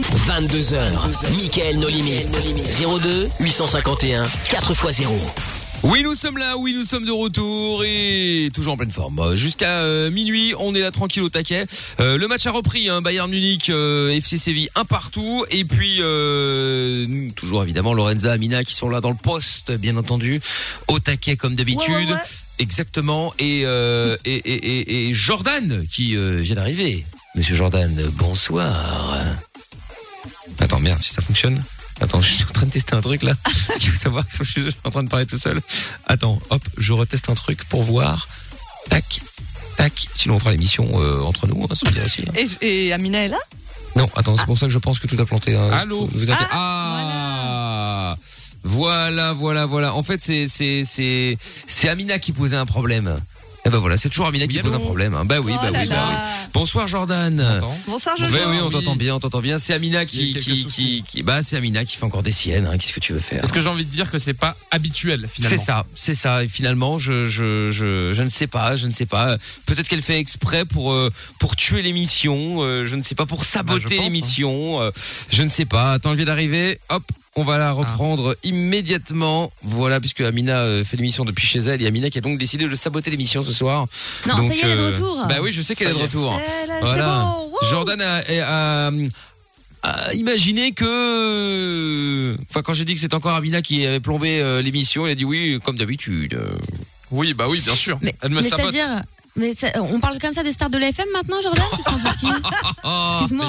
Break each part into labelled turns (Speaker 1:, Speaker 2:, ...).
Speaker 1: 22h, Mickaël nos limites. 02 851 4x0.
Speaker 2: Oui, nous sommes là, oui, nous sommes de retour et toujours en pleine forme. Euh, Jusqu'à euh, minuit, on est là tranquille au taquet. Euh, le match a repris, hein, Bayern Munich, euh, FC Séville, un partout. Et puis, euh, nous, toujours évidemment, Lorenza, Amina qui sont là dans le poste, bien entendu, au taquet comme d'habitude.
Speaker 3: Ouais, ouais, ouais.
Speaker 2: Exactement. Et, euh, et, et, et, et Jordan qui euh, vient d'arriver. Monsieur Jordan, bonsoir. Attends, merde, si ça fonctionne. Attends, je suis en train de tester un truc là. Parce qu'il faut savoir que je suis en train de parler tout seul. Attends, hop, je reteste un truc pour voir. Tac, tac. Sinon, on fera l'émission euh, entre nous, hein, c'est bien aussi. hein.
Speaker 3: Et, je- et Amina est là
Speaker 2: Non, attends, c'est pour ça que je pense que tout a planté. hein.
Speaker 4: Allô
Speaker 2: Vous avez- Ah, voilà. voilà, voilà, En fait, c'est c'est c'est c'est Amina qui posait un problème. Eh ben voilà, c'est toujours Amina qui
Speaker 4: Oui,
Speaker 2: pose un
Speaker 4: allô
Speaker 2: problème. hein. Bah oui,
Speaker 3: Oh
Speaker 2: bah
Speaker 3: là
Speaker 2: oui, bah
Speaker 3: là.
Speaker 2: oui. Bonsoir Jordan.
Speaker 4: T'entends
Speaker 3: Bonsoir,
Speaker 2: Ben
Speaker 3: Jojo.
Speaker 2: oui, on
Speaker 4: oui.
Speaker 2: t'entend bien, on t'entend bien. C'est Amina
Speaker 4: Il
Speaker 2: qui
Speaker 4: y a quelques
Speaker 2: qui, qui
Speaker 4: soucis.
Speaker 2: qui bah c'est Amina qui fait encore des siennes. hein. Qu'est-ce que tu veux faire
Speaker 4: Parce que j'ai envie de dire que c'est pas habituel
Speaker 2: C'est
Speaker 4: finalement.
Speaker 2: ça, c'est ça. Et finalement, je, je, je, je ne sais pas, je ne sais pas. Peut-être qu'elle fait exprès pour, euh, pour tuer l'émission, euh, je ne sais pas, pour
Speaker 4: Bah, je
Speaker 2: saboter
Speaker 4: pense,
Speaker 2: l'émission, euh, je ne sais pas. Attends, elle vient d'arriver, hop, on va
Speaker 4: Ah.
Speaker 2: la reprendre immédiatement. Voilà, puisque Amina euh, fait l'émission depuis chez elle et Amina qui a donc décidé de saboter l'émission ce soir.
Speaker 5: Non,
Speaker 2: Donc,
Speaker 5: ça y est, elle est de
Speaker 2: euh,
Speaker 5: retour.
Speaker 2: Bah oui, je sais qu'elle est de retour.
Speaker 3: Eh là,
Speaker 2: Voilà.
Speaker 3: C'est bon. Wouh.
Speaker 2: Jordan a, a- a- a imaginé que. Enfin, quand j'ai dit que c'était encore Amina qui avait plombé euh, l'émission, il a dit oui, comme d'habitude. euh.
Speaker 4: Oui, bah oui, bien sûr.
Speaker 5: Mais,
Speaker 4: Elle me
Speaker 5: mais
Speaker 4: sabote.
Speaker 5: c'est-à-dire, mais ça- on parle comme ça des stars de l'FM maintenant, Jordan Tu te prends pour qui
Speaker 4: Ah,
Speaker 5: Excuse-moi.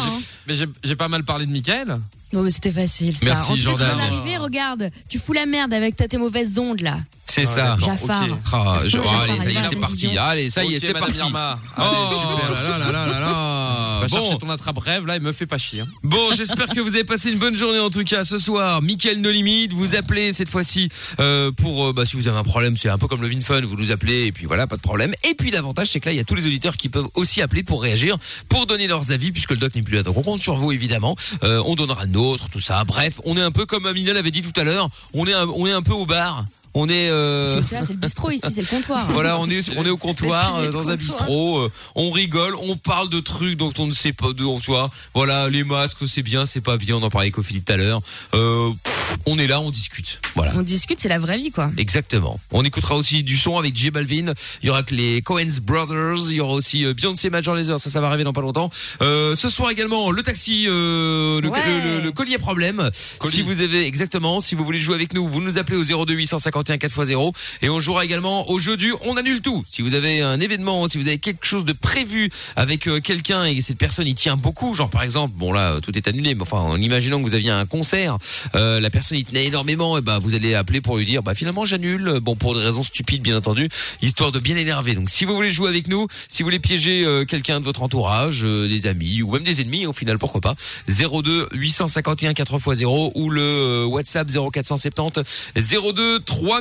Speaker 4: mais j'ai-
Speaker 5: hein.
Speaker 4: Mais j'ai j'ai pas mal parlé de Michael.
Speaker 5: Bon, mais c'était facile. Ça.
Speaker 2: Merci,
Speaker 5: en tout cas,
Speaker 2: Jordan.
Speaker 5: Tu viens d'arriver, regarde, tu fous la merde avec ta- tes mauvaises ondes là.
Speaker 2: C'est
Speaker 4: Ah,
Speaker 2: ça.
Speaker 4: d'accord.
Speaker 5: Jafar.
Speaker 4: ok.
Speaker 2: Ah,
Speaker 5: Est-ce
Speaker 2: je-
Speaker 5: que
Speaker 2: ah,
Speaker 5: Jafar
Speaker 2: allez, ça y est,
Speaker 5: Alvar
Speaker 2: c'est
Speaker 5: est
Speaker 2: parti.
Speaker 5: intelligent
Speaker 2: Allez, ça y est,
Speaker 4: Ok,
Speaker 2: c'est
Speaker 4: Madame
Speaker 2: parti.
Speaker 4: Irma. Allez,
Speaker 2: Oh
Speaker 4: super.
Speaker 2: là là là là là là.
Speaker 4: Va
Speaker 2: Bon,
Speaker 4: chercher ton attrape rêve là, il me fait pas chier. hein.
Speaker 2: bon j'espère que vous avez passé une bonne journée en tout cas ce soir. Mickaël No Limite, vous appelez cette fois-ci euh, pour euh, bah, si vous avez un problème, c'est un peu comme le VinFun, vous nous appelez et puis voilà, pas de problème. Et puis l'avantage c'est que là il y a tous les auditeurs qui peuvent aussi appeler pour réagir, pour donner leurs avis puisque le doc n'est plus là. Donc on compte sur vous évidemment. Euh, on donnera notre tout ça. Bref, on est un peu comme Amina l'avait dit tout à l'heure, on est un, on est un peu au bar. On est euh,
Speaker 5: C'est ça, c'est le bistrot ici, c'est le comptoir.
Speaker 2: Voilà, on est on est au comptoir
Speaker 3: Les
Speaker 2: euh, dans un
Speaker 3: comptoirs.
Speaker 2: bistrot, euh, on rigole, on parle de trucs dont on ne sait pas d'où on soit. Voilà, les masques, c'est bien, c'est pas bien, on en parlait avec Ophélie tout à l'heure. Euh, pff, on est là, on discute. Voilà.
Speaker 5: On discute, c'est la vraie vie quoi.
Speaker 2: Exactement. On écoutera aussi du son avec J Balvin. Il y aura que les Coens Brothers. Il y aura aussi euh, Beyoncé Major Lazer. Ça, ça va arriver dans pas longtemps. Euh, ce soir également, le taxi, euh, le,
Speaker 3: Ouais.
Speaker 2: le- le- le collier problème. Si vous avez, exactement, si vous voulez jouer avec nous, vous nous appelez au 02 851 4x0. Et on jouera également au jeu du on annule tout. Si vous avez un événement, si vous avez quelque chose de prévu avec euh, quelqu'un et cette personne y tient beaucoup, genre par exemple, bon là, tout est annulé, mais enfin, en imaginant que vous aviez un concert, euh, la personne y tenait énormément, et ben vous allez appeler pour lui dire bah finalement j'annule, Euh, bon pour des raisons stupides bien entendu, histoire de bien énerver. Donc si vous voulez jouer avec nous, si vous voulez piéger euh, quelqu'un de votre entourage, euh, des amis ou même des ennemis au final pourquoi pas 02 851 4x0 ou le euh, WhatsApp 0470 02 3000.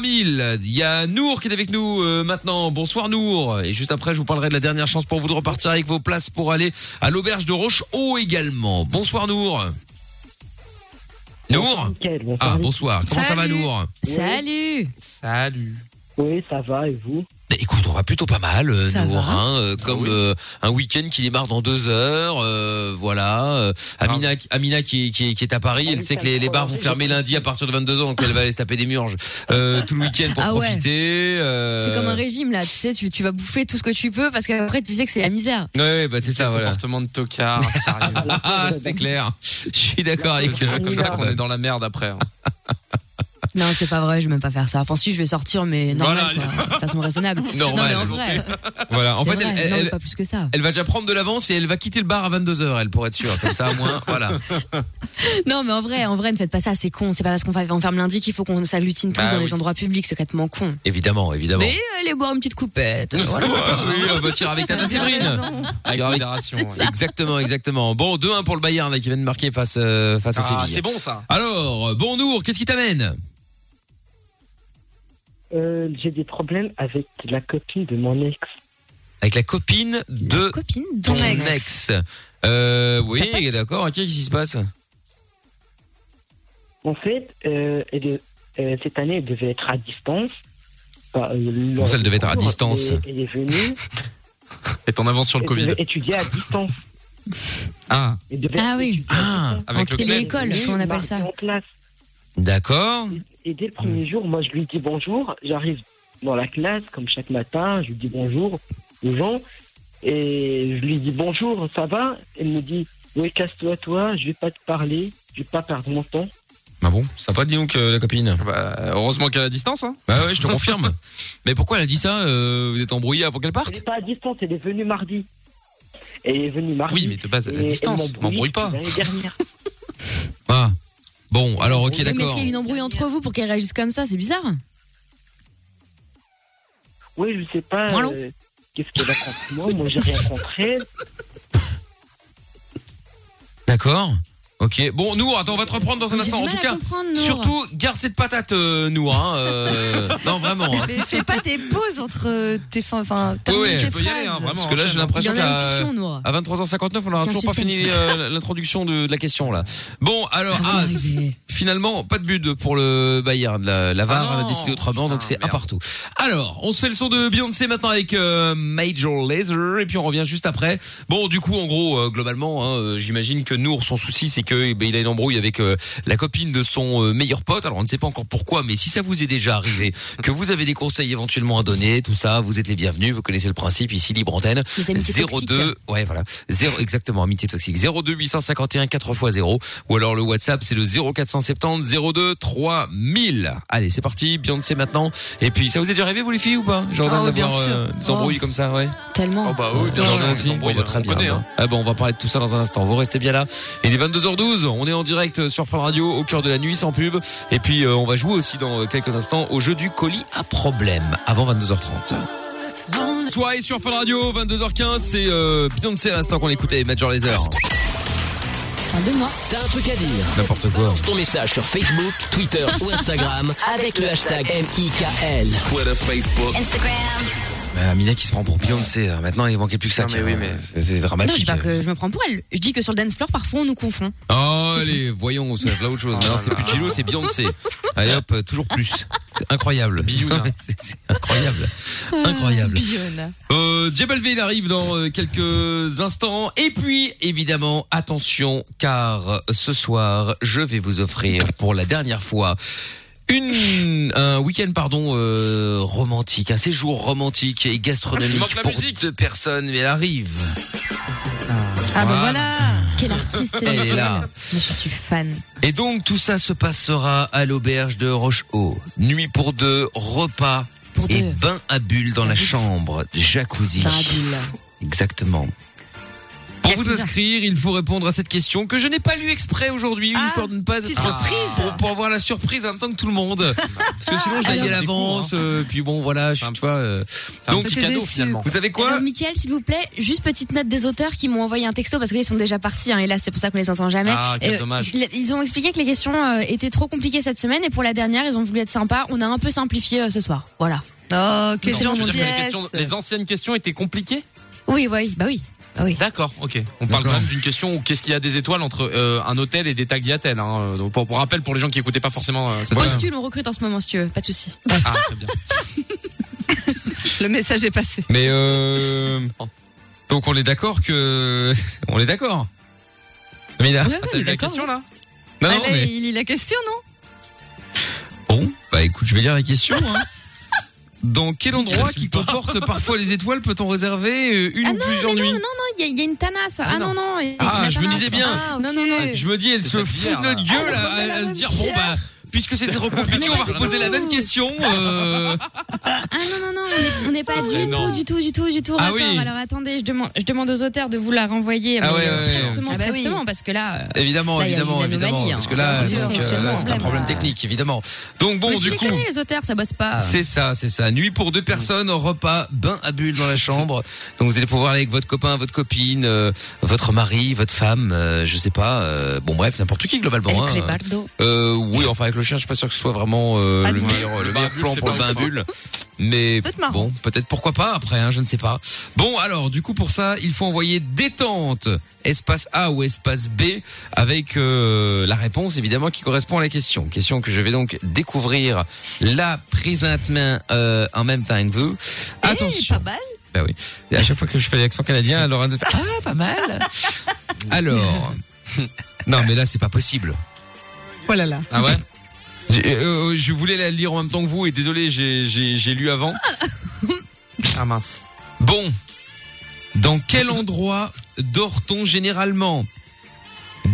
Speaker 2: Il y a Nour qui est avec nous euh, maintenant. Bonsoir Nour et juste après je vous parlerai de la dernière chance pour vous de repartir avec vos places pour aller à l'auberge de Roche-Haut également. Bonsoir Nour. Nour
Speaker 6: Mickaël,
Speaker 2: ah,
Speaker 6: bonsoir.
Speaker 2: bonsoir. Comment ça va,
Speaker 3: Salut.
Speaker 2: Nour
Speaker 5: Salut
Speaker 4: Salut.
Speaker 6: Oui, ça va, et vous
Speaker 2: Bah, Écoute, on va plutôt pas mal, euh,
Speaker 5: Ça
Speaker 2: Nour.
Speaker 5: va.
Speaker 2: hein, euh,
Speaker 4: Ah
Speaker 2: comme euh, un week-end qui démarre dans deux heures. euh, voilà. euh, Amina,
Speaker 4: Ah.
Speaker 2: Amina qui, est- qui est- qui est à Paris, elle sait que les, les bars vont fermer lundi à partir de 22h, donc elle va aller se taper des murges euh, tout le week-end pour
Speaker 5: Ah ouais.
Speaker 2: profiter. euh,
Speaker 5: C'est comme un régime là, tu sais, tu, tu vas bouffer tout ce que tu peux parce qu'après tu sais que c'est la misère.
Speaker 2: Ouais, ouais, bah c'est ça, voilà.
Speaker 4: Comportement de tocard, sérieux.
Speaker 2: Ah, c'est clair. Je suis d'accord avec
Speaker 4: C'est déjà
Speaker 2: toi.
Speaker 4: comme ça qu'on est dans la merde après. hein.
Speaker 5: Non, c'est pas vrai, je vais même pas faire ça. Enfin, si, je vais sortir, mais normal, quoi, de façon raisonnable.
Speaker 2: Normal,
Speaker 5: non, mais en vrai,
Speaker 2: Voilà. En
Speaker 5: c'est
Speaker 2: fait, elle-
Speaker 5: vrai,
Speaker 2: elle-
Speaker 5: non, mais
Speaker 2: elle,
Speaker 5: pas plus que ça.
Speaker 2: elle va déjà prendre de l'avance et elle va quitter le bar à 22h, elle, pour être sûre. Comme ça, au moins, voilà.
Speaker 5: Non, mais en vrai, en vrai, ne faites pas ça, c'est con. C'est pas parce qu'on va on ferme lundi qu'il faut qu'on s'agglutine tous
Speaker 4: Bah
Speaker 5: dans
Speaker 4: oui.
Speaker 5: les endroits publics, c'est complètement con.
Speaker 2: Évidemment, évidemment.
Speaker 5: Mais euh, allez boire une petite coupette.
Speaker 2: Voilà. oui, on va tirer avec ta Séverine.
Speaker 4: Avec modération. ouais.
Speaker 2: Exactement, exactement. Bon, 2-1 pour le Bayern là, qui vient de marquer face, euh, face à
Speaker 4: Ah,
Speaker 2: Séville.
Speaker 4: c'est bon ça.
Speaker 2: Alors, bon Nour, qu'est-ce qui t'amène
Speaker 6: Euh, J'ai des problèmes avec la copine de mon ex.
Speaker 2: Avec la copine de
Speaker 5: Copine,
Speaker 2: ton
Speaker 5: donc.
Speaker 2: ex. Euh, oui,
Speaker 5: Ça pète.
Speaker 2: d'accord. ok, Qu'est-ce qui se passe
Speaker 6: En fait, euh, elle est- euh, cette année, elle devait être à distance. Enfin, euh,
Speaker 2: Comment ça, elle devait être à
Speaker 6: lors du
Speaker 2: distance
Speaker 6: cours, Elle, elle est venue.
Speaker 4: Et ton avance sur le
Speaker 6: Elle
Speaker 4: Covid.
Speaker 6: devait étudier à distance.
Speaker 4: Ah,
Speaker 6: Il devait
Speaker 5: Ah oui.
Speaker 2: Ah,
Speaker 4: avec
Speaker 5: en
Speaker 4: le CNED.
Speaker 5: téléécole,
Speaker 6: Oui,
Speaker 5: comment on appelle
Speaker 6: mardi
Speaker 5: ça
Speaker 6: en classe.
Speaker 2: d'accord.
Speaker 6: Et dès le premier jour, moi, je lui dis bonjour. J'arrive dans la classe, comme chaque matin, je lui dis bonjour aux gens. Et je lui dis bonjour, ça va Elle me dit, oui, casse-toi, toi, je vais pas te parler, je vais pas perdre mon temps.
Speaker 2: Bah bon, sympa, dis donc, euh, la copine.
Speaker 4: Bah, heureusement qu'à la distance, hein.
Speaker 2: Bah ouais, je te confirme. Mais pourquoi elle a dit ça euh, Vous êtes embrouillé avant qu'elle
Speaker 6: Elle
Speaker 2: parte
Speaker 6: est pas à distance, elle est venue mardi. Elle est venue mardi.
Speaker 4: Oui, mais de base, à
Speaker 6: Et
Speaker 4: la
Speaker 6: elle
Speaker 4: distance,
Speaker 6: m'a
Speaker 4: m'embrouille
Speaker 6: embrouillé
Speaker 4: pas.
Speaker 6: L'année dernière.
Speaker 2: Ah. Bon, alors ok,
Speaker 5: Oui, mais est-ce
Speaker 2: d'accord.
Speaker 5: qu'il y a une embrouille entre vous pour qu'elle réagisse comme ça C'est bizarre.
Speaker 6: Oui, je sais pas.
Speaker 5: Allô
Speaker 6: euh, Qu'est-ce qu'elle a contre moi Moi, j'ai rien contre elle.
Speaker 2: D'accord. Ok. Bon, Nour, attends, on va te reprendre dans un
Speaker 5: J'ai du
Speaker 2: instant. En
Speaker 5: mal
Speaker 2: tout
Speaker 5: à
Speaker 2: cas,
Speaker 5: comprendre, Nour.
Speaker 2: surtout, garde cette patate, euh, Nour. Hein, euh, non, vraiment. hein.
Speaker 3: Mais fais pas des pauses entre euh, tes fins. Enfin, termine
Speaker 2: ouais,
Speaker 3: tes
Speaker 2: tu
Speaker 4: peux y aller,
Speaker 3: phrases.
Speaker 4: hein, vraiment.
Speaker 2: Parce que là, j'ai
Speaker 5: Il y
Speaker 2: l'impression
Speaker 5: en a
Speaker 2: qu'à
Speaker 5: une question, Nour.
Speaker 2: à 23h59, on n'aura
Speaker 5: Tiens,
Speaker 2: toujours pas
Speaker 5: suspense.
Speaker 2: fini euh, l'introduction de, de la question là. Bon, alors,
Speaker 5: Ah,
Speaker 2: ah,
Speaker 5: oui, mais-
Speaker 2: finalement, pas de but pour le Bayern. La, la VAR
Speaker 4: Ah non.
Speaker 2: a décidé autrement, donc
Speaker 4: Putain,
Speaker 2: c'est un
Speaker 4: merde.
Speaker 2: partout. Alors, on se fait le son de Beyoncé maintenant avec euh, Major Laser, et puis on revient juste après. Bon, du coup, en gros, euh, globalement, hein, euh, j'imagine que Nour, son souci, c'est que eh ben, il a une embrouille avec euh, la copine de son euh, meilleur pote. Alors, on ne sait pas encore pourquoi, mais si ça vous est déjà arrivé, que vous avez des conseils éventuellement à donner, tout ça, vous êtes les bienvenus. Vous connaissez le principe ici, libre antenne.
Speaker 5: Les amitiés toxiques.
Speaker 2: 02, ouais, voilà. 0, exactement, amitié toxique. 02 851 4 x 0. Ou alors le WhatsApp, c'est le 0470 02 3000. Allez, c'est parti. Beyoncé maintenant. Et puis, ça vous est déjà arrivé, vous les filles, ou pas? Genre,
Speaker 3: Ah ouais, bien
Speaker 2: d'avoir euh,
Speaker 3: sûr.
Speaker 2: des embrouilles
Speaker 7: Oh.
Speaker 2: comme ça, ouais.
Speaker 5: Oh. Tellement.
Speaker 4: Oh bah oui, bien
Speaker 2: Jordan
Speaker 4: sûr,
Speaker 2: aussi.
Speaker 4: les embrouilles,
Speaker 2: Bon, bah, très
Speaker 4: on
Speaker 2: bien.
Speaker 4: connaît, hein.
Speaker 2: Ah bon, on va parler de tout ça dans un instant. Vous restez bien là. Il est 22h12. On est en direct sur Fun Radio au cœur de la nuit sans pub. Et puis euh, on va jouer aussi dans euh, quelques instants au jeu du colis à problème avant 22h30. Soirée sur Fun Radio, 22h15, c'est euh, Beyoncé à l'instant qu'on écoutait Major Laser.
Speaker 5: Enfin, deux mois.
Speaker 1: T'as un truc à dire
Speaker 2: N'importe quoi.
Speaker 1: Ton message sur Facebook, Twitter ou Instagram avec le hashtag MIKL.
Speaker 2: Bah, Mina qui se prend pour Beyoncé. là. Maintenant, il manquait plus que ça.
Speaker 4: Non, mais
Speaker 2: tiens.
Speaker 4: oui, mais-
Speaker 2: C'est- C'est
Speaker 5: Non, je dis
Speaker 2: dramatique.
Speaker 5: pas que je me prends pour elle. Je dis que sur le dance floor, parfois, on nous confond.
Speaker 2: Oh, allez, voyons, c'est Ah là autre chose. Maintenant, c'est plus Gillo, c'est Beyoncé. Allez hop, euh, toujours plus. C'est incroyable.
Speaker 4: Billouna.
Speaker 2: C'est c'est incroyable. Incroyable.
Speaker 3: Bionne.
Speaker 2: Euh, Jebel V, il arrive dans euh, quelques instants. Et puis, évidemment, attention, car ce soir, je vais vous offrir pour la dernière fois une un week-end pardon euh, romantique, un séjour romantique et
Speaker 5: Ah,
Speaker 4: Il
Speaker 2: gastronomique
Speaker 4: manque la
Speaker 2: pour
Speaker 4: musique.
Speaker 2: deux personnes. Mais elle arrive.
Speaker 3: Ah bah voilà.
Speaker 5: Quel artiste c'est
Speaker 2: Elle est
Speaker 5: Angèle.
Speaker 2: là.
Speaker 5: Moi, je suis fan.
Speaker 2: Et donc tout ça se passera à l'auberge de Rochehaut. Nuit pour deux, repas
Speaker 5: Pour
Speaker 2: et
Speaker 5: deux.
Speaker 2: bain à bulles dans la chambre, jacuzzi.
Speaker 5: Fabule.
Speaker 2: Exactement. Pour vous
Speaker 5: Yakuza.
Speaker 2: inscrire, il faut répondre à cette question que je n'ai pas lu exprès aujourd'hui,
Speaker 3: Ah,
Speaker 2: histoire de ne pas
Speaker 3: petite
Speaker 2: être
Speaker 3: surprise.
Speaker 2: pour, pour avoir la surprise en même temps que tout le monde. Parce que sinon je l'ai dit à
Speaker 4: Alors,
Speaker 2: l'avance,
Speaker 4: c'est cool,
Speaker 2: euh, puis bon voilà, je,
Speaker 4: C'est un-
Speaker 2: tu vois. euh,
Speaker 4: C'est un
Speaker 2: Donc,
Speaker 3: petit
Speaker 4: petit cadeau
Speaker 3: déçu.
Speaker 4: finalement.
Speaker 2: vous savez quoi
Speaker 5: Alors, Mickaël, s'il vous plaît, juste petite note des auteurs qui m'ont envoyé un texto parce qu'ils sont déjà partis. hein, et là, c'est pour ça qu'on les entend jamais. Euh,
Speaker 4: Ah, quel dommage.
Speaker 5: ils- Ils ont expliqué que les questions euh, étaient trop compliquées cette semaine et pour la dernière, ils ont voulu être sympas. On a un peu simplifié euh, ce soir. Voilà.
Speaker 3: Oh, quelle
Speaker 4: Non, tu veux dire que les,
Speaker 3: gentillesse.
Speaker 4: questions- les anciennes questions étaient compliquées
Speaker 5: Oui, oui, bah oui. Bah oui.
Speaker 4: D'accord, ok. On parle
Speaker 2: D'accord.
Speaker 4: quand même d'une question où qu'est-ce qu'il y a des étoiles entre euh, un hôtel et des tagliatelles. Hein. euh, Donc pour, pour rappel pour les gens qui écoutaient pas forcément euh, cette question.
Speaker 5: Postule, on recrute en ce moment si tu veux, pas de souci.
Speaker 4: Ah, très bien.
Speaker 3: Le message est passé.
Speaker 2: Mais euh, donc on est d'accord que on est d'accord. Mais là,
Speaker 5: Ouais, ouais,
Speaker 4: Ah,
Speaker 5: on
Speaker 4: T'as
Speaker 5: est
Speaker 4: vu la
Speaker 5: d'accord,
Speaker 4: question
Speaker 5: ouais.
Speaker 4: là
Speaker 2: non,
Speaker 3: Allez,
Speaker 2: non, mais
Speaker 3: Ah, il lit la question, non
Speaker 2: Bon, bah écoute, je vais lire la question. hein. Dans quel endroit qui comporte parfois les étoiles peut-on réserver euh, une
Speaker 5: Ah
Speaker 2: ou plusieurs
Speaker 5: Non, non,
Speaker 2: nuits
Speaker 5: non, il y a- il y, a une tanasse. Ah, non, non. il y a
Speaker 2: Ah,
Speaker 5: la
Speaker 2: je me
Speaker 5: tanasse.
Speaker 2: disais bien.
Speaker 3: Ah, ok.
Speaker 5: Non, non, non.
Speaker 2: Je me dis, elle
Speaker 4: C'est
Speaker 2: se
Speaker 4: cette
Speaker 2: fout
Speaker 4: bière,
Speaker 2: de notre
Speaker 4: là.
Speaker 2: gueule à,
Speaker 3: Ah, on
Speaker 2: à- à
Speaker 3: reprend
Speaker 2: se
Speaker 3: la
Speaker 2: dire
Speaker 3: même
Speaker 2: bon bah.
Speaker 3: bière.
Speaker 2: Puisque c'était trop compliqué, on va
Speaker 5: Mais
Speaker 2: reposer la
Speaker 5: non.
Speaker 2: même question. euh.
Speaker 5: Ah non, non, non, on est- on n'est pas
Speaker 4: serait
Speaker 5: du tout,
Speaker 4: énorme.
Speaker 5: du tout, du tout, du tout
Speaker 2: Ah
Speaker 5: raccord.
Speaker 2: oui.
Speaker 5: Alors attendez, je demande, je demande aux auteurs de vous la renvoyer
Speaker 2: Ah
Speaker 5: mais,
Speaker 2: ouais,
Speaker 5: euh,
Speaker 2: ouais, ouais.
Speaker 5: prestement,
Speaker 3: Ah bah oui.
Speaker 5: prestement, parce que là. euh,
Speaker 2: Évidemment,
Speaker 5: Là, il y a
Speaker 2: évidemment,
Speaker 5: une
Speaker 2: évidemment,
Speaker 5: anomalie,
Speaker 2: parce que
Speaker 5: hein.
Speaker 2: là,
Speaker 3: Un
Speaker 2: c'est donc, euh, là, c'est un
Speaker 3: dysfonctionnement.
Speaker 2: problème technique, évidemment. Donc bon,
Speaker 5: mais tu
Speaker 2: du
Speaker 5: les
Speaker 2: coup,
Speaker 5: connais, les auteurs, ça bosse pas.
Speaker 2: c'est ça, c'est ça. Nuit pour deux personnes, repas, bain à bulles dans la chambre. Donc vous allez pouvoir aller avec votre copain, votre copine, euh, votre mari, votre femme, euh, je sais pas. euh, bon bref, n'importe qui globalement.
Speaker 5: El
Speaker 2: hein.
Speaker 5: Clébardo.
Speaker 2: Euh, oui, enfin avec le chien, je suis pas sûr que ce soit vraiment euh,
Speaker 3: Ah,
Speaker 2: le
Speaker 3: non.
Speaker 2: meilleur, le
Speaker 4: Le
Speaker 2: meilleur
Speaker 4: bain-bulle,
Speaker 2: plan
Speaker 4: c'est
Speaker 2: pour le
Speaker 4: pas
Speaker 2: bain
Speaker 4: grave.
Speaker 2: bulle. Mais
Speaker 3: Peut-être marrant.
Speaker 2: bon, peut-être pourquoi pas après, hein, je ne sais pas. Bon, alors du coup pour ça, il faut envoyer détente espace A ou espace B avec euh, la réponse évidemment qui correspond à la question. Question que je vais donc découvrir la présentement euh, en même temps que vous.
Speaker 3: Eh,
Speaker 2: Attention.
Speaker 3: pas mal.
Speaker 2: Bah oui. Et à chaque fois que je fais l'accent canadien, Laurent fait Ah, pas mal. Alors. non, mais là, c'est pas possible.
Speaker 3: Oh là là.
Speaker 4: Ah ouais
Speaker 2: J'ai- euh, je voulais la lire en même temps que vous et désolé, j'ai- j'ai j'ai lu avant.
Speaker 4: Ah mince.
Speaker 2: Bon, dans quel endroit dort-on généralement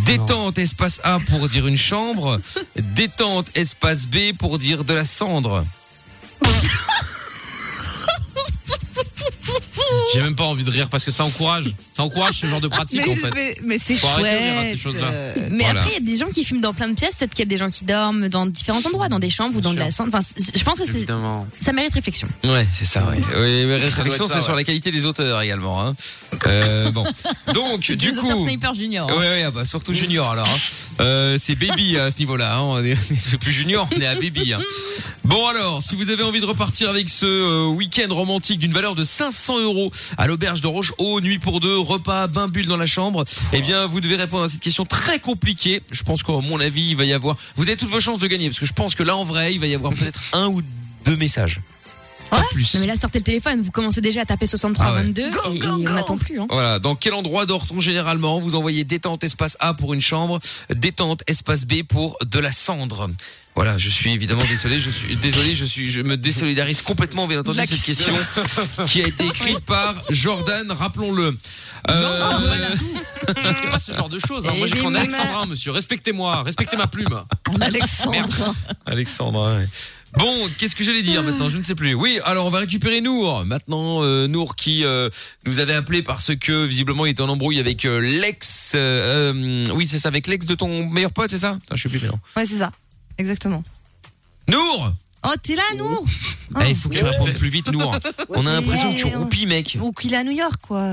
Speaker 2: Détente espace A pour dire une chambre, détente espace B pour dire de la cendre.
Speaker 4: J'ai même pas envie de rire parce que ça encourage. Ça encourage ce genre de pratique
Speaker 3: mais,
Speaker 4: en fait.
Speaker 3: mais- mais c'est
Speaker 4: Faut arrêter de rire à ces
Speaker 3: chouette.
Speaker 4: choses-là.
Speaker 3: euh,
Speaker 5: Mais
Speaker 2: Voilà.
Speaker 5: après, il y a des gens qui fument dans plein de pièces. Peut-être qu'il y a des gens qui dorment dans différents endroits, dans des chambres ou dans de la cendre. Enfin, c- je pense que c'est-
Speaker 4: Évidemment.
Speaker 5: ça mérite réflexion.
Speaker 2: Ouais, c'est ça, ouais. Oui, mais
Speaker 4: Ça doit être
Speaker 2: réflexion,
Speaker 4: ça,
Speaker 2: c'est sur
Speaker 4: ouais.
Speaker 2: la qualité des auteurs également. Hein. Euh, bon, donc du
Speaker 5: Des auteurs
Speaker 2: coup...
Speaker 5: Sniper
Speaker 4: hein.
Speaker 5: Junior.
Speaker 2: Ouais, ouais, ah bah, surtout junior alors. hein. Euh, c'est baby à ce niveau-là. hein. On est, c'est plus junior, on est à baby. hein. Bon alors, si vous avez envie de repartir avec ce euh, week-end romantique d'une valeur de 500 euros à l'auberge de Roche, eau, nuit pour deux, repas, bain bulle dans la chambre, eh bien vous devez répondre à cette question très compliquée. Je pense qu'à mon avis, il va y avoir. Vous avez toutes vos chances de gagner parce que je pense que là en vrai, il va y avoir peut-être un ou deux messages. Pas plus.
Speaker 5: Non, mais là, sortez le téléphone. Vous commencez déjà à taper 63
Speaker 2: Ah ouais.
Speaker 5: 22
Speaker 3: Go,
Speaker 5: et,
Speaker 3: go,
Speaker 5: et on
Speaker 3: go.
Speaker 5: n'attend plus. Hein.
Speaker 2: Voilà, dans quel endroit dort-on généralement Vous envoyez détente espace A pour une chambre, détente espace B pour de la cendre. Voilà, je suis évidemment désolé, je suis désolé, je suis je me désolidarise complètement bien entendu de cette question qui a été écrite par Jordan, rappelons-le. Euh,
Speaker 4: Je fais pas ce genre de choses. hein. Moi j'écris en
Speaker 5: Évidemment.
Speaker 4: Alexandrin, monsieur. Respectez-moi. Respectez ma plume.
Speaker 3: Alexandre.
Speaker 2: Alexandre. ouais. Bon, qu'est-ce que j'allais
Speaker 3: Ah.
Speaker 2: dire maintenant Je ne sais plus. Oui, alors on va récupérer Nour. Maintenant, euh, Nour qui euh, nous avait appelé parce que visiblement il était en embrouille avec euh, l'ex. euh, euh, oui, c'est ça, avec l'ex de ton meilleur pote, c'est ça Putain, Je sais plus maintenant.
Speaker 3: Ouais, c'est ça. Exactement.
Speaker 2: Nour
Speaker 3: Oh, t'es là, nous
Speaker 2: Eh, Il faut que tu répondes plus vite, Nour. On a l'impression que tu roupies, mec.
Speaker 3: Ou qu'il est à New York, quoi.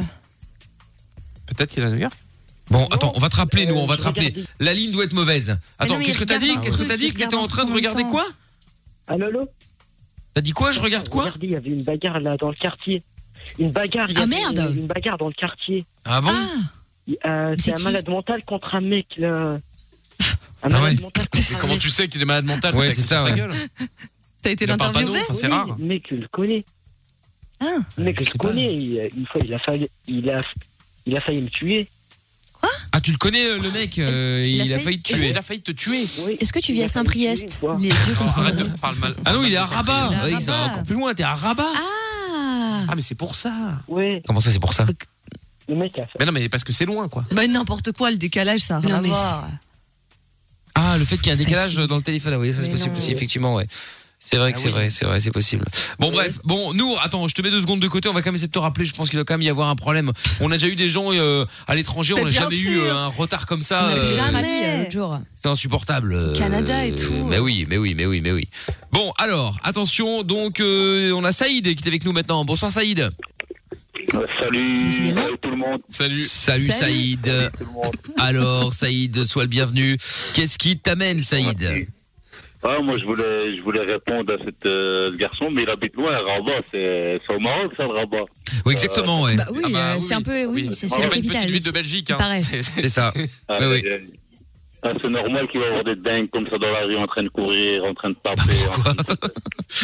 Speaker 4: Peut-être qu'il a New York.
Speaker 2: Bon, attends, on va te rappeler, nous, on va te
Speaker 6: Euh,
Speaker 2: rappeler.
Speaker 6: regardez.
Speaker 2: La ligne doit être mauvaise. Attends,
Speaker 3: Ah non, mais
Speaker 2: qu'est-ce que t'as
Speaker 3: regarde
Speaker 2: dit
Speaker 3: un
Speaker 2: Qu'est-ce que
Speaker 3: truc,
Speaker 2: t'as dit Que t'étais en
Speaker 3: regarde
Speaker 2: train de
Speaker 3: en même
Speaker 2: regarder
Speaker 3: temps.
Speaker 2: quoi
Speaker 6: Allô, allô
Speaker 2: T'as dit quoi Je regarde quoi
Speaker 6: Regardez, il y avait une bagarre là dans le quartier. Une bagarre, il y
Speaker 5: Ah,
Speaker 6: avait
Speaker 5: merde
Speaker 6: une, une bagarre dans le quartier.
Speaker 2: Ah bon
Speaker 6: Euh,
Speaker 5: C'est
Speaker 6: c'est un
Speaker 5: qui
Speaker 6: malade mental contre un mec là. Un
Speaker 2: Ah
Speaker 6: malade
Speaker 2: ouais.
Speaker 6: mental contre
Speaker 4: Mais
Speaker 6: un
Speaker 4: comment
Speaker 6: mec.
Speaker 4: tu sais qu'il est malade mental
Speaker 2: Ouais,
Speaker 4: T'as
Speaker 2: c'est
Speaker 4: écrit
Speaker 2: ça,
Speaker 4: sur sa
Speaker 2: ouais.
Speaker 4: gueule.
Speaker 3: T'as été
Speaker 4: Il a pas un panneau,
Speaker 3: l'interviewé
Speaker 4: enfin, c'est
Speaker 6: Oui,
Speaker 4: rare.
Speaker 6: Le mec, je le connais.
Speaker 3: Ah.
Speaker 6: Le mec, je,
Speaker 4: sais
Speaker 6: le
Speaker 4: pas.
Speaker 6: connais. Il- une fois, il a failli, il a, il a failli me tuer.
Speaker 2: Ah, tu le connais, le mec euh,
Speaker 5: Il a
Speaker 2: Il a
Speaker 5: failli-
Speaker 2: failli te
Speaker 4: Tu es.
Speaker 2: tuer.
Speaker 4: Il a failli te tuer.
Speaker 6: Oui.
Speaker 5: Est-ce que tu vis
Speaker 6: Il
Speaker 5: à
Speaker 6: a failli me tuer une
Speaker 5: Saint-Priest
Speaker 6: fois.
Speaker 5: Les deux
Speaker 4: Non,
Speaker 5: comprennent
Speaker 4: arrête de
Speaker 5: rien.
Speaker 4: me parler mal.
Speaker 2: Ah non, il est à Rabat.
Speaker 3: Il est à
Speaker 2: Ouais, Il est
Speaker 3: Rabat.
Speaker 2: encore plus loin, t'es à Rabat.
Speaker 5: Ah
Speaker 4: Ah mais c'est pour ça.
Speaker 6: Ouais,
Speaker 2: Comment ça, c'est pour ça
Speaker 6: le mec a fait.
Speaker 4: Mais non mais parce que c'est loin quoi.
Speaker 3: Bah, n'importe quoi, le décalage, ça a rien
Speaker 5: Non,
Speaker 3: à
Speaker 5: mais
Speaker 3: voir.
Speaker 2: Ah, le fait qu'il y ait un décalage dans le téléphone, ah oui, ça c'est
Speaker 5: Mais
Speaker 2: possible
Speaker 5: non.
Speaker 2: aussi, effectivement, ouais. C'est vrai que
Speaker 4: Ah
Speaker 2: c'est vrai, c'est vrai, c'est possible. Bon bref, bon nous, attends, je te mets deux secondes de côté, on va quand même essayer de te rappeler. Je pense qu'il doit quand même y avoir un problème. On a déjà eu des gens euh, à l'étranger,
Speaker 3: Mais
Speaker 2: on n'a
Speaker 3: bien
Speaker 2: jamais eu
Speaker 3: sûr.
Speaker 2: euh, un retard comme ça.
Speaker 5: On a vu
Speaker 2: euh,
Speaker 5: l'Australie,
Speaker 3: jamais.
Speaker 5: euh, l'autre jour.
Speaker 2: c'est insupportable. euh,
Speaker 3: Canada et tout.
Speaker 2: Mais oui, mais oui, mais oui, mais oui. Bon alors, attention, donc euh, on a Saïd qui est avec nous maintenant. Bonsoir Saïd.
Speaker 8: Euh, Salut,
Speaker 5: Décidément.
Speaker 8: salut tout le monde.
Speaker 4: Salut.
Speaker 2: Salut,
Speaker 5: Salut.
Speaker 2: Saïd.
Speaker 8: Tout le monde.
Speaker 2: Alors Saïd, sois le bienvenu. Qu'est-ce qui t'amène Saïd
Speaker 8: Ah, moi, je voulais, je voulais répondre à cet euh, ce garçon, mais il habite loin, à Rabat. C'est c'est au Maroc, ça, le Rabat.
Speaker 2: Oui, exactement, ouais.
Speaker 5: Bah oui,
Speaker 4: Ah bah
Speaker 5: euh,
Speaker 4: oui,
Speaker 5: c'est un peu, oui, c'est
Speaker 2: Ah,
Speaker 5: c'est la
Speaker 2: bah,
Speaker 4: une petite
Speaker 5: capitale.
Speaker 4: ville de Belgique.
Speaker 5: Il
Speaker 4: hein.
Speaker 5: paraît.
Speaker 4: C'est- c'est-
Speaker 2: C'est ça.
Speaker 8: Ah,
Speaker 2: Oui, oui.
Speaker 8: euh, ah, c'est normal qu'il va y avoir des dingues comme ça dans la rue, en train de courir, en train de
Speaker 4: Bah,
Speaker 8: taper. en train de-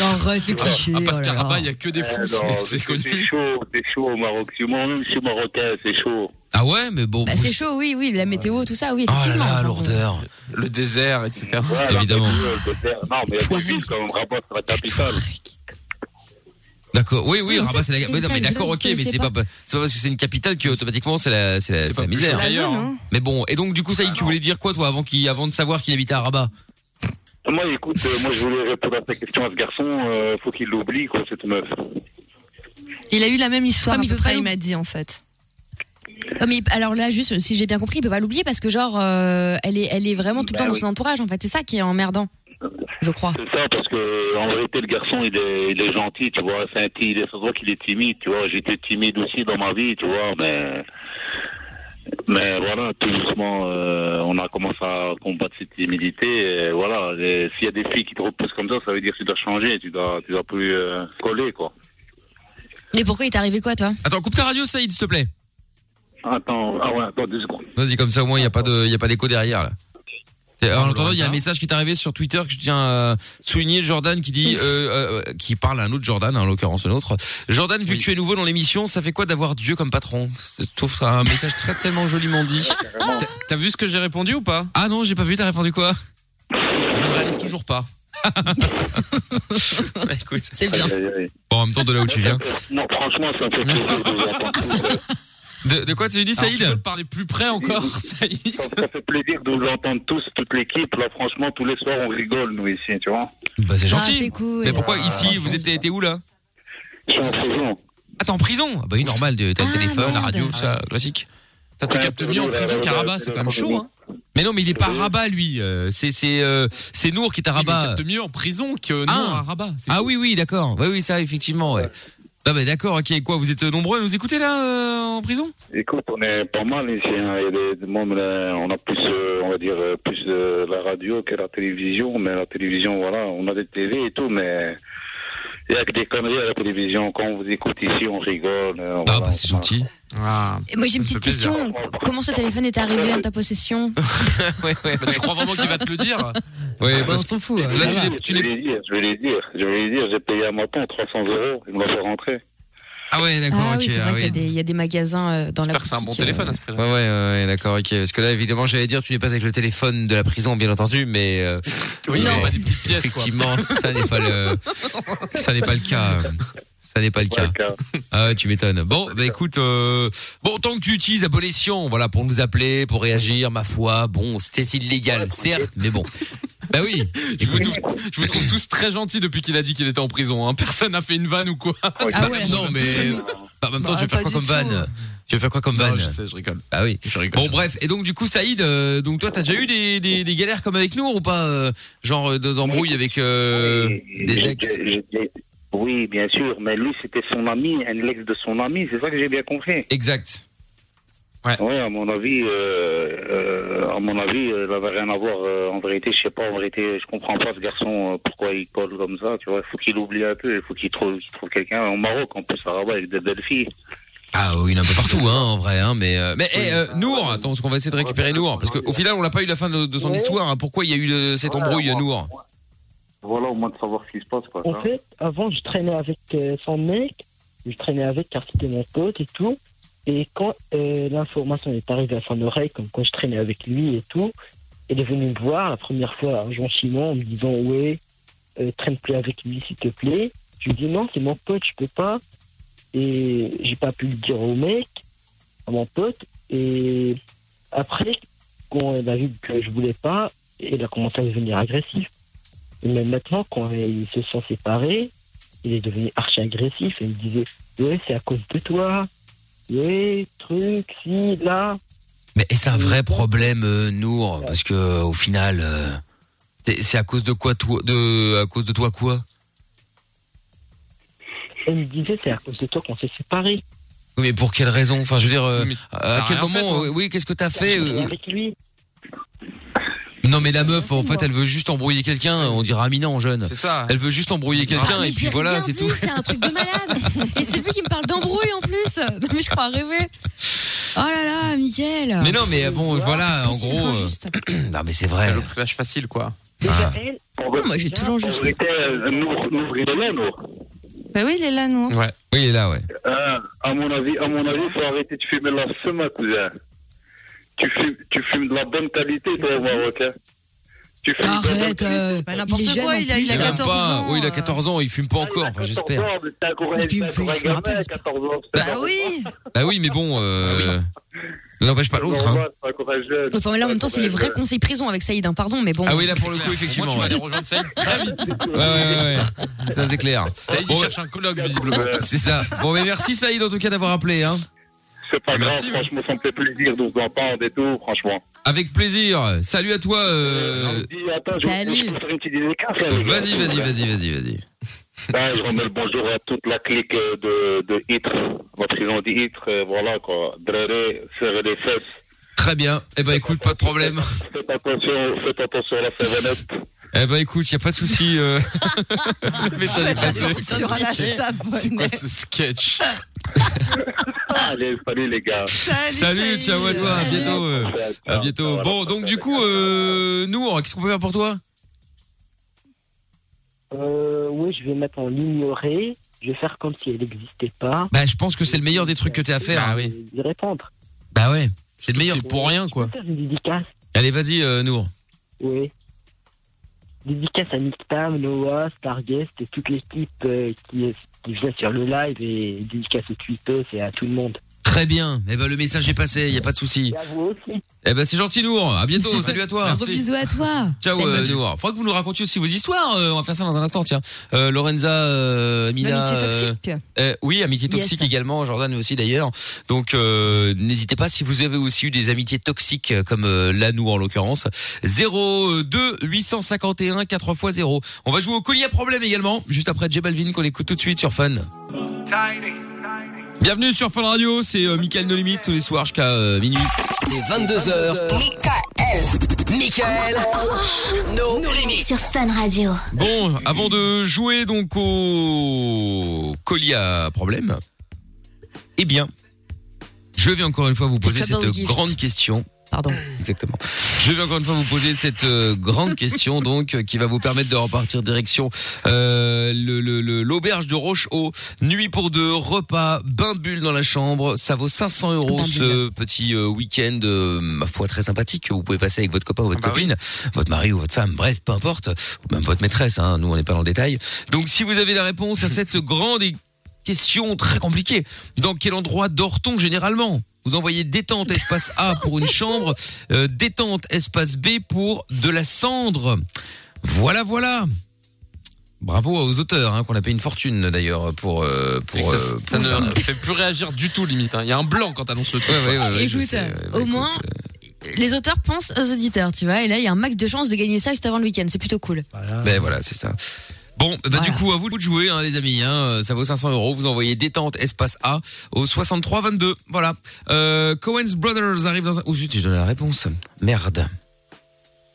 Speaker 5: Arrête les clichés.
Speaker 4: Ah, parce
Speaker 5: oh
Speaker 4: qu'à
Speaker 5: là là.
Speaker 4: Rabat, il y a que des fous,
Speaker 8: Ah,
Speaker 4: c'est-
Speaker 8: non,
Speaker 4: c'est
Speaker 8: C'est
Speaker 4: connu.
Speaker 8: chaud, c'est chaud au Maroc. Je suis, moi, même, je suis marocain, c'est chaud.
Speaker 2: Ah ouais, mais bon.
Speaker 5: Bah,
Speaker 2: vous-
Speaker 5: c'est chaud, oui, oui, la météo, tout ça, oui,
Speaker 2: Ah, Oh là
Speaker 5: effectivement.
Speaker 2: là,
Speaker 5: Enfin,
Speaker 2: lourdeur.
Speaker 4: Le désert, etc.
Speaker 8: Ouais, la
Speaker 2: Évidemment.
Speaker 8: banlieue, le désert. Non, mais il y a des villes comme Rabat, c'est la capitale.
Speaker 2: D'accord. Oui, oui,
Speaker 5: Oui, mais
Speaker 2: Rabat,
Speaker 5: ça,
Speaker 2: c'est la.
Speaker 5: mais
Speaker 2: Oui, non,
Speaker 5: ça,
Speaker 2: mais
Speaker 5: mais ça,
Speaker 2: d'accord,
Speaker 5: vous
Speaker 2: ok, mais
Speaker 5: connaissez
Speaker 2: c'est pas, c'est pas parce que c'est une capitale que automatiquement c'est la, c'est la, c'est
Speaker 4: pas
Speaker 2: la
Speaker 4: plus
Speaker 2: misère.
Speaker 4: cher.
Speaker 3: La
Speaker 4: D'ailleurs,
Speaker 3: zone,
Speaker 4: hein.
Speaker 3: hein.
Speaker 2: Mais bon, et donc du coup, Saïd, tu voulais dire quoi, toi, avant qu'il, avant de savoir qu'il habitait à Rabat
Speaker 8: Moi, écoute, euh, moi, je voulais répondre à ta question à ce garçon. euh, faut qu'il l'oublie, quoi, cette meuf.
Speaker 3: Il a eu la même histoire,
Speaker 5: Ah, mais
Speaker 3: à
Speaker 5: il
Speaker 3: peu
Speaker 5: peut pas
Speaker 3: près,
Speaker 5: nous-
Speaker 3: il m'a dit, en fait.
Speaker 5: Oh, mais alors là, juste, si j'ai bien compris, il peut pas l'oublier parce que genre, euh, elle est, elle est vraiment tout le
Speaker 8: Bah
Speaker 5: temps dans
Speaker 8: oui.
Speaker 5: son entourage. En fait, c'est ça qui est emmerdant, je crois.
Speaker 8: C'est ça, parce que en vérité, le garçon, il est, il est gentil, tu vois. C'est un ti- il est- ça se voit qu'il est timide, tu vois. J'étais timide aussi dans ma vie, tu vois, mais. Mais voilà, tout doucement, euh, on a commencé à combattre cette timidité. et voilà, Et s'il y a des filles qui te repoussent comme ça, ça veut dire que tu dois changer, tu dois, tu dois plus euh, coller, quoi.
Speaker 5: Mais pourquoi il t'est arrivé quoi, toi
Speaker 2: Attends, coupe ta radio, Saïd, s'il te plaît.
Speaker 8: Attends, ah ouais, attends deux secondes.
Speaker 2: Vas-y, comme ça au moins, il y a pas de, il y a pas d'écho derrière là.
Speaker 8: Ah,
Speaker 2: Euh, En attendant, il y a un message qui est arrivé sur Twitter que je tiens à souligner. Jordan qui dit, euh, euh, qui parle à un autre Jordan, hein, en l'occurrence un autre. Jordan, vu que tu es nouveau dans l'émission, ça fait quoi d'avoir Dieu comme patron Je trouve ça un message très tellement joliment dit. T'as-
Speaker 4: T'as vu ce que j'ai répondu ou pas
Speaker 2: Ah non, j'ai pas vu. T'as répondu quoi
Speaker 4: Je ne réalise toujours pas.
Speaker 2: Bah, Écoute.
Speaker 5: C'est bien.
Speaker 2: Bon, en même temps, de là où tu viens.
Speaker 6: Euh,
Speaker 8: Non, franchement, ça me fait plaisir de vous entendre tous. euh,
Speaker 2: De, de quoi tu dis,
Speaker 4: Alors, tu peux
Speaker 2: Saïd
Speaker 4: le parler plus près encore, Saïd
Speaker 8: Ça, ça fait plaisir de vous entendre tous, toute l'équipe. Là, franchement, tous les soirs, on rigole, nous, ici, tu vois.
Speaker 2: Bah, c'est
Speaker 5: Ah,
Speaker 2: gentil.
Speaker 5: c'est cool.
Speaker 2: Mais pourquoi ici Vous étiez été où là
Speaker 8: Je suis en prison.
Speaker 2: Ah, t'es en prison Ah Bah oui, normal. de- T'as le
Speaker 5: Ah,
Speaker 2: téléphone, la
Speaker 5: merde.
Speaker 2: radio, ça, classique.
Speaker 4: T'as tu captes mieux en prison qu'à Rabat, c'est quand même chaud, hein
Speaker 2: Mais non, mais il est pas à Rabat, lui. Euh, C'est c'est euh, c'est Nour qui est à
Speaker 4: Tu
Speaker 2: Rabat.
Speaker 4: captes mieux en prison que non
Speaker 2: Ah.
Speaker 4: à Rabat. c'est
Speaker 2: Ah
Speaker 4: fou.
Speaker 2: oui, oui, d'accord. Oui, oui, ça, effectivement. Ouais. Ah bah d'accord, ok, quoi, vous êtes nombreux à nous écouter là euh, en prison
Speaker 8: Écoute, on est pas mal ici. hein. Il y a des- même, euh, on a plus, euh, on va dire, euh, plus de la radio que la télévision. Mais la télévision, voilà, on a des TV et tout, mais il n'y a que des conneries à la télévision. Quand on vous écoute ici, on rigole. euh,
Speaker 2: Ah
Speaker 8: voilà,
Speaker 2: bah c'est
Speaker 8: on a-
Speaker 2: gentil.
Speaker 4: Ah.
Speaker 5: Moi j'ai une
Speaker 4: Ça
Speaker 5: petite
Speaker 4: fait plaisir.
Speaker 5: question. Comment ce téléphone est arrivé en ta possession
Speaker 2: ouais, ouais,
Speaker 4: Bah, tu crois vraiment qu'il va te le dire
Speaker 2: ouais,
Speaker 5: Bah, On
Speaker 2: parce que
Speaker 5: s'en fout. hein.
Speaker 2: là
Speaker 5: ouais.
Speaker 2: tu l'es-
Speaker 8: Ah, Je
Speaker 2: tu
Speaker 8: vais
Speaker 2: l'es.
Speaker 8: les dire, je vais les dire, je vais les dire, j'ai payé à ma tante 300 euros, il me l'a fait rentrer.
Speaker 2: Ah ouais, d'accord,
Speaker 5: Ah
Speaker 2: ok,
Speaker 5: oui, c'est
Speaker 2: ah
Speaker 5: vrai qu'il y a
Speaker 2: ouais.
Speaker 5: des- il y a des magasins euh, dans la
Speaker 4: J'espère que c'est un bon
Speaker 5: boutique, euh,
Speaker 4: téléphone à ce prix
Speaker 2: Ouais, ouais, ouais, ouais, d'accord, ok. Parce que là, évidemment, j'allais dire, tu n'es pas avec le téléphone de la prison, bien entendu, mais euh,
Speaker 4: Oui,
Speaker 2: Non.
Speaker 4: mais pas des petites pièces, quoi.
Speaker 2: effectivement, ça n'est pas le, ça n'est pas le cas. Ça n'est pas le
Speaker 8: Ouais,
Speaker 2: cas.
Speaker 8: car-
Speaker 2: Ah ouais, tu m'étonnes. Bon, bah écoute, euh, bon, tant que tu utilises à bon escient, voilà, pour nous appeler, pour réagir, ma foi, bon, c'était illégal, certes, mais bon. Bah oui,
Speaker 4: Je vous, trouve, je vous trouve tous très gentils depuis qu'il a dit qu'il était en prison. hein. Personne n'a fait une vanne ou quoi.
Speaker 5: Ah ouais.
Speaker 2: Non, mais bah, en même temps,
Speaker 3: Bah,
Speaker 2: tu veux
Speaker 3: pas
Speaker 2: faire quoi
Speaker 3: du
Speaker 2: comme
Speaker 3: tout.
Speaker 2: vanne Tu veux faire quoi comme
Speaker 4: Non,
Speaker 2: vanne
Speaker 4: je sais, je rigole.
Speaker 2: Ah oui.
Speaker 4: Je rigole.
Speaker 2: Bon, bref. Et donc, du coup, Saïd, euh, donc toi, t'as déjà eu des, des, des galères comme avec nous ou pas euh, Genre euh, des embrouilles avec euh,
Speaker 8: Oui,
Speaker 2: des
Speaker 8: j'ai-
Speaker 2: ex
Speaker 8: j'ai- j'ai- Oui, bien sûr, mais lui, c'était son ami, un ex de son ami, c'est ça que j'ai bien compris.
Speaker 2: Exact.
Speaker 8: Oui, à mon avis, euh, euh, à mon avis, euh, il avait rien à voir. euh, en vérité, je sais pas. En vérité, je comprends pas ce garçon euh, pourquoi il colle comme ça. Tu vois, il faut qu'il oublie un peu. Il faut qu'il trouve, qu'il trouve quelqu'un au Maroc. En plus, à Rabat, avec des belles filles.
Speaker 2: Ah oui, il y en a un peu partout, hein, en vrai, hein, mais euh, mais eh,
Speaker 8: bah,
Speaker 2: euh, Nour, attends, parce qu'on va essayer de récupérer Nour, parce qu'au final, on n'a pas eu la fin de, de son histoire. hein. pourquoi il y a eu euh, cette embrouille, Nour
Speaker 8: Voilà, au moins de savoir ce qui se passe, quoi.
Speaker 6: En fait, avant, je traînais avec euh, son mec. Je traînais avec car c'était mon pote et tout. Et quand euh, l'information est arrivée à son oreille, comme quand je traînais avec lui et tout, il est venu me voir la première fois gentiment en me disant Ouais, euh, traîne plus avec lui s'il te plaît. Je lui dis Non, c'est mon pote, je peux pas. Et j'ai pas pu le dire au mec, à mon pote. Et après, quand il a vu que je voulais pas, il a commencé à devenir agressif. Et même maintenant, quand ils se sont séparés, il est devenu archi agressif et il me disait Ouais, c'est à cause de toi. Ouais, truc, si, là.
Speaker 2: Mais est-ce un
Speaker 8: Mm.
Speaker 2: vrai problème, euh, Nour Parce que euh, au final, euh, c'est c'est à cause de quoi, toi, de à cause de toi quoi
Speaker 6: Et il me disait C'est à cause de toi qu'on s'est séparés.
Speaker 2: Oui, mais pour quelle raison Enfin, je veux dire, euh,
Speaker 4: Oui, mais
Speaker 2: à
Speaker 4: t'as
Speaker 2: quel
Speaker 4: rien
Speaker 2: moment
Speaker 4: fait, toi.
Speaker 2: euh, Oui, qu'est-ce que t'as fait
Speaker 6: Et
Speaker 8: Bah,
Speaker 2: euh,
Speaker 6: avec lui.
Speaker 2: Non,
Speaker 5: Ah,
Speaker 2: mais la meuf, en fait, elle veut juste embrouiller quelqu'un. On dirait Amina jeune.
Speaker 4: C'est ça.
Speaker 2: Elle veut juste embrouiller quelqu'un
Speaker 5: Ah,
Speaker 2: et
Speaker 5: mais
Speaker 2: puis
Speaker 5: j'ai
Speaker 2: voilà,
Speaker 5: rien
Speaker 2: c'est
Speaker 5: dit,
Speaker 2: tout.
Speaker 5: C'est un truc de malade. Et c'est lui qui me parle d'embrouille en plus. Non, mais je crois rêver. Oh là là, Mickaël.
Speaker 2: Mais non, mais euh,
Speaker 5: Ah,
Speaker 2: bon, voilà, en
Speaker 5: Possible
Speaker 2: gros.
Speaker 5: trop
Speaker 2: euh,
Speaker 5: injuste.
Speaker 2: Non, mais c'est vrai.
Speaker 4: Le clash facile, quoi.
Speaker 2: Ah.
Speaker 6: Elle,
Speaker 5: Non, moi j'ai toujours
Speaker 8: En
Speaker 5: juste.
Speaker 8: vérité, euh, nous, nous, il est là, nous.
Speaker 3: Bah oui, il est là, nous.
Speaker 4: Ouais.
Speaker 2: Oui, il est là, ouais.
Speaker 8: Ah, à mon avis, à mon avis, faut arrêter de fumer la femme, cousin. Tu fumes, tu fumes de la bonne qualité, toi, au Maroc. hein. Tu fumes
Speaker 3: Ah.
Speaker 8: de la bonne
Speaker 5: Arrête.
Speaker 8: qualité.
Speaker 5: euh,
Speaker 3: Bah, n'importe
Speaker 5: il est jeune
Speaker 3: quoi,
Speaker 5: en
Speaker 3: il a-
Speaker 5: plus. hein. Ah,
Speaker 3: il a
Speaker 2: Et même
Speaker 3: 14
Speaker 2: pas.
Speaker 3: ans,
Speaker 2: Oui, il a
Speaker 3: euh,
Speaker 2: 14 ans, il fume pas encore, enfin, j'espère.
Speaker 5: Et puis, faut- faut rappeler, parce que-
Speaker 3: Bah oui.
Speaker 2: Ah oui, mais bon, euh,
Speaker 4: Ah
Speaker 2: ne n'empêche pas l'autre. hein.
Speaker 5: Enfin, là en même temps, c'est les vrais conseils prison avec Saïd, hein, pardon, mais bon.
Speaker 2: Ah oui, là, pour le
Speaker 4: Claire.
Speaker 2: coup, effectivement.
Speaker 4: Au moins,
Speaker 2: ouais.
Speaker 4: tu vas aller rejoindre Saïd très vite.
Speaker 2: Ouais, ouais, ouais, ouais. Ça, c'est clair.
Speaker 4: Saïd, il
Speaker 2: Bon,
Speaker 4: cherche un colloque, visiblement.
Speaker 2: C'est ça. Bon, mais merci, Saïd, en tout cas, d'avoir appelé. Hein.
Speaker 8: C'est pas grave,
Speaker 4: Merci, mais-
Speaker 8: franchement, ça me fait plaisir de vous entendre et tout, franchement.
Speaker 2: Avec plaisir. Salut à toi. euh,
Speaker 8: Euh, dis, attends, je-
Speaker 5: salut.
Speaker 8: Je peux faire une petite dédicace, là, les gars.
Speaker 2: Vas-y, vas-y, vas-y, vas-y, vas-y.
Speaker 8: Ah, je remets le bonjour à toute la clique euh, de, de Ytre. Votre prénom dit Ytre, euh, voilà quoi. Dréré, serrez les fesses.
Speaker 2: Très bien. Eh ben, écoute, pas de problème.
Speaker 8: Faites attention, faites attention à la servette.
Speaker 2: Eh ben écoute, y a pas de souci. euh, le message est passé.
Speaker 3: Sur la
Speaker 4: C'est quoi
Speaker 3: savonnette.
Speaker 4: ce sketch
Speaker 8: Allez, salut les gars.
Speaker 2: Salut, ciao à toi, à
Speaker 5: Salut.
Speaker 2: bientôt. euh, à bientôt. Bon, donc du coup, euh, Nour, qu'est-ce qu'on peut faire pour toi
Speaker 6: Euh, oui, je vais mettre en ignoré. Je vais faire comme si elle n'existait pas.
Speaker 2: Bah, je pense que c'est le meilleur des trucs que t'as à faire.
Speaker 4: Ah oui.
Speaker 6: Je vais répondre.
Speaker 2: Bah ouais, Bah c'est le meilleur.
Speaker 4: C'est pour rien quoi.
Speaker 6: Faire une dédicace.
Speaker 2: Allez, vas-y, euh, Nour.
Speaker 6: Oui. Dédicace à Nick Tam, Noah, Starguest et toute l'équipe euh, qui, est- qui vient sur le live et dédicace au Twitter et à tout le monde.
Speaker 2: Très bien. Eh ben le message est passé, y a pas de souci.
Speaker 6: Et à vous aussi.
Speaker 2: Eh ben c'est gentil, Nour. À
Speaker 1: Oh,
Speaker 2: bientôt. Salut à toi.
Speaker 5: Gros bisous à toi.
Speaker 2: Ciao, euh, Nour. Faudra que vous nous racontiez aussi vos histoires. euh, on va faire ça dans un instant, tiens. Euh, Lorenza, euh, Mina.
Speaker 3: L'amitié
Speaker 2: euh,
Speaker 3: toxique.
Speaker 2: Euh, oui, amitié
Speaker 5: Yes.
Speaker 2: toxique également, Jordan aussi d'ailleurs. Donc euh, n'hésitez pas si vous avez aussi eu des amitiés toxiques euh, comme euh, là nous en l'occurrence. 02 851 4 x 0. On va jouer au collier à problème également juste après J Balvin qu'on écoute tout de suite sur Fun. Bienvenue sur Fun Radio, c'est euh, Mickaël No Limite tous les soirs jusqu'à euh, minuit.
Speaker 1: Dès 22h, Michael. No limites.
Speaker 9: Oh. Sur Fun Radio.
Speaker 2: Bon, avant de jouer donc au collier à problème, eh bien, je vais encore une fois vous poser
Speaker 5: Trouble
Speaker 2: cette
Speaker 5: gift.
Speaker 2: grande question.
Speaker 5: Pardon.
Speaker 2: Exactement. Je vais encore une fois vous poser cette euh, grande question donc euh, qui va vous permettre de repartir direction euh, le- le- le- l'auberge de Rochehaut. Nuit pour deux, repas, bain bulle dans la chambre. Ça vaut 500 euros
Speaker 5: Bain
Speaker 2: ce petit euh, week-end, euh, ma foi très sympathique que vous pouvez passer avec votre copain ou votre
Speaker 4: Ah bah oui.
Speaker 2: copine, votre mari ou votre femme, bref, peu importe, ou même votre maîtresse. Hein, nous on n'est pas dans le détail. Donc si vous avez la réponse à cette grande et- question très compliquée, dans quel endroit dort-on généralement vous envoyez détente espace A pour une chambre, euh, détente espace B pour de la cendre. Voilà, voilà. Bravo aux auteurs, hein, qu'on a payé une fortune d'ailleurs pour euh,
Speaker 4: Et
Speaker 2: pour.
Speaker 4: que
Speaker 2: euh,
Speaker 4: ça, ça
Speaker 2: pour ça.
Speaker 4: ne fait plus réagir du tout limite. hein. Il y a un blanc quand t'annonces le truc.
Speaker 2: Ouais, ouais, ouais, ouais, je
Speaker 5: Écoute,
Speaker 2: sais, ouais,
Speaker 5: au
Speaker 2: bah, écoute, euh.
Speaker 5: moins, Les auteurs pensent aux auditeurs, tu vois. Et là, il y a un max de chances de gagner ça juste avant le week-end. C'est plutôt cool.
Speaker 2: Ben voilà, c'est ça. Bon, bah du coup, à vous de jouer, hein, les amis. Hein, ça vaut 500 euros. Vous envoyez détente espace A au 63 22. Voilà. Euh, Cohen's Brothers arrive dans un. Oh zut, j'ai donné la réponse. Merde.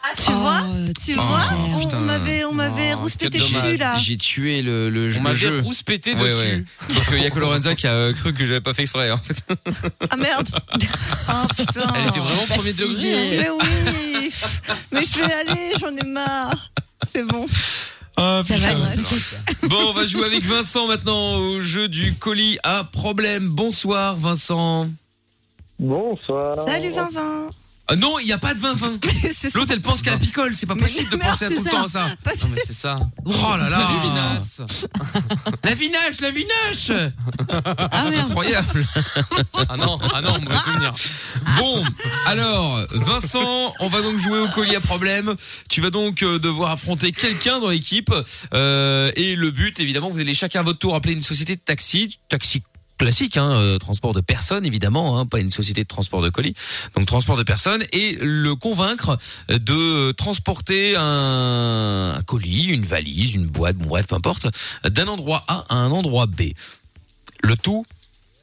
Speaker 3: Ah, tu vois Tu
Speaker 2: putain,
Speaker 3: vois On-
Speaker 2: putain. Ah,
Speaker 3: On m'avait, on m'avait
Speaker 4: Oh,
Speaker 3: rouspété
Speaker 4: quel
Speaker 3: le
Speaker 4: dommage.
Speaker 3: dessus, là.
Speaker 2: J'ai tué le, le,
Speaker 4: On
Speaker 2: le
Speaker 4: m'avait
Speaker 2: jeu.
Speaker 4: rouspété
Speaker 2: Ouais, ouais.
Speaker 4: dessus.
Speaker 2: Sauf qu'il y a que Lorenza qui a euh, cru que j'avais pas fait exprès. hein.
Speaker 3: Ah, merde. Oh, putain.
Speaker 4: Elle était vraiment premier
Speaker 5: Fatiguée.
Speaker 4: degré. hein.
Speaker 3: Mais oui. Mais je vais aller, j'en ai marre. C'est bon.
Speaker 5: Ça va.
Speaker 2: Euh, Bon, on va jouer avec Vincent maintenant au jeu du colis à problème. Bonsoir, Vincent.
Speaker 6: Bonsoir.
Speaker 3: Salut, Vinvin.
Speaker 2: Ah non, il n'y a pas de 20-20.
Speaker 3: C'est ça.
Speaker 2: L'autre, elle pense qu'elle picole. C'est pas
Speaker 3: Mais
Speaker 2: possible de
Speaker 3: merde,
Speaker 2: penser à
Speaker 3: c'est
Speaker 2: tout le
Speaker 3: ça.
Speaker 2: temps à ça.
Speaker 3: Parce
Speaker 4: Non mais c'est ça.
Speaker 2: Oh là là
Speaker 4: Vinasse.
Speaker 2: La vinache, la vinache
Speaker 5: Ah merde.
Speaker 2: Incroyable
Speaker 4: Ah non, ah non, on va souvenir.
Speaker 2: Bon, alors, Vincent, on va donc jouer au collier à problème. Tu vas donc euh, devoir affronter quelqu'un dans l'équipe. Euh, et le but, évidemment, vous allez chacun à votre tour appeler une société de taxi. Taxi classique, hein, euh, transport de personnes, évidemment, hein, pas une société de transport de colis. Donc, transport de personnes. Et le convaincre de transporter un, un colis, une valise, une boîte, bon, bref, peu importe, d'un endroit A à un endroit B. Le tout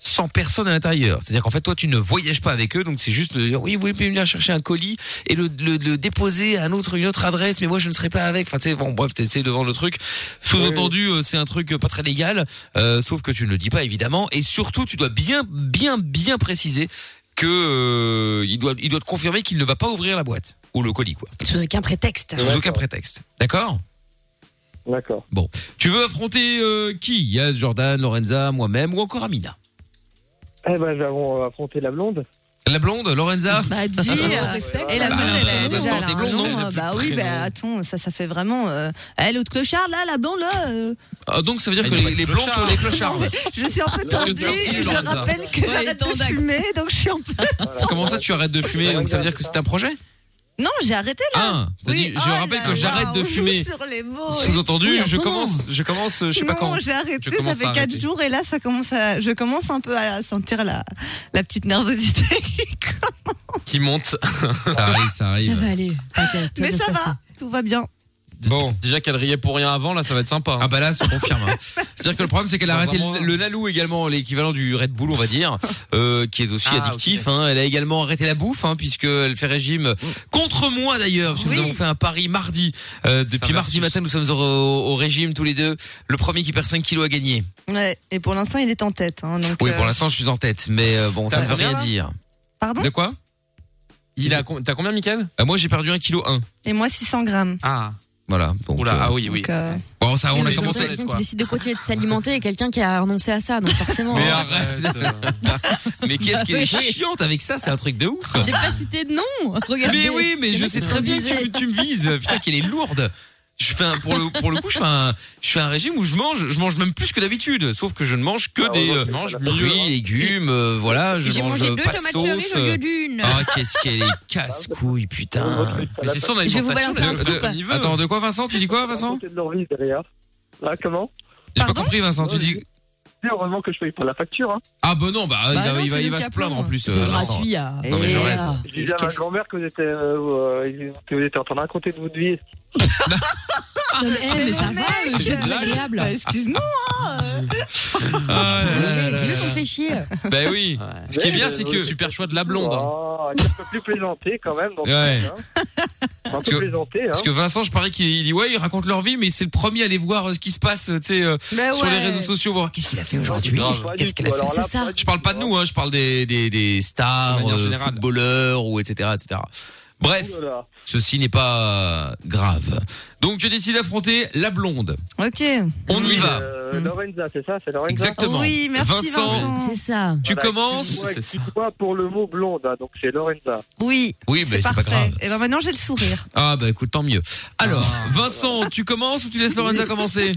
Speaker 2: sans personne à l'intérieur. C'est-à-dire qu'en fait, toi, tu ne voyages pas avec eux, donc c'est juste de dire, oui, vous pouvez venir chercher un colis et le, le- le déposer à un autre, une autre adresse, mais moi, je ne serai pas avec. Enfin, tu sais, bon, bref, t'essayes de vendre le truc. Sous-entendu, euh, c'est un truc euh, pas très légal, euh, sauf que tu ne le dis pas, évidemment. Et surtout, tu dois bien, bien, bien préciser que euh, il doit, il doit te confirmer qu'il ne va pas ouvrir la boîte ou le colis, quoi.
Speaker 5: Sous aucun prétexte.
Speaker 2: Sous aucun prétexte. D'accord
Speaker 6: D'accord.
Speaker 2: Tu veux affronter euh, qui Il y a Jordan, Lorenza, moi-même ou encore Amina.
Speaker 6: Eh ben, je vais av- affronter la blonde.
Speaker 2: La blonde, Lorenza Ah,
Speaker 3: Bah, dis.
Speaker 5: On respecte.
Speaker 3: Et la
Speaker 2: Bah,
Speaker 3: blonde, elle,
Speaker 2: euh,
Speaker 3: elle,
Speaker 2: bah,
Speaker 3: déjà,
Speaker 2: quand
Speaker 3: elle a
Speaker 2: t'es
Speaker 3: un
Speaker 2: blonde,
Speaker 3: nom,
Speaker 2: elle a
Speaker 3: euh,
Speaker 2: plus
Speaker 3: bah
Speaker 2: de
Speaker 3: oui,
Speaker 2: prénom.
Speaker 3: bah attends, ça, ça fait vraiment. Euh, eh, l'autre clochard, là, la blonde, là. euh,
Speaker 2: Ah, donc ça veut dire
Speaker 4: Ah,
Speaker 2: que
Speaker 4: il y a
Speaker 2: les,
Speaker 4: pas de
Speaker 2: les blondes sont
Speaker 4: clochard.
Speaker 2: les clochards.
Speaker 3: je suis un peu
Speaker 4: Parce que
Speaker 3: tendue.
Speaker 4: t'es un
Speaker 3: Je
Speaker 4: fou, là,
Speaker 3: rappelle que j'arrête
Speaker 5: les
Speaker 3: de
Speaker 5: tendax.
Speaker 3: fumer, donc je suis un peu.
Speaker 2: Comment ça tu arrêtes de fumer Donc ça veut dire que c'est un projet
Speaker 3: Non, j'ai arrêté là.
Speaker 2: Ah, t'as dit, je
Speaker 3: oh
Speaker 2: rappelle
Speaker 3: là
Speaker 2: que
Speaker 3: là,
Speaker 2: j'arrête de
Speaker 3: on joue
Speaker 2: fumer.
Speaker 3: Sur les mots.
Speaker 2: Sous-entendu,
Speaker 5: Oui, un
Speaker 2: je
Speaker 5: moment.
Speaker 2: commence, je commence, euh, je sais pas quand.
Speaker 3: Non,
Speaker 4: Je
Speaker 3: j'ai arrêté, ça
Speaker 4: commence à
Speaker 3: fait 4
Speaker 4: arrêter.
Speaker 3: jours et là, ça commence à, je commence un peu à sentir la, la petite nervosité.
Speaker 4: Qui monte.
Speaker 2: Ça arrive, ça
Speaker 5: Ça
Speaker 2: arrive.
Speaker 5: va aller. T'inquiète, tout
Speaker 3: Mais
Speaker 5: va
Speaker 3: ça
Speaker 5: se passer.
Speaker 3: va, tout va bien.
Speaker 2: Bon.
Speaker 4: Déjà qu'elle riait pour rien avant, là, ça va être sympa.
Speaker 2: Ah bah là, se confirme. hein. C'est-à-dire que le problème, c'est qu'elle a
Speaker 4: Pas
Speaker 2: arrêté
Speaker 4: vraiment. euh,
Speaker 2: le, le Nalou également, l'équivalent du Red Bull, on va dire, euh, qui est aussi
Speaker 4: Ah,
Speaker 2: addictif. hein. Elle a également arrêté la bouffe, hein, puisqu'elle fait régime contre moi d'ailleurs, parce que nous
Speaker 3: Oui.
Speaker 2: avons fait un pari mardi. Euh, depuis
Speaker 4: va,
Speaker 2: mardi
Speaker 4: Sus.
Speaker 2: matin, nous sommes au, au régime tous les deux. Le premier qui perd 5 kilos a gagné.
Speaker 3: Ouais, et pour l'instant, il est en tête. hein, donc,
Speaker 2: Oui,
Speaker 3: euh,
Speaker 2: pour l'instant, je suis en tête, mais euh, bon, ça
Speaker 4: T'as
Speaker 2: ne veut
Speaker 4: combien,
Speaker 2: rien
Speaker 4: là
Speaker 2: dire.
Speaker 3: Pardon
Speaker 2: De quoi
Speaker 4: Il a, con- t'as combien, Michael
Speaker 2: Bah, Moi, j'ai perdu 1 kilo 1.
Speaker 3: Et moi, 600 grammes.
Speaker 4: Ah,
Speaker 2: Voilà. donc,
Speaker 4: oula,
Speaker 2: euh,
Speaker 4: ah oui, oui.
Speaker 3: Donc, euh,
Speaker 2: Bon, ça, on
Speaker 4: Mais
Speaker 2: a
Speaker 4: les
Speaker 5: Il y
Speaker 2: commencé.
Speaker 5: a quelqu'un qui décide de continuer de s'alimenter et quelqu'un qui a renoncé à ça, donc forcément.
Speaker 2: Mais
Speaker 5: hein.
Speaker 2: arrête.
Speaker 4: euh,
Speaker 2: Mais qu'est-ce qu'elle est
Speaker 5: Oui.
Speaker 2: chiante avec ça, c'est un truc de ouf.
Speaker 5: J'ai pas cité de nom. Regardez.
Speaker 2: Mais oui, mais
Speaker 5: Les
Speaker 2: je
Speaker 5: mecs
Speaker 2: sais
Speaker 5: sont
Speaker 2: très bien que tu,
Speaker 5: biaisés.
Speaker 2: me- tu me vises. Putain, qu'elle est lourde. Je fais un- pour le pour le coup, je fais un je fais un régime où je mange, je mange même plus que d'habitude, sauf que je ne mange que
Speaker 8: Ah,
Speaker 2: des
Speaker 8: heureusement
Speaker 2: euh,
Speaker 8: que tu manges mieux,
Speaker 2: fruits,
Speaker 8: hein.
Speaker 2: légumes, euh, voilà, je
Speaker 5: J'ai
Speaker 2: mange
Speaker 5: mangé deux
Speaker 2: pas de
Speaker 5: tomates
Speaker 2: sauce.
Speaker 5: cerises au lieu d'une.
Speaker 2: Ah, qu'est-ce qu'elle est casse-couille, putain.
Speaker 4: mais c'est son
Speaker 5: Je vais vous
Speaker 4: alimentation.
Speaker 5: balancer un
Speaker 4: de-
Speaker 5: scoop.
Speaker 4: comme il veut.
Speaker 2: Attends, de quoi Vincent Tu dis quoi Vincent
Speaker 6: de leur vie derrière. Ah, comment
Speaker 2: J'ai pas
Speaker 3: Pardon
Speaker 2: compris Vincent, tu dis
Speaker 6: Dis heureusement que je paye pas la facture. Hein.
Speaker 2: Ah bah non, bah, il
Speaker 3: Bah
Speaker 2: va-
Speaker 3: non,
Speaker 2: il va
Speaker 3: c'est
Speaker 2: il
Speaker 3: le
Speaker 2: va se
Speaker 3: capot,
Speaker 2: plaindre en
Speaker 3: hein.
Speaker 2: plus
Speaker 5: C'est
Speaker 2: euh, Vincent.
Speaker 5: gratuit. ah.
Speaker 2: Non, mais je
Speaker 3: Et
Speaker 2: rêve.
Speaker 5: Ah.
Speaker 6: Je disais à ma grand-mère que vous étiez, euh, euh, que vous étiez en train de raconter de votre vie.
Speaker 2: Ah,
Speaker 5: Non, mais, eh, mais ça va,
Speaker 3: Mais mec,
Speaker 5: c'est désagréable.
Speaker 3: bah, Excuse-moi. hein, euh,
Speaker 2: Ah, là, là, là,
Speaker 5: Les
Speaker 2: là.
Speaker 5: vieux sont fait chier.
Speaker 2: Bah oui. Ce qui est bien c'est que
Speaker 4: Ben super choix de la blonde. hein.
Speaker 6: Oh, un petit peu plus plaisanté quand même. Dans ce
Speaker 2: Ouais.
Speaker 6: truc, hein. Un
Speaker 2: que-
Speaker 6: peu plaisanté. Hein.
Speaker 2: Parce que Vincent, je parie qu'il il dit ouais, ils racontent leur vie, mais c'est le premier à aller voir euh, ce qui se passe, euh, tu sais, euh,
Speaker 3: bah
Speaker 2: sur les
Speaker 3: ouais.
Speaker 2: réseaux sociaux. voir Qu'est-ce qu'il a fait aujourd'hui
Speaker 6: Non, pas du
Speaker 2: Qu'est-ce qu'il a
Speaker 6: tout.
Speaker 2: fait
Speaker 6: Alors là,
Speaker 5: C'est ça.
Speaker 6: pas du
Speaker 2: Je parle pas de
Speaker 6: tout,
Speaker 2: nous, hein, je parle des, des, des stars,
Speaker 4: De manière
Speaker 2: euh,
Speaker 4: générale.
Speaker 2: footballeurs ou etc etc. Bref,
Speaker 6: Oh là là.
Speaker 2: ceci n'est pas euh, grave. Donc tu décides d'affronter la blonde.
Speaker 3: Ok.
Speaker 2: On y
Speaker 6: Oui,
Speaker 2: va.
Speaker 6: euh,
Speaker 3: Mmh.
Speaker 6: Lorenza, c'est ça, c'est Lorenza.
Speaker 2: Exactement.
Speaker 3: Oui, merci
Speaker 2: Vincent.
Speaker 3: Vincent.
Speaker 5: C'est ça.
Speaker 2: Tu
Speaker 6: Voilà,
Speaker 2: commences.
Speaker 6: excuse-moi,
Speaker 4: C'est ça.
Speaker 6: excuse-moi pour le mot blonde, hein, donc c'est Lorenza.
Speaker 3: Oui.
Speaker 2: Oui, bah, c'est pas grave.
Speaker 3: Et ben maintenant, j'ai le sourire.
Speaker 2: Ah bah écoute, tant mieux. Alors,
Speaker 4: Ah.
Speaker 2: Vincent, tu commences ou tu laisses Lorenza commencer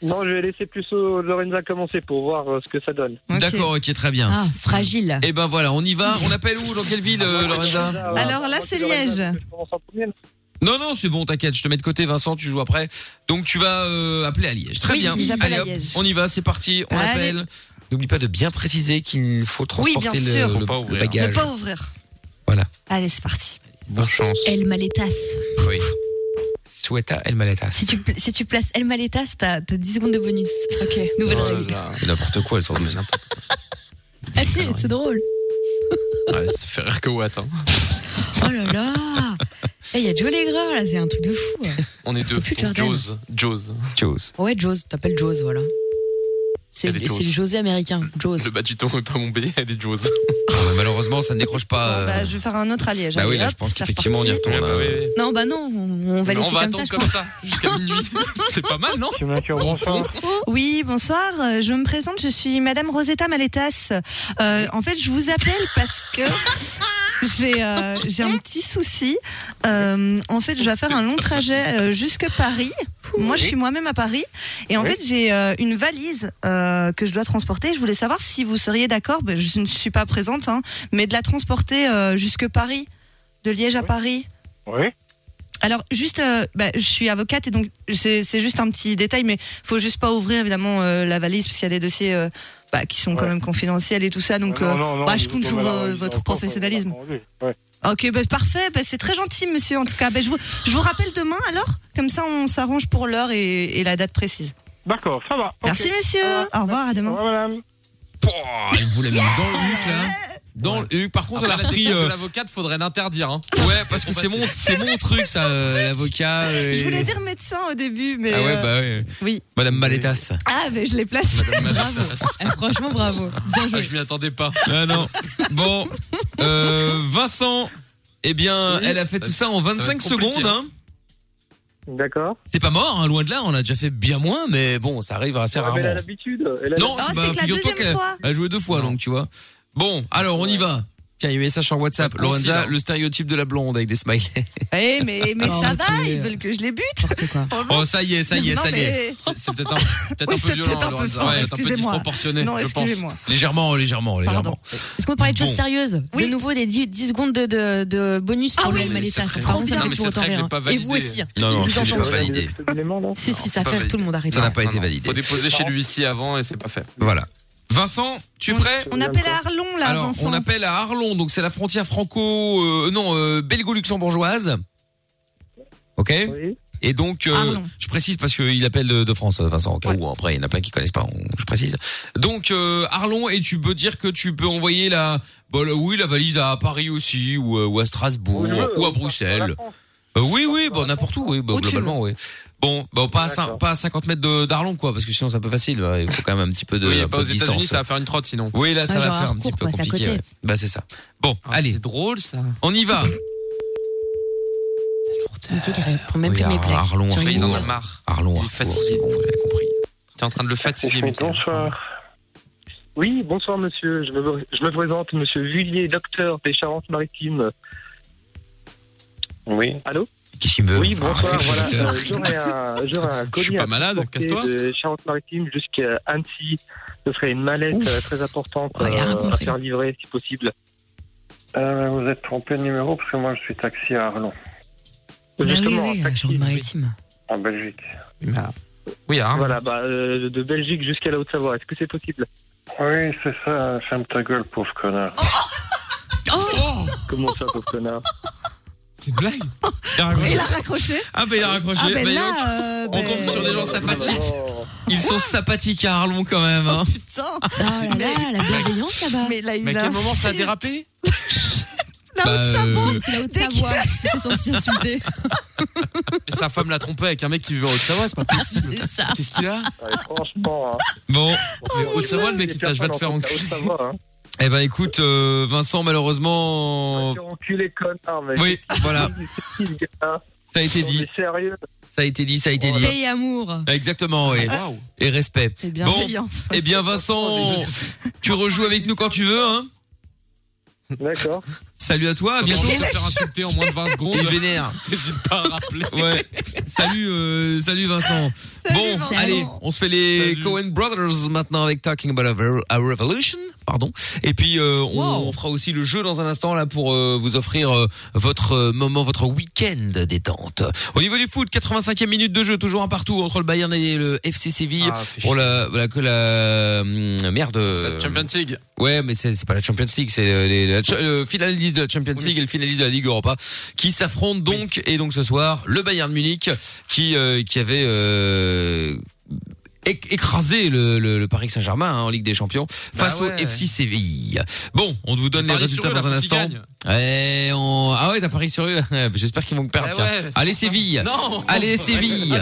Speaker 6: Non, je vais laisser plus au Lorenza commencer pour voir euh, ce que ça donne.
Speaker 3: Ok.
Speaker 2: D'accord, ok, très bien.
Speaker 5: Ah, fragile.
Speaker 2: Eh ben voilà, on y va. On appelle où Dans quelle ville,
Speaker 6: Ah,
Speaker 2: euh, Lorenza
Speaker 3: Alors là, c'est Liège.
Speaker 6: Je commence en premier.
Speaker 2: Non, non, c'est bon, t'inquiète, je te mets de côté, Vincent, tu joues après. Donc tu vas euh, appeler à Liège. Très
Speaker 3: Oui,
Speaker 2: bien.
Speaker 3: j'appelle
Speaker 2: Allez,
Speaker 3: à
Speaker 2: hop,
Speaker 3: Liège.
Speaker 2: on y va, c'est parti, on
Speaker 3: Allez.
Speaker 2: appelle. N'oublie pas de bien préciser qu'il faut transporter
Speaker 3: bien
Speaker 2: le,
Speaker 3: sûr.
Speaker 2: le-
Speaker 4: Faut pas
Speaker 2: le
Speaker 4: ouvrir.
Speaker 3: Ne
Speaker 2: bagage.
Speaker 3: pas ouvrir.
Speaker 2: Voilà.
Speaker 3: Allez, c'est parti.
Speaker 4: Bonne chance.
Speaker 3: Eh.
Speaker 5: El Maletas.
Speaker 2: Oui. Sueta El Maletas.
Speaker 5: Si tu, pla- si tu places El Maletas, t'as t'as 10 secondes de bonus.
Speaker 3: Ok.
Speaker 5: Nouvelle
Speaker 2: Ah,
Speaker 4: Oh là
Speaker 5: règle.
Speaker 4: là.
Speaker 2: N'importe quoi, elles sont douze.
Speaker 5: Allez, c'est drôle.
Speaker 4: Ouais, ça fait rire que Watt. hein.
Speaker 5: Oh là là. Eh, Il y a Joe Légreur, là, c'est un truc de fou.
Speaker 4: On est deux.
Speaker 5: Plus de Jordan.
Speaker 4: Jaws. Jaws.
Speaker 2: Chose.
Speaker 5: Ouais, Jaws, t'appelles Jaws, voilà. C'est
Speaker 4: Elle est
Speaker 5: c'est le José américain,
Speaker 2: Euh,
Speaker 5: Jaws.
Speaker 4: Le batuton est pas mon bé, elle est Jaws.
Speaker 2: Bon, bah, malheureusement, ça ne décroche pas.
Speaker 3: Bon,
Speaker 2: euh,
Speaker 3: bah, je vais faire un autre à Liège.
Speaker 2: bah oui,
Speaker 3: Allez,
Speaker 2: là,
Speaker 3: hop,
Speaker 2: je pense
Speaker 3: c'est
Speaker 2: qu'effectivement, on y
Speaker 3: reparti.
Speaker 2: retourne.
Speaker 4: Ouais, bah,
Speaker 2: euh,
Speaker 4: ouais, ouais.
Speaker 5: Non, bah non, on on va
Speaker 4: Mais
Speaker 5: laisser
Speaker 4: on va
Speaker 5: comme ça,
Speaker 4: attendre
Speaker 5: je
Speaker 4: comme
Speaker 5: pense.
Speaker 4: ça, jusqu'à minuit. C'est pas mal, non
Speaker 6: Tu m'assures, bonsoir.
Speaker 5: Oh.
Speaker 3: Oui, bonsoir. euh, Je me présente, je suis Madame Rosetta Maletas. Euh, en fait, je vous appelle parce que j'ai euh, j'ai un petit souci. Euh, en fait, je dois faire un long trajet euh, jusque Paris. Moi, je suis moi-même à Paris. Et en fait, j'ai euh, une valise euh, que je dois transporter. Je voulais savoir si vous seriez d'accord, ben, je ne suis pas présente, hein, mais de la transporter euh, jusque Paris, de Liège à Paris.
Speaker 6: Oui.
Speaker 3: Alors juste, euh, bah, je suis avocate et donc c'est c'est juste un petit détail, mais faut juste pas ouvrir évidemment euh, la valise parce qu'il y a des dossiers euh, bah, qui sont quand
Speaker 6: Ouais.
Speaker 3: même confidentiels et tout ça. Donc, euh, bah, je compte sur vo- votre professionnalisme. Ok, bah, parfait, bah, c'est très gentil, monsieur. En tout cas, Bah, je vous je vous rappelle demain alors, comme ça on s'arrange pour l'heure et, et la date précise.
Speaker 6: D'accord, ça va.
Speaker 3: Merci, monsieur. Au revoir, à demain.
Speaker 6: madame.
Speaker 2: Pouah, elle vous l'a mis dans le huc, là. Dans le huc. Par contre, elle a pris. euh,
Speaker 4: l'avocate, faudrait l'interdire. Hein.
Speaker 2: Ouais, parce que c'est mon, c'est mon truc, ça, euh, l'avocat. euh,
Speaker 3: Je voulais dire médecin au début, mais
Speaker 2: Ah ouais,
Speaker 3: euh,
Speaker 2: bah ouais.
Speaker 3: oui.
Speaker 2: Madame Maletas.
Speaker 3: Ah, mais je l'ai placé.
Speaker 4: Bravo.
Speaker 5: Eh, franchement, bravo. Bien joué.
Speaker 4: je m'y attendais pas.
Speaker 2: Ah non. Bon, euh, Vincent, eh bien,
Speaker 4: Oui.
Speaker 2: elle a fait tout ça en
Speaker 4: être
Speaker 2: 25
Speaker 4: compliqué,
Speaker 2: secondes. Hein.
Speaker 6: D'accord.
Speaker 2: C'est pas mort, hein, loin de là, on a déjà fait bien moins, mais bon, ça arrive assez
Speaker 6: Ah, mais Elle a
Speaker 2: rarement.
Speaker 6: l'habitude. elle a
Speaker 2: Non,
Speaker 3: Oh,
Speaker 2: c'est
Speaker 3: c'est
Speaker 2: pas-
Speaker 3: que la
Speaker 2: figure-toi
Speaker 3: deuxième
Speaker 2: qu'elle
Speaker 3: fois.
Speaker 2: elle a joué deux fois, donc tu vois. Bon, alors on y va. Tiens, il y a un message sur WhatsApp.
Speaker 4: Pas de concis,
Speaker 2: Lorenza,
Speaker 4: hein.
Speaker 2: le stéréotype de la blonde avec des smileys. Ah,
Speaker 3: Eh, mais mais
Speaker 5: Oh,
Speaker 3: ça
Speaker 5: tu
Speaker 3: va,
Speaker 5: es-
Speaker 3: ils veulent que je les bute.
Speaker 5: N'importe quoi.
Speaker 2: Oh, ça y est, ça y est,
Speaker 3: Non,
Speaker 2: ça y est.
Speaker 3: mais-
Speaker 4: C'est- C'est peut-être un, peut-être
Speaker 3: Oui,
Speaker 4: un peu
Speaker 3: c'est
Speaker 4: violent,
Speaker 3: peut-être un peu
Speaker 4: Lorenza.
Speaker 3: fort,
Speaker 4: Ouais, c'est un peu
Speaker 3: excusez-moi.
Speaker 4: disproportionné,
Speaker 3: Non,
Speaker 4: je pense.
Speaker 3: excusez-moi.
Speaker 2: Légèrement, légèrement,
Speaker 3: Pardon.
Speaker 2: légèrement.
Speaker 5: Est-ce qu'on parlait de choses
Speaker 2: Bon.
Speaker 5: sérieuses
Speaker 3: Oui.
Speaker 5: De nouveau, des 10, 10 secondes de, de, de bonus pour
Speaker 3: Ah
Speaker 5: le
Speaker 3: oui,
Speaker 5: Maleta.
Speaker 4: mais cette
Speaker 5: Par
Speaker 4: règle-
Speaker 5: contre, ça
Speaker 4: non,
Speaker 5: fait
Speaker 4: mais
Speaker 5: toujours
Speaker 4: cette
Speaker 5: autant
Speaker 4: règle
Speaker 5: rire.
Speaker 4: n'est pas
Speaker 5: et
Speaker 4: validée.
Speaker 5: vous aussi.
Speaker 3: hein.
Speaker 2: Non, non,
Speaker 5: Vous
Speaker 2: c'est
Speaker 5: entendez
Speaker 2: pas
Speaker 6: l'habitude
Speaker 2: validé.
Speaker 6: de l'élément, là.
Speaker 5: Si, si, ça
Speaker 4: pas
Speaker 5: fait rire
Speaker 4: validé.
Speaker 5: tout le monde. Arrêtez.
Speaker 2: Ça n'a pas
Speaker 4: Non,
Speaker 2: été
Speaker 4: non, Faut
Speaker 2: validé.
Speaker 4: déposer chez hein. l'huissier avant et c'est pas fait.
Speaker 2: Voilà. Vincent, tu es prêt
Speaker 3: On appelle à Arlon là,
Speaker 2: Alors,
Speaker 3: Vincent.
Speaker 2: on appelle à Arlon, donc c'est la frontière franco, euh, non, euh, belgo-luxembourgeoise. Ok.
Speaker 6: Oui.
Speaker 2: Et donc, euh, je précise parce qu'il appelle de, de France, euh, Vincent, au cas où. Après, il y en a plein qui connaissent pas, on- je précise. Donc, euh, Arlon, et tu peux dire que tu peux envoyer la, bah, la- oui, la valise à Paris aussi, ou, euh, ou à Strasbourg,
Speaker 9: Oui, oui,
Speaker 2: ou à Bruxelles. Euh, oui, oui, bah, n'importe où, oui, bah, globalement, oui. Bon, bah, pas, à cin- pas à 50 mètres de- d'Arlon, quoi, parce que sinon c'est un peu facile. bah, Il faut quand même un petit peu de,
Speaker 4: Oui,
Speaker 2: un
Speaker 4: pas
Speaker 2: peu
Speaker 4: aux
Speaker 2: de
Speaker 4: États-Unis,
Speaker 2: distance.
Speaker 4: ça va faire une trotte sinon.
Speaker 2: Oui, là, ça
Speaker 4: Ouais,
Speaker 2: va
Speaker 4: genre
Speaker 2: faire un
Speaker 4: Harcourt,
Speaker 2: petit peu
Speaker 4: quoi, c'est à
Speaker 2: compliqué.
Speaker 4: côté.
Speaker 2: ouais. Bah, c'est ça. Bon, allez. C'est
Speaker 4: drôle, ça.
Speaker 2: On y va.
Speaker 5: Prends même plus mes plaques.
Speaker 2: Arlon,
Speaker 5: J'ai envie de
Speaker 2: Arlon,
Speaker 5: mourir.
Speaker 2: Arlon, Arlon, fatigué. Vous l'avez compris. T'es en train de le fatiguer, Michael.
Speaker 9: Bonsoir. Oui, bonsoir monsieur. Je me, je me présente, monsieur Vullier, docteur des Charentes-Maritimes. Oui. Allô
Speaker 2: Qu'est-ce qu'il me veut
Speaker 9: Oui, bonsoir.
Speaker 2: Ah,
Speaker 9: voilà,
Speaker 2: docteur.
Speaker 9: euh, j'aurais un, j'aurais un
Speaker 2: Je
Speaker 9: colis
Speaker 2: suis pas
Speaker 9: à
Speaker 2: malade,
Speaker 9: transporter
Speaker 2: casse-toi.
Speaker 9: De Charente-Maritime jusqu'à Annecy. Ce serait une mallette euh, très importante euh, à faire livrer si possible.
Speaker 10: Euh, vous êtes trompé de numéro parce que moi je suis taxi à Arlon,
Speaker 9: Justement,
Speaker 5: Ah oui, oui, genre maritime.
Speaker 10: en Belgique.
Speaker 4: Oui,
Speaker 2: hein.
Speaker 9: Voilà, bah, euh, de Belgique jusqu'à la Haute-Savoie. Est-ce que c'est possible
Speaker 10: Oui, c'est ça, ferme ta gueule, pauvre connard.
Speaker 9: Oh. Comment ça, pauvre connard
Speaker 2: Oh, C'est une blague Il a
Speaker 3: raccroché.
Speaker 2: Ah, bah, il a raccroché.
Speaker 3: Ah, ben
Speaker 2: Bah,
Speaker 3: là,
Speaker 2: donc,
Speaker 3: euh,
Speaker 2: on
Speaker 3: ben-
Speaker 2: compte sur des gens sympathiques. Oh. Ils sont sympathiques à Arlon quand même. Hein.
Speaker 3: Putain.
Speaker 5: Oh là là, la bienveillance là-bas.
Speaker 3: Mais là, il
Speaker 2: Mais à
Speaker 3: a
Speaker 2: quel moment ça a
Speaker 3: fait-
Speaker 2: dérapé
Speaker 3: La
Speaker 2: Bah,
Speaker 3: Haute-Savoie.
Speaker 2: euh,
Speaker 5: C'est la Haute-Savoie. Je me sens si insultée.
Speaker 4: Et sa femme l'a trompé avec un mec qui vivait en Haute-Savoie, c'est pas possible.
Speaker 5: C'est ça.
Speaker 4: Qu'est-ce qu'il a
Speaker 9: Franchement, hein.
Speaker 2: Bon,
Speaker 4: Mais Haute-Savoie, le mec, il t'a, je vais te faire
Speaker 9: Personne en
Speaker 4: enculer.
Speaker 9: Haute-Savoie, hein.
Speaker 2: eh ben écoute, euh, Vincent, malheureusement,
Speaker 9: Faire enculer, connard, mais
Speaker 2: oui, voilà,
Speaker 9: c'est qui, le gars
Speaker 2: ça a été dit,
Speaker 9: Mais sérieux
Speaker 2: ça a été dit, ça a été dit.
Speaker 5: Paix et amour.
Speaker 2: Exactement, oui.
Speaker 4: Waouh.
Speaker 2: Et respect.
Speaker 3: C'est bien
Speaker 2: Bon, eh bien
Speaker 4: Oh,
Speaker 2: Vincent, tu rejoues avec nous quand tu veux. Hein.
Speaker 9: D'accord.
Speaker 2: Salut à toi, à
Speaker 4: Bientôt,
Speaker 2: bientôt.
Speaker 4: on va se faire insulter en moins de 20 secondes.
Speaker 2: Il vénère.
Speaker 4: N'hésite pas à rappeler.
Speaker 2: Ouais. Salut, euh, salut Vincent. bon,
Speaker 3: Vincent.
Speaker 2: allez, on se fait les
Speaker 4: Salut.
Speaker 2: Cohen Brothers maintenant avec Talking About a Ver- a Revolution. Pardon. Et puis euh, on, on fera aussi le jeu dans un instant là pour euh, vous offrir euh, votre euh, moment, votre week-end détente. Au niveau du foot, 85e minute de jeu, toujours un partout entre le Bayern et le FC Séville.
Speaker 4: Ah, fait
Speaker 2: pour la, la, que la hum, merde. euh,
Speaker 4: Champions League.
Speaker 2: Ouais, mais c'est c'est pas la Champions League, c'est euh, les- la cha- le finaliste de la Champions League et le finaliste de la Ligue Europa qui s'affrontent donc et donc ce soir le Bayern Munich qui euh, qui avait euh, éc- écrasé le, le, le Paris Saint-Germain hein, en Ligue des Champions face
Speaker 4: Bah ouais.
Speaker 2: au FC Séville. Bon, on vous donne les
Speaker 4: Paris
Speaker 2: résultats
Speaker 4: sur eux,
Speaker 2: dans
Speaker 4: là,
Speaker 2: un
Speaker 4: faut qu'ils
Speaker 2: instant.
Speaker 4: gagnent.
Speaker 2: Eh, on... Ah ouais, t'as parié sur eux. J'espère qu'ils vont me perdre.
Speaker 4: Eh
Speaker 2: tiens.
Speaker 4: ouais, c'est
Speaker 2: Allez
Speaker 4: ça.
Speaker 2: Séville.
Speaker 4: Non.
Speaker 2: Allez Séville.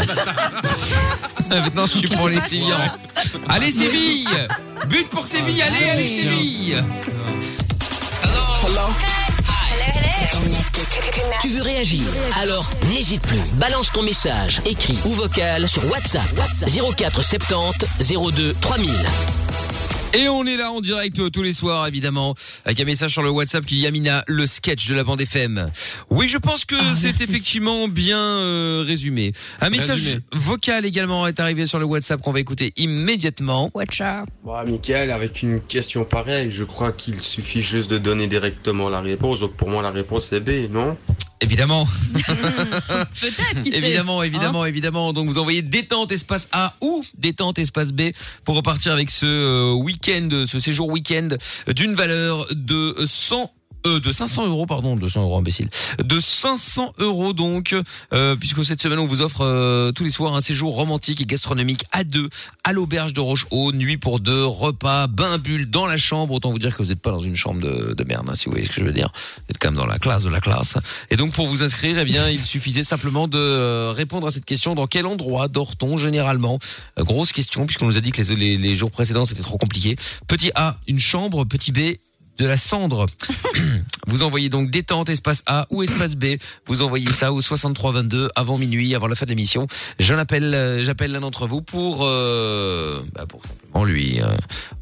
Speaker 2: Maintenant je suis pour les Sévillans. Euh, Allez Séville. But
Speaker 4: Ah,
Speaker 9: Ah,
Speaker 2: pour Séville. Allez, allez Séville.
Speaker 1: Tu veux réagir Alors n'hésite plus. Balance ton message, écrit ou vocal sur WhatsApp 04 70 02 3000.
Speaker 2: Et on est là en direct euh, tous les soirs, évidemment, avec un message sur le WhatsApp qui dit Amina, le sketch de la bande FM. Oui, je pense que c'est effectivement bien euh, résumé. Un message
Speaker 4: Résumé.
Speaker 2: vocal également est arrivé sur le WhatsApp qu'on va écouter immédiatement.
Speaker 11: Bah, Michael, avec une question pareille, je crois qu'il suffit juste de donner directement la réponse. Donc, pour moi, la réponse est B, non
Speaker 2: Évidemment,
Speaker 5: Peut-être qu'il sait. hein.
Speaker 2: évidemment, évidemment, évidemment. Donc vous envoyez détente espace A ou détente espace B pour repartir avec ce euh, week-end, ce séjour week-end d'une valeur de 100 euh, de 500 euros, pardon, 200 euros imbécile, de 500 euros donc, euh, puisque cette semaine on vous offre euh, tous les soirs un séjour romantique et gastronomique à deux à l'auberge de Rochehaut, nuit pour deux, repas, bain bulle dans la chambre. Autant vous dire que vous n'êtes pas dans une chambre de, de merde, hein, si vous voyez ce que je veux dire. Vous êtes quand même dans la classe de la classe. Et donc pour vous inscrire, eh bien il suffisait simplement de euh, répondre à cette question dans quel endroit dort-on généralement Euh, Grosse question puisqu'on nous a dit que les, les- les jours précédents c'était trop compliqué. Petit A, une chambre. Petit B, de la cendre. Vous envoyez donc détente, espace A ou espace B. Vous envoyez ça au 6322 avant minuit, avant la fin de l'émission. Je l'appelle, euh, j'appelle l'un d'entre vous pour, euh, bah, pour simplement lui euh,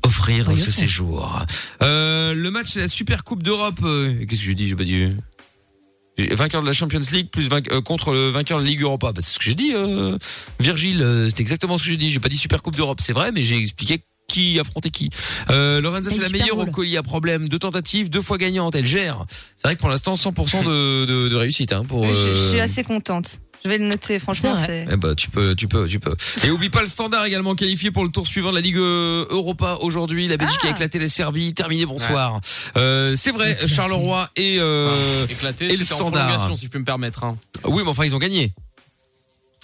Speaker 2: offrir
Speaker 5: Oui,
Speaker 2: ce
Speaker 5: ok.
Speaker 2: séjour. Euh, le match de la Super Coupe d'Europe. euh, Qu'est-ce que j'ai dit J'ai pas dit. j'ai- Vainqueur de la Champions League plus vainque- euh, contre le vainqueur de la Ligue Europa. Bah, c'est ce que j'ai dit, euh, Virgile. euh, c'est exactement ce que j'ai dit. J'ai pas dit Super Coupe d'Europe, c'est vrai, mais j'ai expliqué qui affrontait qui. Euh, Lorenza,
Speaker 5: Mais
Speaker 2: c'est la
Speaker 5: Super
Speaker 2: meilleure au
Speaker 5: Bowl.
Speaker 2: colis à problème. Deux tentatives, deux fois gagnante. Elle gère. C'est vrai que pour l'instant, 100% de, de, de réussite. Hein, pour,
Speaker 3: Je, je
Speaker 2: euh,
Speaker 3: suis assez contente. Je vais le noter, franchement.
Speaker 5: C'est
Speaker 3: c'est-
Speaker 2: eh ben, tu peux, tu peux, tu peux. Et oublie pas le standard également qualifié pour le tour suivant de la Ligue euh, Europa aujourd'hui. La Belgique a éclaté la Serbie. Terminé, bonsoir. Euh, c'est vrai, Charleroi et, euh,
Speaker 4: Ah, Éclaté.
Speaker 2: et le
Speaker 4: c'était en
Speaker 2: standard.
Speaker 4: prolongation, si je peux me permettre. hein.
Speaker 2: oui, mais enfin, ils ont gagné.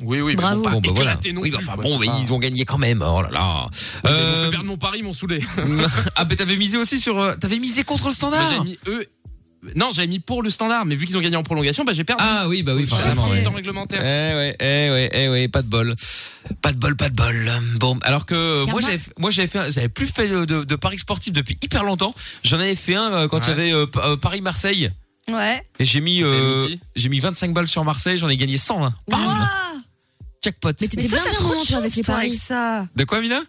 Speaker 4: Oui, oui, mais
Speaker 2: Bravo.
Speaker 4: bon, pas
Speaker 2: Bon, bah,
Speaker 4: éclaté
Speaker 2: voilà.
Speaker 4: non
Speaker 2: Oui, bah,
Speaker 4: plus,
Speaker 2: enfin,
Speaker 4: quoi,
Speaker 2: bon,
Speaker 4: c'est
Speaker 2: bah,
Speaker 4: pas-
Speaker 2: ils ont gagné quand même. Oh là là.
Speaker 4: Ils
Speaker 2: Euh,
Speaker 4: m'ont fait perdre mon pari, ils m'ont saoulé.
Speaker 2: ah, mais t'avais misé aussi sur. euh, T'avais misé contre le standard.
Speaker 4: Mais Bah, j'avais mis eux- Non, j'avais mis pour le standard, mais vu qu'ils ont gagné en prolongation, bah j'ai perdu.
Speaker 2: Ah oui, bah oui,
Speaker 4: J'ai
Speaker 2: forcément,
Speaker 4: perdu le
Speaker 2: ouais.
Speaker 4: temps réglementaire.
Speaker 2: Eh ouais, eh ouais, eh ouais, pas de bol. Pas de bol, pas de bol. Bon, alors que euh, moi j'avais fait- moi j'avais fait un- j'avais plus fait de, de, de paris sportifs depuis hyper longtemps. J'en avais fait un euh, quand il y avait euh, Pa- euh, Paris Marseille
Speaker 3: Ouais.
Speaker 2: et j'ai mis euh, j'ai mis 25 balles sur Marseille, j'en ai gagné 100. hein. Bam
Speaker 5: Ah,
Speaker 2: Jackpot.
Speaker 5: Mais t'étais
Speaker 3: toi,
Speaker 5: blindé
Speaker 3: t'as
Speaker 5: un
Speaker 3: trop
Speaker 5: moment,
Speaker 3: de
Speaker 5: toi, avec
Speaker 3: chance,
Speaker 5: les
Speaker 3: toi,
Speaker 5: paris.
Speaker 3: avec ça.
Speaker 2: De quoi Mina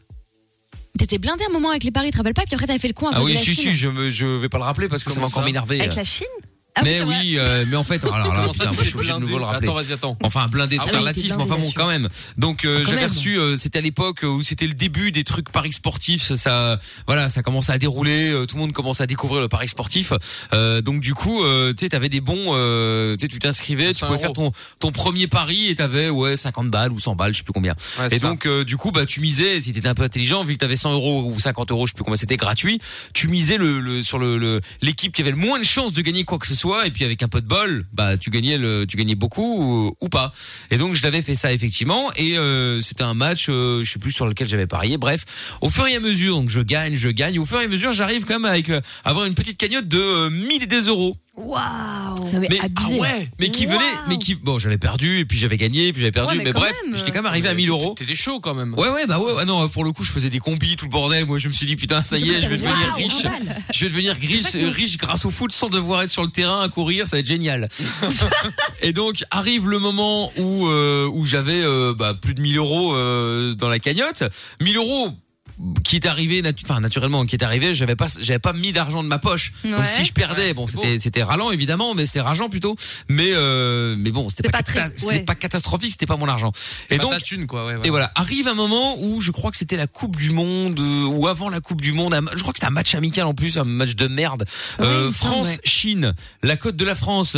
Speaker 5: T'étais blindé un moment avec les paris, tu te rappelles pas, puis après t'avais fait le con à
Speaker 2: Ah
Speaker 5: cause de
Speaker 2: oui,
Speaker 5: Oh, la
Speaker 2: si
Speaker 5: Chine.
Speaker 2: si, je me je vais pas le rappeler parce que ça m'a encore m'énerver.
Speaker 5: Avec la
Speaker 3: Chine
Speaker 5: Ah oui,
Speaker 2: mais
Speaker 5: c'est vrai.
Speaker 2: oui, euh, mais en fait, alors là,
Speaker 4: Comment ça,
Speaker 2: putain, moi, je suis
Speaker 4: t'es
Speaker 2: obligé de nouveau le
Speaker 4: blindé
Speaker 2: rappeler.
Speaker 4: Attends, vas-y, attends.
Speaker 2: Enfin, blindé
Speaker 4: Ah oui,
Speaker 2: alternatif,
Speaker 4: t'es blindé
Speaker 2: mais enfin bon,
Speaker 4: là-dessus.
Speaker 2: quand même. Donc, euh,
Speaker 4: Ah, quand
Speaker 2: j'avais
Speaker 4: même.
Speaker 2: reçu, euh, c'était à l'époque où c'était le début des trucs paris sportifs. Ça, ça voilà, ça commençait à dérouler. euh, tout le monde commençait à découvrir le paris sportif. Euh, donc, du coup, euh, tu sais, t'avais des bons. Euh, tu sais, tu t'inscrivais, tu pouvais faire ton ton premier pari et t'avais ouais 50 balles ou 100 balles, je sais plus combien.
Speaker 4: Ouais, c'est
Speaker 2: et
Speaker 4: ça.
Speaker 2: donc, euh, du coup, bah, tu misais. Si t'étais un peu intelligent, vu que t'avais 100 euros ou 50 euros, je sais plus combien, c'était gratuit. Tu misais le, le sur le le- l'équipe qui avait le moins de chances de gagner quoi que ce soit. Et puis, avec un peu de bol, bah, tu gagnais le tu gagnais beaucoup ou, ou pas. Et donc, je l'avais fait ça effectivement. Et euh, c'était un match, euh, je sais plus sur lequel j'avais parié. Bref, au fur et à mesure, donc je gagne, je gagne. Au fur et à mesure, j'arrive quand même avec euh, avoir une petite cagnotte de euh, 1000 et des euros.
Speaker 3: Waouh
Speaker 5: Non, mais,
Speaker 2: Mais,
Speaker 5: abusé.
Speaker 2: ah ouais, mais qui venait, mais qui, bon, j'avais perdu, et puis j'avais gagné, puis j'avais perdu,
Speaker 4: Ouais,
Speaker 2: mais,
Speaker 4: mais quand
Speaker 2: bref,
Speaker 4: même.
Speaker 2: j'étais quand même arrivé à 1000 euros.
Speaker 4: T'étais chaud quand même.
Speaker 2: Ouais, ouais, bah ouais, ouais, non, pour le coup, je faisais des combis, tout le bordel. Moi, je me suis dit, putain, ça y
Speaker 4: Surtout
Speaker 2: est, je vais
Speaker 4: qu'il y
Speaker 2: devenir
Speaker 4: avait-
Speaker 2: riche.
Speaker 4: Waouh, un bal.
Speaker 2: Je vais devenir riche, euh,
Speaker 4: C'est ça que-
Speaker 2: riche grâce au foot sans devoir être sur le terrain à courir, ça va être génial. et donc, arrive le moment où, euh, où j'avais euh, bah, plus de 1000 euros euh, dans la cagnotte. 1000 euros qui est arrivé natu- enfin naturellement qui est arrivé j'avais pas j'avais pas mis d'argent de ma poche donc
Speaker 4: Ouais.
Speaker 2: si je perdais bon c'était c'était ralent évidemment mais c'est rageant plutôt mais euh, mais bon c'était pas, cata- c'était pas catastrophique c'était pas mon argent et
Speaker 4: Pas
Speaker 2: donc
Speaker 4: ta thune, quoi, ouais,
Speaker 2: et
Speaker 4: voilà.
Speaker 2: voilà, arrive un moment où je crois que c'était la Coupe du Monde euh, ou avant la Coupe du Monde. un- Je crois que c'était un match amical en plus, un match de merde. Euh, France Chine, la cote de la France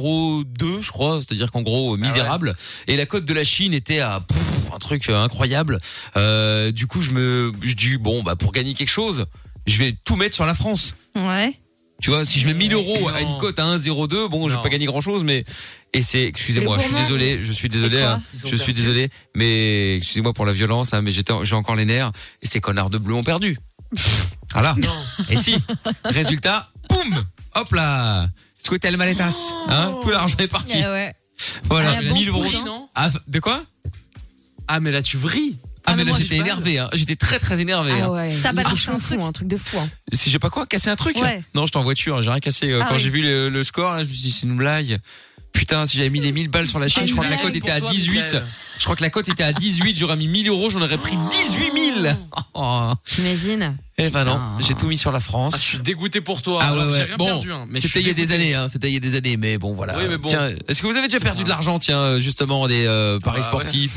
Speaker 2: 1-0-2, je crois, c'est-à-dire qu'en gros euh, misérable.
Speaker 4: Ah
Speaker 2: Et la cote de la Chine était à pff, un truc euh, incroyable. Euh, du coup, je me, je dis bon bah pour gagner quelque chose, je vais tout mettre sur la France.
Speaker 3: Ouais.
Speaker 2: Tu vois, si je mets 1000 euros à une cote à 1,02, bon, je vais pas gagner grand chose, mais. Et c'est,
Speaker 4: Le
Speaker 2: excusez-moi, je suis
Speaker 4: gourmand.
Speaker 2: désolé, je suis désolé,
Speaker 4: Et quoi
Speaker 2: hein,
Speaker 4: Ils ont
Speaker 2: je suis
Speaker 4: perdu.
Speaker 2: désolé, mais excusez-moi pour la violence, hein, mais j'étais, en- j'ai encore les nerfs, et ces connards de bleu ont perdu. voilà. Et si, résultat, boum, hop là, souhaitez le maletas, hein, tout l'argent est parti.
Speaker 5: Ah ouais.
Speaker 2: Voilà,
Speaker 5: Ah, la
Speaker 2: 1000
Speaker 5: banque
Speaker 2: euros.
Speaker 5: pourrie, non
Speaker 2: Ah, de quoi Ah, mais là, tu vris. Ah, mais, là, j'étais énervé, hein, j'étais très très énervé. hein.
Speaker 5: Ah ouais.
Speaker 3: T'as pas
Speaker 5: Il
Speaker 3: touché
Speaker 5: touche
Speaker 3: un
Speaker 5: un fou, un truc de fou. hein.
Speaker 2: Si j'ai pas quoi casser un truc
Speaker 5: Ouais.
Speaker 2: Non, j'étais en voiture, j'ai rien cassé. Euh,
Speaker 5: Ah
Speaker 2: Quand
Speaker 5: oui.
Speaker 2: j'ai vu le, le score, là, je me suis dit c'est une blague. Putain, si j'avais mis les 1000 balles sur la Chine,
Speaker 4: Une
Speaker 2: je crois que la
Speaker 4: blague
Speaker 2: cote était
Speaker 4: pour
Speaker 2: à
Speaker 4: toi,
Speaker 2: 18.
Speaker 4: Michael.
Speaker 2: Je crois que la cote était à 18, j'aurais mis 1000 euros, j'en aurais pris 18 000. Oh.
Speaker 5: T'imagines
Speaker 2: Eh ben non, j'ai tout mis sur la France.
Speaker 4: Ah, je suis dégoûté pour toi.
Speaker 2: Ah
Speaker 4: Alors,
Speaker 2: ouais,
Speaker 4: j'ai
Speaker 2: ouais.
Speaker 4: rien
Speaker 2: Bon,
Speaker 4: perdu, hein, mais je suis
Speaker 2: c'était il y a des
Speaker 4: dégoûté.
Speaker 2: années, hein, c'était il y a des années, mais bon voilà.
Speaker 4: Oui, mais bon.
Speaker 2: Tiens, est-ce que vous avez déjà perdu de l'argent, tiens, euh, justement, des euh, paris
Speaker 4: Ah, ouais.
Speaker 2: sportifs,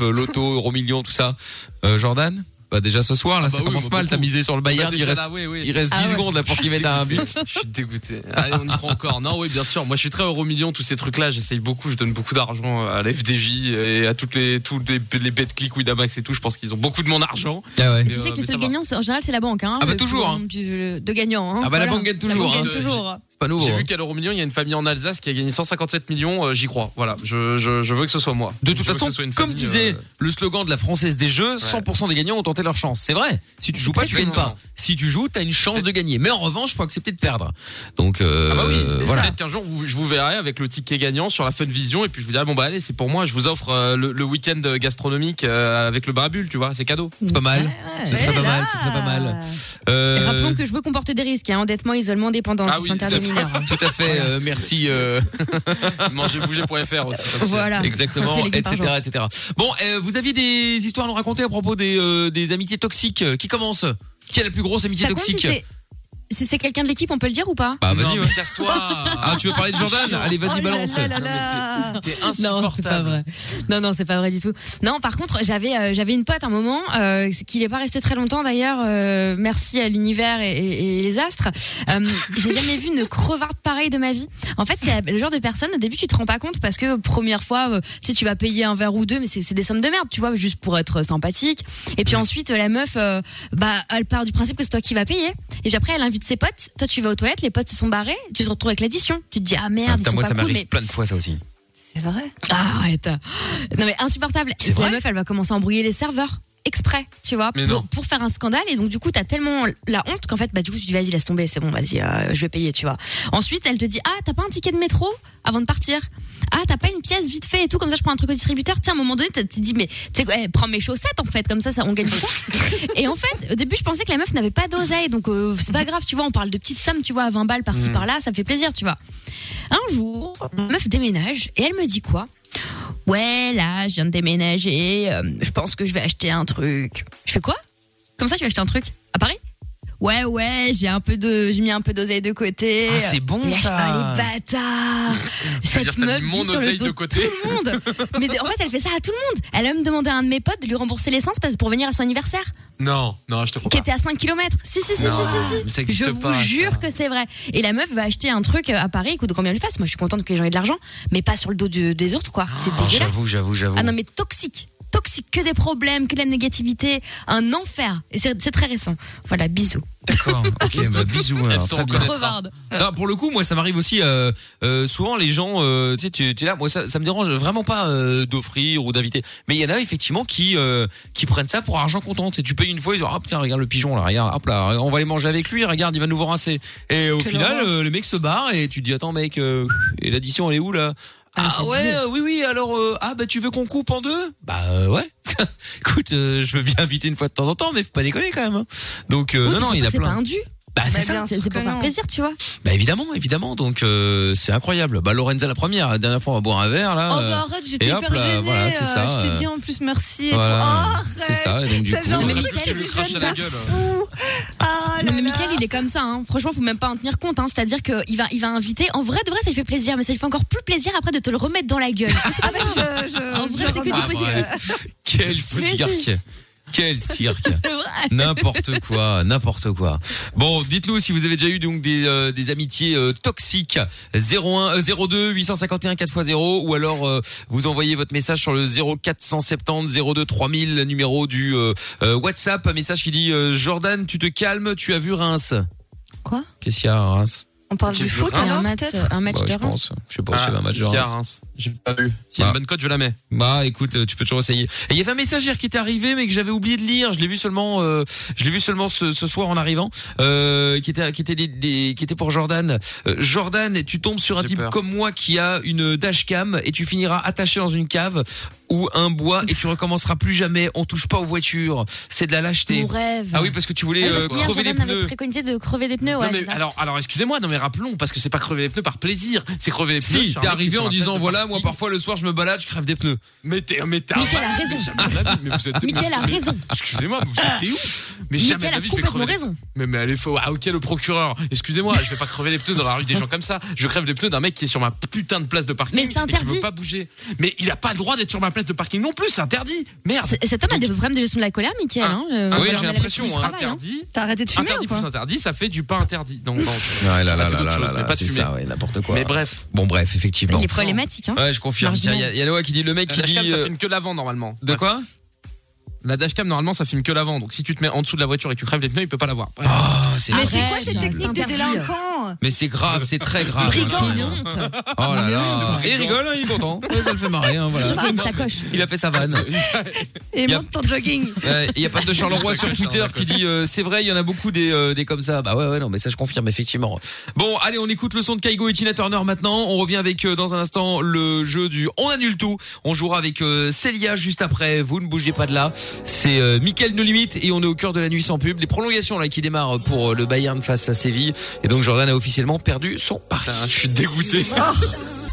Speaker 2: euh, loto, euro million, tout ça, Euh, Jordan Bah déjà ce soir, là,
Speaker 4: Ah,
Speaker 2: ça
Speaker 4: bah oui,
Speaker 2: commence
Speaker 4: bah,
Speaker 2: mal. T'as
Speaker 4: beaucoup.
Speaker 2: misé sur le
Speaker 4: Bah,
Speaker 2: Bayern, il
Speaker 4: déjà,
Speaker 2: reste,
Speaker 4: là, oui, oui.
Speaker 2: il reste
Speaker 4: Ah
Speaker 2: 10
Speaker 4: ouais.
Speaker 2: secondes là pour qu'il mette un
Speaker 4: Dégoûté.
Speaker 2: but.
Speaker 4: Je suis dégoûté. Allez, on y croit encore. Non, oui, bien sûr. Moi, je suis très euro million, tous ces trucs-là. J'essaye beaucoup. Je donne beaucoup d'argent à l'FDJ et à toutes les, tous les, les BetClick, Winamax et tout. Je pense qu'ils ont beaucoup de mon argent. euh,
Speaker 2: Ah
Speaker 5: Tu sais que les seuls gagnants, c'est- en général, c'est la banque. Hein,
Speaker 4: Ah bah
Speaker 5: le
Speaker 4: toujours,
Speaker 5: plus grand du- le- de gagnants. Hein,
Speaker 4: Ah bah la
Speaker 5: Voilà.
Speaker 4: banque gagne toujours,
Speaker 5: La banque
Speaker 2: euh,
Speaker 5: gagne
Speaker 4: hein.
Speaker 5: toujours.
Speaker 4: C'est pas
Speaker 2: nouveau,
Speaker 4: J'ai
Speaker 2: hein.
Speaker 4: vu qu'à l'euro million, il y a une famille en Alsace qui a gagné 157 millions. euh, J'y crois. Voilà. Je, je, je veux que ce soit euh, moi.
Speaker 2: De toute façon, comme disait le slogan de la française des jeux, 100% des gagnants ont tenté leur chance. C'est vrai. Si tu joues pas, tu gagnes pas. Si tu joues, t'as une chance de gagner. Mais en revanche, faut accepter de perdre. Donc euh,
Speaker 4: Ah bah oui,
Speaker 2: voilà.
Speaker 4: peut-être qu'un jour vous- je vous verrai avec le ticket gagnant sur la Fun Vision et puis je vous dirai bon bah allez c'est pour moi, je vous offre euh, le, le week-end gastronomique euh, avec le Brabul, tu vois, c'est cadeau.
Speaker 2: C'est pas mal. Ce serait pas mal. Ce serait pas mal. Euh,
Speaker 5: Rappelons que Ah, je veux comporter des risques. Hein, endettement, isolement, dépendance.
Speaker 2: ah
Speaker 5: c'est
Speaker 2: oui, tout à
Speaker 5: interdit
Speaker 2: fait.
Speaker 5: mineur.
Speaker 4: hein.
Speaker 2: Tout à fait. euh, merci. euh,
Speaker 4: Mangezbouger.fr aussi.
Speaker 5: Voilà.
Speaker 2: Exactement,
Speaker 5: Les
Speaker 2: etc.,
Speaker 5: gains par
Speaker 2: etc. Bon, euh, vous aviez des histoires à nous raconter à propos des, euh, des amitiés toxiques. Qui commence Qui a la plus grosse amitié
Speaker 5: Ça compte si
Speaker 2: toxique
Speaker 5: c'est- si c'est quelqu'un de l'équipe, on peut le dire ou pas
Speaker 2: Bah vas-y,
Speaker 4: Non,
Speaker 2: ouais.
Speaker 4: mais casse-toi.
Speaker 2: Ah, tu veux parler de Jordan Allez,
Speaker 5: Oh
Speaker 2: vas-y, balance.
Speaker 4: T'es
Speaker 5: Non, c'est pas vrai. Non, non, c'est pas vrai du tout. Non, par contre, j'avais, euh, j'avais une pote un moment euh, qui n'est pas restée très longtemps d'ailleurs. euh, merci à l'univers et, et- et les astres. Euh, j'ai jamais vu une crevarde pareille de ma vie. En fait, c'est le genre de personne. Au début, tu te rends pas compte parce que première fois, euh, tu sais, tu vas payer un verre ou deux, mais c'est, c'est des sommes de merde, tu vois, juste pour être sympathique. Et puis ensuite, euh, la meuf, euh, bah, elle part du principe que c'est toi qui vas payer. Et puis après, elle invite ses potes. Toi, tu vas aux toilettes, les potes se sont barrés, tu te retrouves avec l'addition. Tu te dis ah merde,
Speaker 2: Ah, putain,
Speaker 5: ils sont
Speaker 2: moi,
Speaker 5: pas
Speaker 2: ça
Speaker 5: cool,
Speaker 2: m'arrive
Speaker 5: mais
Speaker 2: plein de fois, ça aussi.
Speaker 3: C'est vrai.
Speaker 5: Arrête. Non mais insupportable.
Speaker 3: C'est
Speaker 5: la
Speaker 3: vrai
Speaker 5: meuf, elle va commencer à embrouiller les serveurs exprès, tu vois,
Speaker 3: Mais
Speaker 5: pour,
Speaker 3: non.
Speaker 5: pour faire un scandale. Et donc du coup, t'as tellement la honte qu'en fait, bah du coup, tu dis vas-y, laisse tomber, c'est bon, vas-y, euh, je vais payer, tu vois. Ensuite, elle te dit ah, t'as pas un ticket de métro avant de partir. Ah, t'as pas une pièce vite fait et tout, comme ça je prends un truc au distributeur. Tiens, à un moment donné, t'as- tu te dis, mais tu sais quoi, eh, prends mes chaussettes en fait, comme ça, ça on gagne du temps. et en fait, au début, je pensais que la meuf n'avait pas d'oseille, donc euh, c'est pas grave, tu vois, on parle de petites sommes, tu vois, à 20 balles par-ci
Speaker 12: Mm.
Speaker 5: par-là, ça me fait plaisir, tu vois. Un jour, la meuf déménage et elle me dit quoi Ouais, là, je viens de déménager, euh, je pense que je vais acheter un truc. Je fais quoi Comme ça, tu vas acheter un truc À Paris Ouais, ouais, j'ai un peu de, j'ai mis un peu d'oseille de côté.
Speaker 12: Ah, c'est bon,
Speaker 5: Lâche
Speaker 12: ça.
Speaker 5: pas les bâtards.
Speaker 4: dire
Speaker 5: Cette
Speaker 4: que t'as
Speaker 5: meuf
Speaker 4: mis mon
Speaker 5: vit sur le
Speaker 4: oseille
Speaker 5: dos
Speaker 4: de
Speaker 5: de,
Speaker 4: côté.
Speaker 5: tout le monde. Mais en fait, elle fait ça à tout le monde. Elle a même demandé à un de mes potes de lui rembourser l'essence parce- pour venir à son anniversaire
Speaker 4: Non, non, je te crois
Speaker 5: qui
Speaker 4: pas.
Speaker 5: était à 5 km. Si, si, si,
Speaker 4: Non,
Speaker 5: si, si,
Speaker 4: mais
Speaker 5: si.
Speaker 4: ça existe
Speaker 5: Je vous
Speaker 4: pas, ça.
Speaker 5: jure que c'est vrai. Et la meuf va acheter un truc euh, à Paris, écoute combien elle fasse. Moi, je suis contente que les gens aient de l'argent, mais pas sur le dos de- des autres, quoi. C'est
Speaker 2: Oh,
Speaker 5: dégueulasse.
Speaker 2: j'avoue, j'avoue, j'avoue.
Speaker 5: Ah non, mais toxique. Toxique, que des problèmes, que de la négativité, un enfer. Et c'est c'est très récent. Voilà, bisous.
Speaker 2: D'accord. Ok, bah, bisous. alors,
Speaker 4: se
Speaker 2: très bien.
Speaker 5: Crevarde.
Speaker 2: Non, pour le coup, moi, ça m'arrive aussi. euh, euh, souvent, les gens, euh, tu sais, tu tu es là. Moi, ça, ça me dérange vraiment pas euh, d'offrir ou d'inviter. Mais il y en a effectivement qui euh, qui prennent ça pour argent comptant. Tu sais, tu payes une fois, ils disent ah putain, regarde le pigeon là, regarde, hop là, on va aller manger avec lui. Regarde, il va nous rincer. Et au
Speaker 4: Quelle
Speaker 2: final,
Speaker 4: horreur.
Speaker 2: euh, le mec se barre et tu te dis attends mec, euh, et l'addition elle est où là Ah ouais, euh, oui oui. Alors euh, ah bah tu veux qu'on coupe en deux Bah euh, ouais. Écoute, euh, je veux bien inviter une fois de temps en temps, mais faut pas déconner quand même. hein. Donc euh, non
Speaker 5: Oui, puis
Speaker 2: non, il
Speaker 5: surtout
Speaker 2: a plein.
Speaker 5: que Oh, C'est pas un dû.
Speaker 2: Bah, c'est ça.
Speaker 5: C'est c'est pour faire plaisir, tu vois.
Speaker 2: Bah évidemment, évidemment. Donc euh, c'est incroyable. Bah Lorenza la première, la dernière fois on va boire un verre là.
Speaker 3: Oh
Speaker 2: euh,
Speaker 3: bah arrête, j'étais
Speaker 2: et hop
Speaker 3: hyper
Speaker 2: là,
Speaker 3: gênée.
Speaker 2: Voilà, c'est
Speaker 3: euh,
Speaker 2: ça.
Speaker 3: je t'ai
Speaker 2: euh,
Speaker 3: dit en plus merci et
Speaker 2: voilà,
Speaker 3: tout. Oh,
Speaker 2: c'est ça. Et donc du
Speaker 3: ça
Speaker 2: coup,
Speaker 3: genre,
Speaker 2: euh,
Speaker 3: mais Mickaël,
Speaker 4: Tu lui
Speaker 3: il est
Speaker 4: craches à
Speaker 3: jeune,
Speaker 4: la
Speaker 3: ça
Speaker 4: gueule.
Speaker 3: Ah
Speaker 5: non, mais Mickaël, il est comme ça. Hein. Franchement, faut même pas en tenir compte. Hein. C'est-à-dire qu'il va, il va inviter. En vrai, de vrai, ça lui fait plaisir, mais ça lui fait encore plus plaisir après de te le remettre dans la gueule. Ça, c'est pas grave. en vrai, c'est que du
Speaker 2: Ah,
Speaker 5: positif.
Speaker 2: bref. Quel cirque. Quel cirque.
Speaker 5: C'est vrai.
Speaker 2: N'importe quoi, n'importe quoi. Bon, dites-nous si vous avez déjà eu donc des, euh, des amitiés euh, toxiques 01 euh, 02 851 4x0 ou alors euh, vous envoyez votre message sur le 0470 02 3000 le numéro du euh, euh, WhatsApp, un message qui dit euh, Jordan, tu te calmes, tu as vu Reims.
Speaker 3: Quoi
Speaker 2: Qu'est-ce qu'il y a à Reims
Speaker 3: On parle
Speaker 4: J'ai
Speaker 3: du
Speaker 4: vu
Speaker 3: foot
Speaker 4: Reims.
Speaker 3: alors
Speaker 4: Un
Speaker 5: match,
Speaker 3: peut-être
Speaker 5: un match
Speaker 2: Ouais,
Speaker 5: de
Speaker 2: Bah, je
Speaker 5: Reims.
Speaker 2: pense, je sais pas,
Speaker 4: Ah,
Speaker 2: c'est un match de
Speaker 4: qu'est-ce qu'il y a à
Speaker 2: Reims.
Speaker 4: Reims J'ai pas vu. S'il y a une
Speaker 2: Bah.
Speaker 4: bonne cote, je la mets.
Speaker 2: Bah écoute, euh, tu peux toujours essayer. Et il y avait un messagère qui était arrivé mais que j'avais oublié de lire. Je l'ai vu seulement, euh, je l'ai vu seulement ce, ce soir en arrivant, euh, qui était qui était des- des- qui était pour Jordan. Euh, Jordan, tu tombes sur un type
Speaker 4: peur.
Speaker 2: comme moi qui a une dashcam et tu finiras attaché dans une cave ou un bois et tu recommenceras plus jamais. On touche pas aux voitures. C'est de la lâcheté.
Speaker 5: Mon rêve.
Speaker 2: Ah oui parce que tu voulais
Speaker 5: Oui, parce
Speaker 2: euh,
Speaker 5: qu'hier,
Speaker 2: crever les
Speaker 5: Jordan avait
Speaker 2: pneus.
Speaker 5: préconisé de crever des pneus.
Speaker 4: Non,
Speaker 5: Ouais,
Speaker 4: mais
Speaker 5: c'est ça.
Speaker 4: alors, alors excusez-moi, non mais rappelons, parce que c'est pas crever les pneus par plaisir, c'est crever les pneus.
Speaker 2: Si,
Speaker 4: sur un mec
Speaker 2: t'es
Speaker 4: qui
Speaker 2: arrivé
Speaker 4: fait
Speaker 2: en
Speaker 4: un
Speaker 2: disant
Speaker 4: test de
Speaker 2: voilà,
Speaker 4: parti.
Speaker 2: moi parfois le soir je me balade, je crève des pneus.
Speaker 4: Mais t'es, mais t'es.
Speaker 5: Mickaël a raison.
Speaker 4: Jamais de la vie, mais vous êtes-
Speaker 5: Mickaël a raison.
Speaker 4: Excusez-moi, vous êtes où Mais jamais de
Speaker 5: Mickaël
Speaker 4: la
Speaker 5: a
Speaker 4: vie, je vais
Speaker 5: complètement
Speaker 4: crever les-
Speaker 5: raison.
Speaker 4: Mais, mais elle est faux. Ah, ok, le procureur. Excusez-moi, je vais pas crever les pneus dans la rue des gens comme ça. Je crève les pneus d'un mec qui est sur ma putain de place de parking.
Speaker 5: Mais c'est
Speaker 4: et qui
Speaker 5: interdit.
Speaker 4: veut pas bouger. Mais il a pas le droit d'être sur ma place de parking non plus, c'est interdit. Merde.
Speaker 5: C- Cet
Speaker 2: Ah,
Speaker 5: homme a des problèmes de gestion de la colère, Mickaël. Hein. Euh,
Speaker 4: Ah
Speaker 5: on
Speaker 4: oui,
Speaker 5: va leur
Speaker 4: j'ai
Speaker 5: mettre
Speaker 4: l'impression,
Speaker 5: plus de
Speaker 4: hein,
Speaker 5: travail, hein.
Speaker 4: interdit.
Speaker 3: T'as arrêté de fumer
Speaker 4: Interdit
Speaker 3: ou pas
Speaker 4: plus interdit, ça fait du pain interdit. Donc, non,
Speaker 2: Ouais là là
Speaker 4: on a
Speaker 2: là
Speaker 4: fait
Speaker 2: là
Speaker 4: d'autres
Speaker 2: là
Speaker 4: choses,
Speaker 2: là,
Speaker 4: mais pas de
Speaker 2: c'est
Speaker 4: fumer.
Speaker 2: ça, ouais, n'importe quoi.
Speaker 4: Mais bref.
Speaker 2: Bon bref, effectivement.
Speaker 5: Il est problématique. Hein.
Speaker 2: Ouais, je confirme. Tiens, Il y, a- il y a Noah qui dit le mec
Speaker 4: La
Speaker 2: qui dit.
Speaker 4: dashcam, ça
Speaker 2: euh,
Speaker 4: filme que l'avant normalement.
Speaker 2: De quoi
Speaker 4: La dashcam normalement ça filme que l'avant. Donc si tu te mets en dessous de la voiture et que tu crèves les pneus, il peut pas la voir.
Speaker 2: Ah, c'est
Speaker 3: Mais c'est
Speaker 5: Arrête,
Speaker 3: quoi cette
Speaker 5: Jordan,
Speaker 3: technique
Speaker 5: c'est
Speaker 3: des
Speaker 5: interdit.
Speaker 3: délinquants
Speaker 2: mais c'est grave, c'est très grave.
Speaker 5: Brigand,
Speaker 2: Maxime.
Speaker 5: honte.
Speaker 2: Oh là
Speaker 5: Mais
Speaker 2: là.
Speaker 5: honte.
Speaker 2: Et il rigole, hein, il est content. Ouais, Ça le fait marrer, hein,
Speaker 5: Il
Speaker 2: voilà.
Speaker 5: a une sacoche.
Speaker 2: Il a fait sa vanne.
Speaker 3: Et
Speaker 2: Y a-
Speaker 3: monte ton jogging.
Speaker 2: Il y a pas de Charleroi sur Twitter qui dit euh, c'est vrai, il y en a beaucoup des euh, des comme ça. Bah ouais ouais non mais ça je confirme effectivement. Bon allez on écoute le son de Kaigo et Tina Turner maintenant. On revient avec euh, dans un instant le jeu du on annule tout. On jouera avec euh, Célia juste après. Vous ne bougez pas de là. C'est euh, Mickaël No Limite et on est au cœur de la nuit sans pub. Les prolongations là qui démarrent pour euh, le Bayern face à Séville et donc Jordan a officiellement perdu son pari.
Speaker 4: Je suis dégoûté.
Speaker 1: Oh.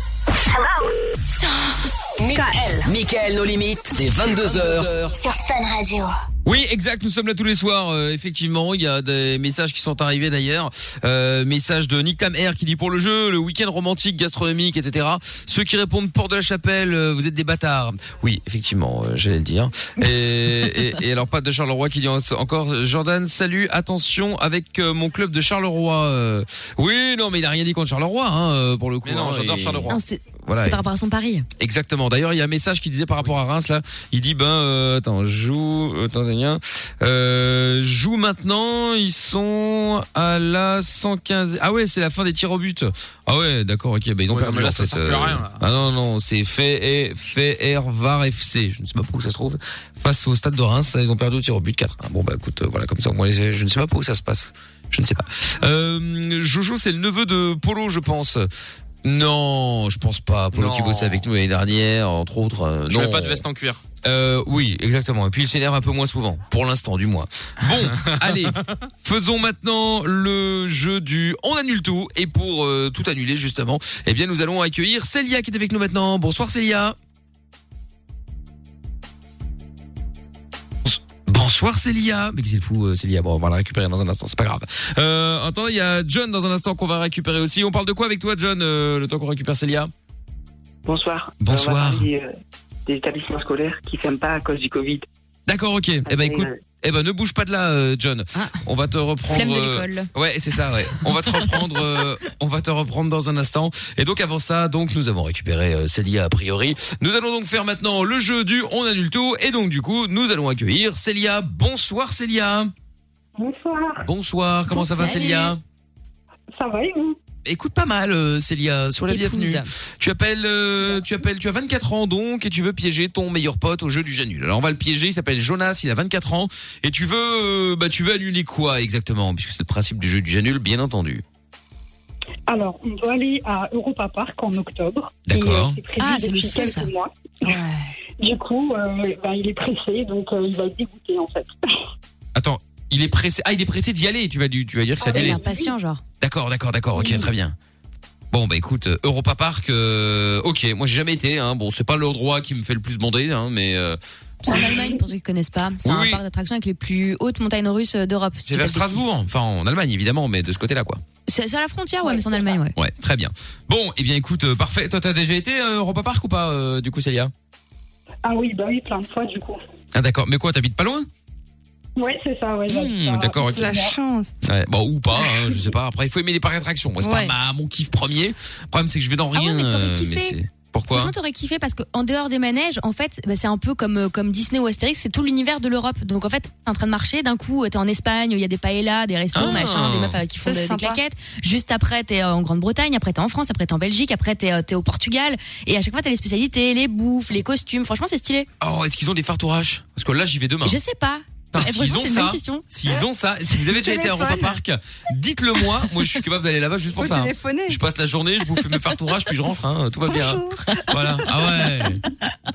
Speaker 12: Mickaël
Speaker 1: Michael nos limites, c'est 22h.
Speaker 12: sur Fun Radio.
Speaker 2: Oui, exact. Nous sommes là tous les soirs. euh, effectivement, il y a des messages qui sont arrivés d'ailleurs. Euh, message de Nick Tam Air qui dit pour le jeu, le week-end romantique, gastronomique, etc. Ceux qui répondent Port de la Chapelle, euh, vous êtes des bâtards. Oui, effectivement, euh, j'allais le dire. Et, et- et alors pas de Charleroi qui dit en- encore Jordan, salut, attention avec euh, mon club de Charleroi. euh. oui, non, mais il a rien dit contre Charleroi hein, euh, pour le coup.
Speaker 4: Mais non,
Speaker 2: hein,
Speaker 4: j'adore
Speaker 2: et-
Speaker 4: Charleroi.
Speaker 5: Non, C'était
Speaker 2: Voilà,
Speaker 5: c'était par rapport à son pari.
Speaker 2: Exactement. D'ailleurs, il y a un message qui disait par rapport à Reims là, il dit ben euh, attends, joue attendez, gna. Euh, joue maintenant, ils sont à la 115. Ah ouais, c'est la fin des tirs au but. Ah ouais, d'accord, ok, bah ils ont
Speaker 4: Ouais,
Speaker 2: perdu
Speaker 4: mais là,
Speaker 2: en
Speaker 4: ça
Speaker 2: fait,
Speaker 4: sert plus à rien, là.
Speaker 2: Ah non, non, c'est fait et fait var FC. Je ne sais pas pour où ça se trouve. Face au stade de Reims, ils ont perdu au tir au but 4. Bon bah écoute, euh, voilà, comme ça, au moins, les- je ne sais pas pour où ça se passe. Je ne sais pas. Euh, Jojo, c'est le neveu de Polo, je pense. Non, je pense pas. Polo qui
Speaker 4: Non.
Speaker 2: bossait avec nous l'année dernière, entre autres. euh,
Speaker 4: Je
Speaker 2: non.
Speaker 4: mets pas de veste en cuir.
Speaker 2: Euh, oui, exactement. Et puis il s'énerve un peu moins souvent, pour l'instant du moins. Bon, allez, faisons maintenant le jeu du on annule tout. Et pour euh, tout annuler justement, eh bien nous allons accueillir Célia qui est avec nous maintenant. Bonsoir Célia. Bonsoir Célia. Mais qui c'est le fou euh, Célia Bon, on va la récupérer dans un instant, c'est pas grave. Euh, attendez, il y a John dans un instant qu'on va récupérer aussi. On parle de quoi avec toi John euh, le temps qu'on récupère Célia
Speaker 7: Bonsoir.
Speaker 2: Bonsoir.
Speaker 7: On va parler, euh, des établissements scolaires qui ferment pas à cause du Covid.
Speaker 2: D'accord, ok. Eh ben écoute, eh ben ne bouge pas de là, euh, John. On va te
Speaker 7: Ah.
Speaker 2: reprendre.
Speaker 7: Flemme de
Speaker 2: euh,
Speaker 7: l'école.
Speaker 2: Ouais, c'est ça. Ouais. On va te reprendre. euh, on va te reprendre dans un instant. Et donc avant ça, donc nous avons récupéré euh, Célia a priori. Nous allons donc faire maintenant le jeu du on annule tout. Et donc du coup, nous allons accueillir Célia. Bonsoir Célia.
Speaker 13: Bonsoir.
Speaker 2: Bonsoir. Comment ça va
Speaker 13: Salut.
Speaker 2: Célia
Speaker 13: Ça va et vous
Speaker 2: Écoute pas mal euh, Célia, sois la
Speaker 13: Épouse.
Speaker 2: bienvenue. Tu appelles euh, tu appelles tu as 24 ans donc et tu veux piéger ton meilleur pote au jeu du Janul. Alors on va le piéger, il s'appelle Jonas, il a 24 ans et tu veux euh, bah tu veux annuler quoi exactement puisque c'est le principe du jeu du Janul bien entendu.
Speaker 13: Alors, on doit aller à Europa Park en octobre.
Speaker 2: D'accord.
Speaker 13: Et, euh, prévu
Speaker 5: Ah, c'est le
Speaker 13: depuis
Speaker 5: feu,
Speaker 13: quelques
Speaker 5: ça.
Speaker 13: Mois. Du coup, euh, ben, il est pressé, donc euh, il va être dégoûté en fait.
Speaker 2: Attends, il est pressé Ah, il est pressé d'y aller, tu vas du- tu vas dire que ça
Speaker 5: Il est
Speaker 2: annulé.
Speaker 5: impatient, genre.
Speaker 2: D'accord, d'accord, d'accord. OK, très bien. Bon bah écoute, euh, Europa Park euh, OK, moi j'ai jamais été hein. Bon, c'est pas le droit qui me fait le plus bander hein, mais euh,
Speaker 5: C'est en Allemagne, pour ceux qui connaissent pas. C'est
Speaker 2: Oui,
Speaker 5: un
Speaker 2: oui.
Speaker 5: parc d'attractions avec les plus hautes montagnes russes euh, d'Europe. si je
Speaker 2: c'est
Speaker 5: dis pas
Speaker 2: vers
Speaker 5: de bêtises.
Speaker 2: Strasbourg, enfin en Allemagne évidemment, mais de ce côté-là quoi.
Speaker 5: C'est c'est à la frontière, ouais, mais c'est en Allemagne, ouais.
Speaker 2: Ouais, très bien. Bon, eh bien écoute, euh, parfait. Toi, t'as déjà été euh, Europa Park ou pas, euh, du coup, Célia
Speaker 13: Ah oui, bah oui, plein de fois du coup.
Speaker 2: Ah d'accord, mais quoi, t'habites pas loin
Speaker 13: Ouais, c'est ça, ouais.
Speaker 2: Hmm, d'accord, ok. La
Speaker 3: chance.
Speaker 2: ouais, Bon, ou pas, hein, je sais pas. Après, il faut aimer les parcs d'attractions. Moi, c'est
Speaker 5: Ouais.
Speaker 2: pas ma- mon kiff premier. Le problème, c'est que je vais dans
Speaker 5: Ah ouais,
Speaker 2: rien.
Speaker 5: mais t'aurais
Speaker 2: euh,
Speaker 5: kiffé.
Speaker 2: c'est- Pourquoi
Speaker 5: Franchement, t'aurais kiffé parce qu'en dehors des manèges, en fait, bah, c'est un peu comme, euh, comme Disney ou Astérix, c'est tout l'univers de l'Europe. Donc en fait, t'es en train de marcher, d'un coup, euh, t'es en Espagne, il y a des paellas, des restos,
Speaker 14: Ah.
Speaker 5: machin, des meufs euh, qui font
Speaker 14: C'est
Speaker 5: de- des
Speaker 14: sympa.
Speaker 5: claquettes. Juste après, t'es euh, en Grande-Bretagne, après t'es en France, après t'es en Belgique, après t'es euh, t'es au Portugal. Et à chaque fois, t'as les spécialités, les bouffes, les costumes. Franchement, c'est stylé.
Speaker 2: Oh, est-ce qu'ils ont des fartourages Parce que là, j'y vais demain.
Speaker 5: Je sais pas.
Speaker 2: Putain,
Speaker 5: Eh,
Speaker 2: S'ils
Speaker 5: franchement,
Speaker 2: ont
Speaker 5: c'est une bonne
Speaker 2: ça,
Speaker 5: question.
Speaker 2: s'ils ont ça, si vous avez déjà été à Europa
Speaker 5: Téléphone.
Speaker 2: Park, dites-le moi. Moi, je suis capable d'aller là-bas juste pour
Speaker 5: Faut
Speaker 2: ça. hein.
Speaker 5: téléphoner.
Speaker 2: Je passe la journée, je bouffe mes fartourages, puis je rentre. hein, Tout va bien. hein. Voilà. Ah ouais.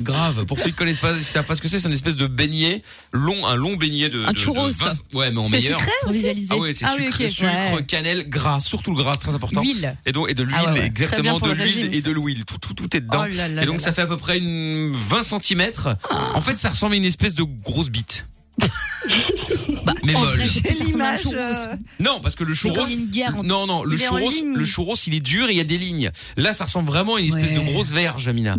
Speaker 2: Grave. Pour ceux qui connaissent pas, si ça pas ce que c'est, c'est une espèce de beignet long, un long beignet de.
Speaker 5: Un
Speaker 2: de- de
Speaker 5: churros.
Speaker 2: vingt- ouais, mais en
Speaker 5: C'est
Speaker 2: meilleur.
Speaker 5: sucré Pour aussi visualiser.
Speaker 2: Ah ouais, c'est
Speaker 5: Ah oui,
Speaker 2: sucré,
Speaker 5: ok.
Speaker 2: sucre,
Speaker 5: Ouais.
Speaker 2: cannelle, gras, surtout le gras, c'est très important.
Speaker 5: L'huile.
Speaker 2: Et donc et de l'huile,
Speaker 5: Ah ouais, ouais. Très bien
Speaker 2: exactement
Speaker 5: pour
Speaker 2: de
Speaker 5: le régime,
Speaker 2: l'huile et de l'huile. Tout, tout, tout est dedans.
Speaker 5: Oh là là
Speaker 2: et donc
Speaker 5: là
Speaker 2: ça
Speaker 5: là.
Speaker 2: fait à peu près une 20 cm. En fait, ça ressemble à une espèce de grosse bite. mais molle.
Speaker 5: l'image.
Speaker 3: euh,
Speaker 2: Non, parce que le
Speaker 5: C'est
Speaker 2: churros.
Speaker 5: comme une guerre en-
Speaker 2: Non, non, le
Speaker 5: Il est en
Speaker 2: churros,
Speaker 5: ligne.
Speaker 2: le churros, il est dur et il y a des lignes. Là, ça ressemble vraiment à une espèce de grosse verge, Amina.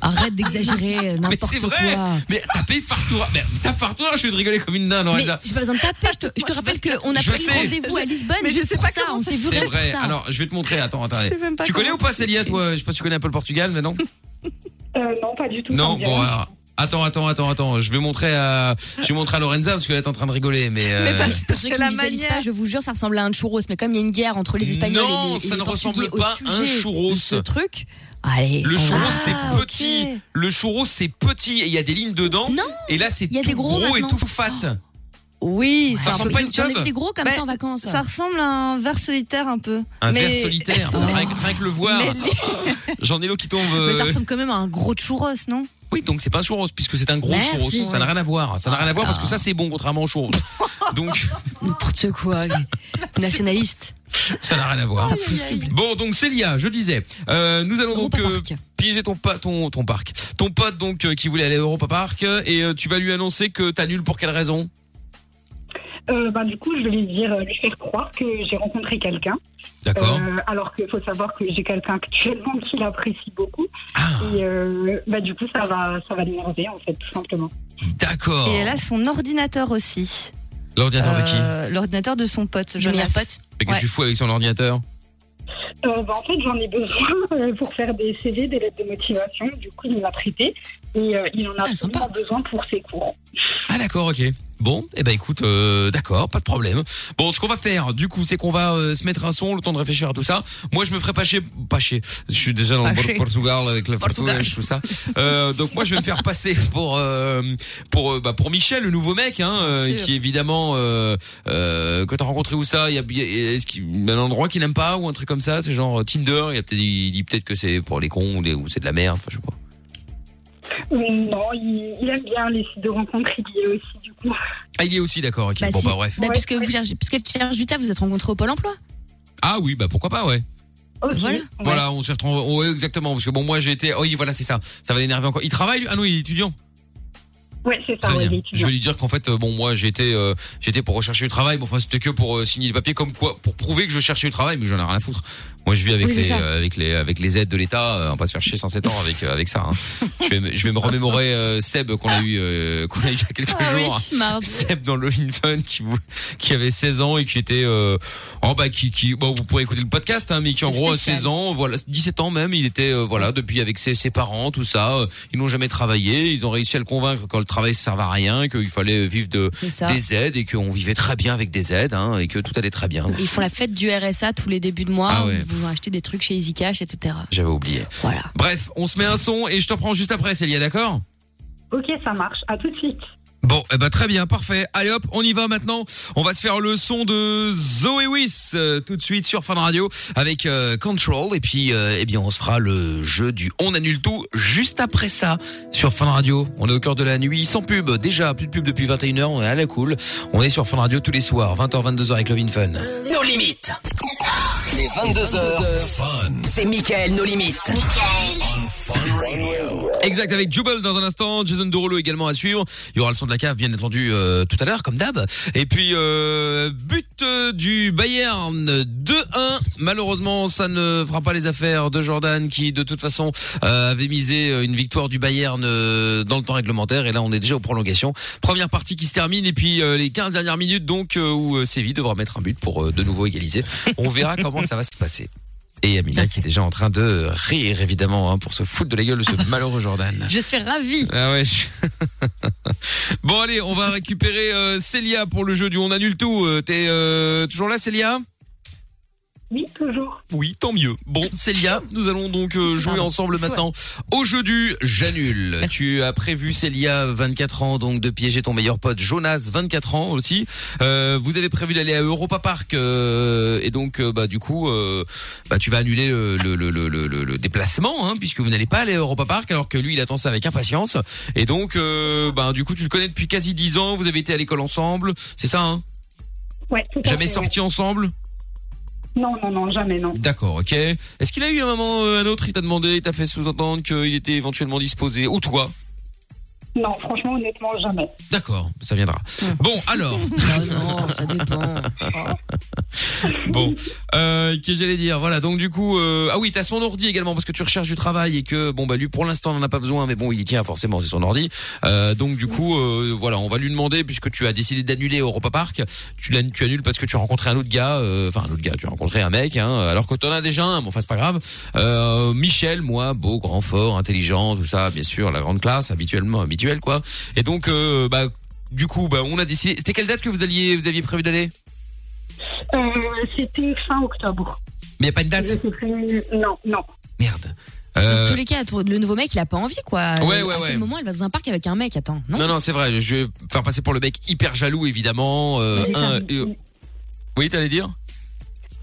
Speaker 5: Arrête d'exagérer,
Speaker 2: Mais
Speaker 5: n'importe
Speaker 2: c'est
Speaker 5: quoi.
Speaker 2: vrai! Mais tapez partout! Mais tape partout! Je vais te rigoler comme une dinde,
Speaker 5: Mais
Speaker 2: Lorenza.
Speaker 5: j'ai pas besoin de taper. Je te, je te rappelle qu'on a
Speaker 2: Je
Speaker 5: pris
Speaker 2: sais.
Speaker 5: rendez-vous à Lisbonne.
Speaker 3: Mais je
Speaker 5: juste
Speaker 3: sais
Speaker 5: pour
Speaker 3: pas
Speaker 5: ça.
Speaker 3: comment
Speaker 5: On s'est vu
Speaker 2: C'est
Speaker 5: rien que
Speaker 2: vrai.
Speaker 5: pour ça.
Speaker 2: Alors, je vais te montrer. Attends, attends.
Speaker 3: sais même pas
Speaker 2: Tu connais ou
Speaker 3: comment
Speaker 2: pas
Speaker 3: ça
Speaker 2: Célia, toi? Je sais pas si tu connais un peu le Portugal, mais non?
Speaker 13: Euh, non, pas du tout. ça
Speaker 2: Non,
Speaker 13: me dit rien.
Speaker 2: bon, alors. Attends, attends, attends, attends. Je vais montrer à, je vais montrer à Lorenza parce qu'elle est en train de rigoler, mais. euh,
Speaker 5: pour ceux qui ne visualisent pas, je vous jure, ça ressemble à un churros. Mais comme il y a une guerre entre les Espagnols et les
Speaker 2: Non,
Speaker 5: et
Speaker 2: ça
Speaker 5: les
Speaker 2: ne
Speaker 5: Portugais
Speaker 2: ressemble
Speaker 5: au
Speaker 2: pas à un
Speaker 5: sujet de
Speaker 2: churros.
Speaker 5: Ce truc. Allez,
Speaker 2: Le
Speaker 5: on
Speaker 2: churros
Speaker 5: va- Ah,
Speaker 2: c'est petit, le churros c'est petit et il y a des lignes dedans. et là c'est
Speaker 5: il y a
Speaker 2: tout
Speaker 5: des gros
Speaker 2: gros et
Speaker 5: maintenant.
Speaker 2: tout fat.
Speaker 3: Oui,
Speaker 2: ça ressemble pas à une
Speaker 5: J'en ai vu
Speaker 2: tub.
Speaker 5: des gros comme
Speaker 3: Bah,
Speaker 5: ça en vacances.
Speaker 3: Ça ressemble à un ver solitaire un peu.
Speaker 2: Un
Speaker 3: Mais-
Speaker 2: verre solitaire, rien, que- rien que le voir. J'en ai l'eau qui tombe.
Speaker 3: Mais ça
Speaker 2: euh,
Speaker 3: ressemble quand même à un gros churros, non
Speaker 2: Oui, donc c'est pas un churros puisque c'est un gros
Speaker 3: Merci.
Speaker 2: churros. Ça n'a rien à voir. Ça n'a rien à voir parce
Speaker 5: Ah.
Speaker 2: que ça c'est bon contrairement au churros. donc
Speaker 5: N'importe quoi. Nationaliste.
Speaker 2: ça n'a rien à voir. Bon, donc Célia, je disais, euh, nous allons donc euh, piéger ton pa- ton ton parc, ton pote donc euh, qui voulait aller à Europa Park euh, et euh, tu vas lui annoncer que t'annules pour quelle raison
Speaker 13: Euh, ben, du coup, je vais lui dire, euh, lui faire croire que j'ai rencontré quelqu'un.
Speaker 2: D'accord.
Speaker 13: Euh, alors qu'il faut savoir que j'ai quelqu'un actuellement qui l'apprécie beaucoup.
Speaker 2: Ah.
Speaker 13: Et euh, bah, du coup, ça va, ça va l'énerver, en fait, tout simplement.
Speaker 2: D'accord.
Speaker 3: Et Euh, elle a son ordinateur aussi.
Speaker 2: L'ordinateur de qui
Speaker 3: Euh, L'ordinateur de son pote. Jonas.
Speaker 2: Mais qu'est-ce que tu fous avec son ordinateur
Speaker 13: Euh, bah, en fait, j'en ai besoin euh, pour faire des CV, des lettres de motivation. Du coup, il m'a prêté et euh, il en a absolument besoin pour ses cours.
Speaker 2: Ah d'accord, ok. Bon, eh ben écoute, euh, d'accord, pas de problème. Bon, ce qu'on va faire, du coup, c'est qu'on va euh, se mettre un son, le temps de réfléchir à tout ça. Moi, je me ferai pas chier, pas chier. Je suis déjà dans le
Speaker 4: Pas chier.
Speaker 2: Port- Portugal avec le
Speaker 4: Ah, Portugal.
Speaker 2: Portugal, tout ça. Euh, donc moi, je vais me faire passer pour euh, pour euh, bah, pour Michel, le nouveau mec, hein, euh,
Speaker 4: Bien sûr.
Speaker 2: qui évidemment euh, euh, quand t'as rencontré où ça, il y a, il y a- est-ce qu'il y a un endroit qu'il n'aime pas ou un truc comme ça, c'est genre euh, Tinder. Il, y a peut-être- il dit peut-être que c'est pour les cons ou, les- ou c'est de la merde, enfin je sais pas.
Speaker 13: Euh, Non, il, il aime bien les sites de rencontres. Il y est aussi, du coup.
Speaker 2: Ah, il y est aussi, d'accord. ok.
Speaker 5: Bah,
Speaker 2: bon
Speaker 5: si.
Speaker 2: bah bref.
Speaker 5: Bah, puisque, vous cherchez, puisque tu cherches du taf, vous êtes rencontrés au Pôle emploi.
Speaker 2: Ah oui, bah pourquoi pas, ouais.
Speaker 5: Voilà.
Speaker 2: Voilà, on se retrouve. ouais, exactement, parce que bon, moi j'ai été. Oh oui, voilà, c'est ça. Ça va l'énerver encore. Il travaille lui Ah non, il est étudiant.
Speaker 13: Ouais,
Speaker 4: Ah
Speaker 13: c'est
Speaker 2: ça. Je vais lui dire qu'en fait, euh, bon, moi j'étais, euh, j'étais pour rechercher du travail. Bon, enfin, c'était que pour euh, signer des papiers, comme quoi, pour prouver que je cherchais du travail, mais j'en ai rien à foutre. Moi, je vis avec
Speaker 4: Oui, c'est
Speaker 2: les,
Speaker 4: ça.
Speaker 2: euh, avec les, avec les aides de l'État. euh, on va se faire chier 107 ans avec, euh, avec ça. hein. je vais, me- je vais me remémorer euh, Seb qu'on a eu, euh, qu'on a eu il y a quelques
Speaker 4: Ah
Speaker 2: jours. Seb dans Love in Fun qui, vou- qui avait 16 ans et qui était euh, en bas qui, qui bon vous pourrez écouter le podcast hein, mais qui en gros à 16 ans voilà 17 ans même il était euh, voilà depuis avec ses, ses parents tout ça euh, ils n'ont jamais travaillé ils ont réussi à le convaincre que le travail ça servait à rien qu'il fallait vivre de
Speaker 5: ça.
Speaker 2: des aides et qu'on vivait très bien avec des aides hein, et que tout allait très bien
Speaker 5: Ils font la fête du RSA tous les débuts de mois.
Speaker 2: Ah ouais.
Speaker 5: Vous achetez des trucs chez Easy Cash, etc.
Speaker 2: j'avais oublié bref on se met un son et je te reprends juste après Célia d'accord
Speaker 13: Ok, ça marche. À tout de suite.
Speaker 2: Bon, eh ben, très bien, parfait. Allez hop, on y va maintenant. On va se faire le son de Zoé Wiss euh, tout de suite sur Fun Radio avec euh, Control. Et puis, euh, eh bien, on se fera le jeu du On annule tout juste après ça sur Fun Radio. On est au cœur de la nuit, sans pub. Déjà, plus de pub depuis 21h, on est à la cool. On est sur Fun Radio tous les soirs, 20h, 22h avec Lovin Fun.
Speaker 1: Nos limites. Les 22h. C'est Michael, nos limites.
Speaker 2: Exact, avec Jubal dans un instant, Jason Derulo également à suivre. Il y aura le son de la cave, bien entendu, euh, tout à l'heure, comme d'hab. Et puis, euh, but euh, du Bayern 2-1. Malheureusement, ça ne fera pas les affaires de Jordan, qui de toute façon euh, avait misé euh, une victoire du Bayern euh, dans le temps réglementaire. Et là, on est déjà aux prolongations. Première partie qui se termine, et puis euh, les 15 dernières minutes, donc, euh, où euh, Séville devra mettre un but pour euh, de nouveau égaliser. On verra comment ça va se passer. Et Amina qui est déjà en train de rire évidemment hein, pour se foutre de la gueule de ce malheureux Jordan.
Speaker 5: Je suis ravie.
Speaker 2: Ah ouais. je- bon allez, on va récupérer euh, Célia pour le jeu du on annule tout. Euh, T'es euh, toujours là Célia
Speaker 13: Oui, toujours.
Speaker 2: Oui, tant mieux. Bon Célia, nous allons donc euh, jouer
Speaker 4: Pardon.
Speaker 2: ensemble
Speaker 4: Ouais.
Speaker 2: maintenant au jeu du j'annule. Tu as prévu Célia 24 ans donc de piéger ton meilleur pote Jonas 24 ans aussi. Euh, vous avez prévu d'aller à Europa Park euh, et donc euh, bah du coup euh, bah tu vas annuler le, le, le, le, le- le- le déplacement hein, puisque vous n'allez pas aller à Europa Park alors que lui il attend ça avec impatience et donc euh, bah du coup tu le connais depuis quasi 10 ans, vous avez été à l'école ensemble, c'est ça hein
Speaker 13: Ouais, tout à
Speaker 2: Jamais
Speaker 13: fait, ouais.
Speaker 2: sorti ensemble
Speaker 13: Non, non, non, jamais, non.
Speaker 2: D'accord, ok. Est-ce qu'il a eu un moment, euh, un autre, il t'a demandé, il t'a fait sous-entendre qu'il était éventuellement disposé, ou toi
Speaker 13: Non, franchement, honnêtement, jamais.
Speaker 2: D'accord, ça viendra. Bon, alors.
Speaker 5: non, ça dépend.
Speaker 2: bon, euh, qu'est-ce que j'allais dire Voilà, donc du coup, euh, ah oui, t'as son ordi également parce que tu recherches du travail et que bon bah lui pour l'instant on en a pas besoin, mais bon il y tient forcément c'est son ordi. Euh, donc du coup, euh, voilà, on va lui demander puisque tu as décidé d'annuler Europa Park, tu, l'ann- tu annules parce que tu as rencontré un autre gars, euh, enfin un autre gars, tu as rencontré un mec, hein, alors que t'en as déjà un, mais enfin c'est pas grave. Euh, Michel, moi, beau, grand, fort, intelligent, tout ça, bien sûr, la grande classe, habituellement habituel quoi. Et donc euh, bah du coup, bah on a décidé. C'était quelle date que vous alliez, vous aviez prévu d'aller
Speaker 13: Euh, C'était fin octobre.
Speaker 2: Mais y a pas une
Speaker 13: date Non, non.
Speaker 2: Euh,
Speaker 5: Dans tous les cas, toi, le nouveau mec, il a pas envie, quoi.
Speaker 2: Ouais,
Speaker 5: Euh,
Speaker 2: ouais,
Speaker 5: à
Speaker 2: ouais.
Speaker 5: quel moment elle va dans un parc avec un mec Attends, non
Speaker 2: Non, non, c'est vrai. Je vais faire passer pour le mec hyper jaloux, évidemment. euh,
Speaker 5: Mais c'est ça.
Speaker 2: un- et, euh, Oui, t'allais dire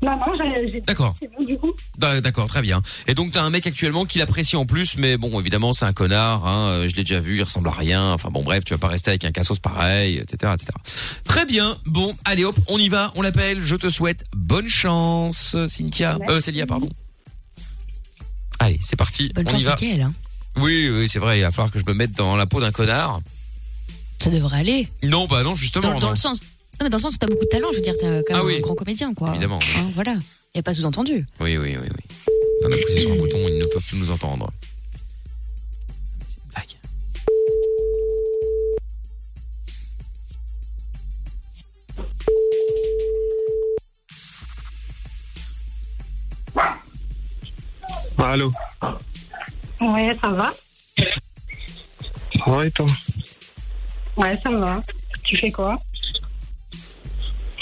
Speaker 13: Non, non, j'ai. j'ai-
Speaker 2: D'accord.
Speaker 13: C'est bon, du coup.
Speaker 2: D'ac- D'accord, très bien. Et donc, t'as un mec actuellement qui l'apprécie en plus, mais bon, évidemment, c'est un connard. hein, euh, je l'ai déjà vu, il ressemble à rien. Enfin bon, bref, tu vas pas rester avec un cassos pareil, etc., etc. Très bien. Bon, allez hop, on y va, on l'appelle. Je te souhaite bonne chance, Cynthia. Euh, Célia, pardon. Allez, c'est parti.
Speaker 5: Bonne
Speaker 2: on
Speaker 5: chance,
Speaker 2: y va.
Speaker 5: Mickaël, hein.
Speaker 2: Oui, oui, c'est vrai. Il va falloir que je me mette dans la peau d'un connard.
Speaker 5: Ça devrait aller.
Speaker 2: Non, bah non, justement.
Speaker 5: Dans
Speaker 2: non. Ah
Speaker 5: le sens. Non, mais dans le sens où t'as beaucoup de talent, je veux dire, t'es quand même un grand comédien, quoi.
Speaker 2: Évidemment.
Speaker 5: Hein, voilà. Y a pas sous-entendu.
Speaker 2: Oui, oui, oui, oui. On a poussé sur un bouton, ils ne peuvent plus nous entendre.
Speaker 9: Allô
Speaker 13: Ouais, ça va
Speaker 9: Ouais, et toi
Speaker 13: Ouais, ça va. Tu fais quoi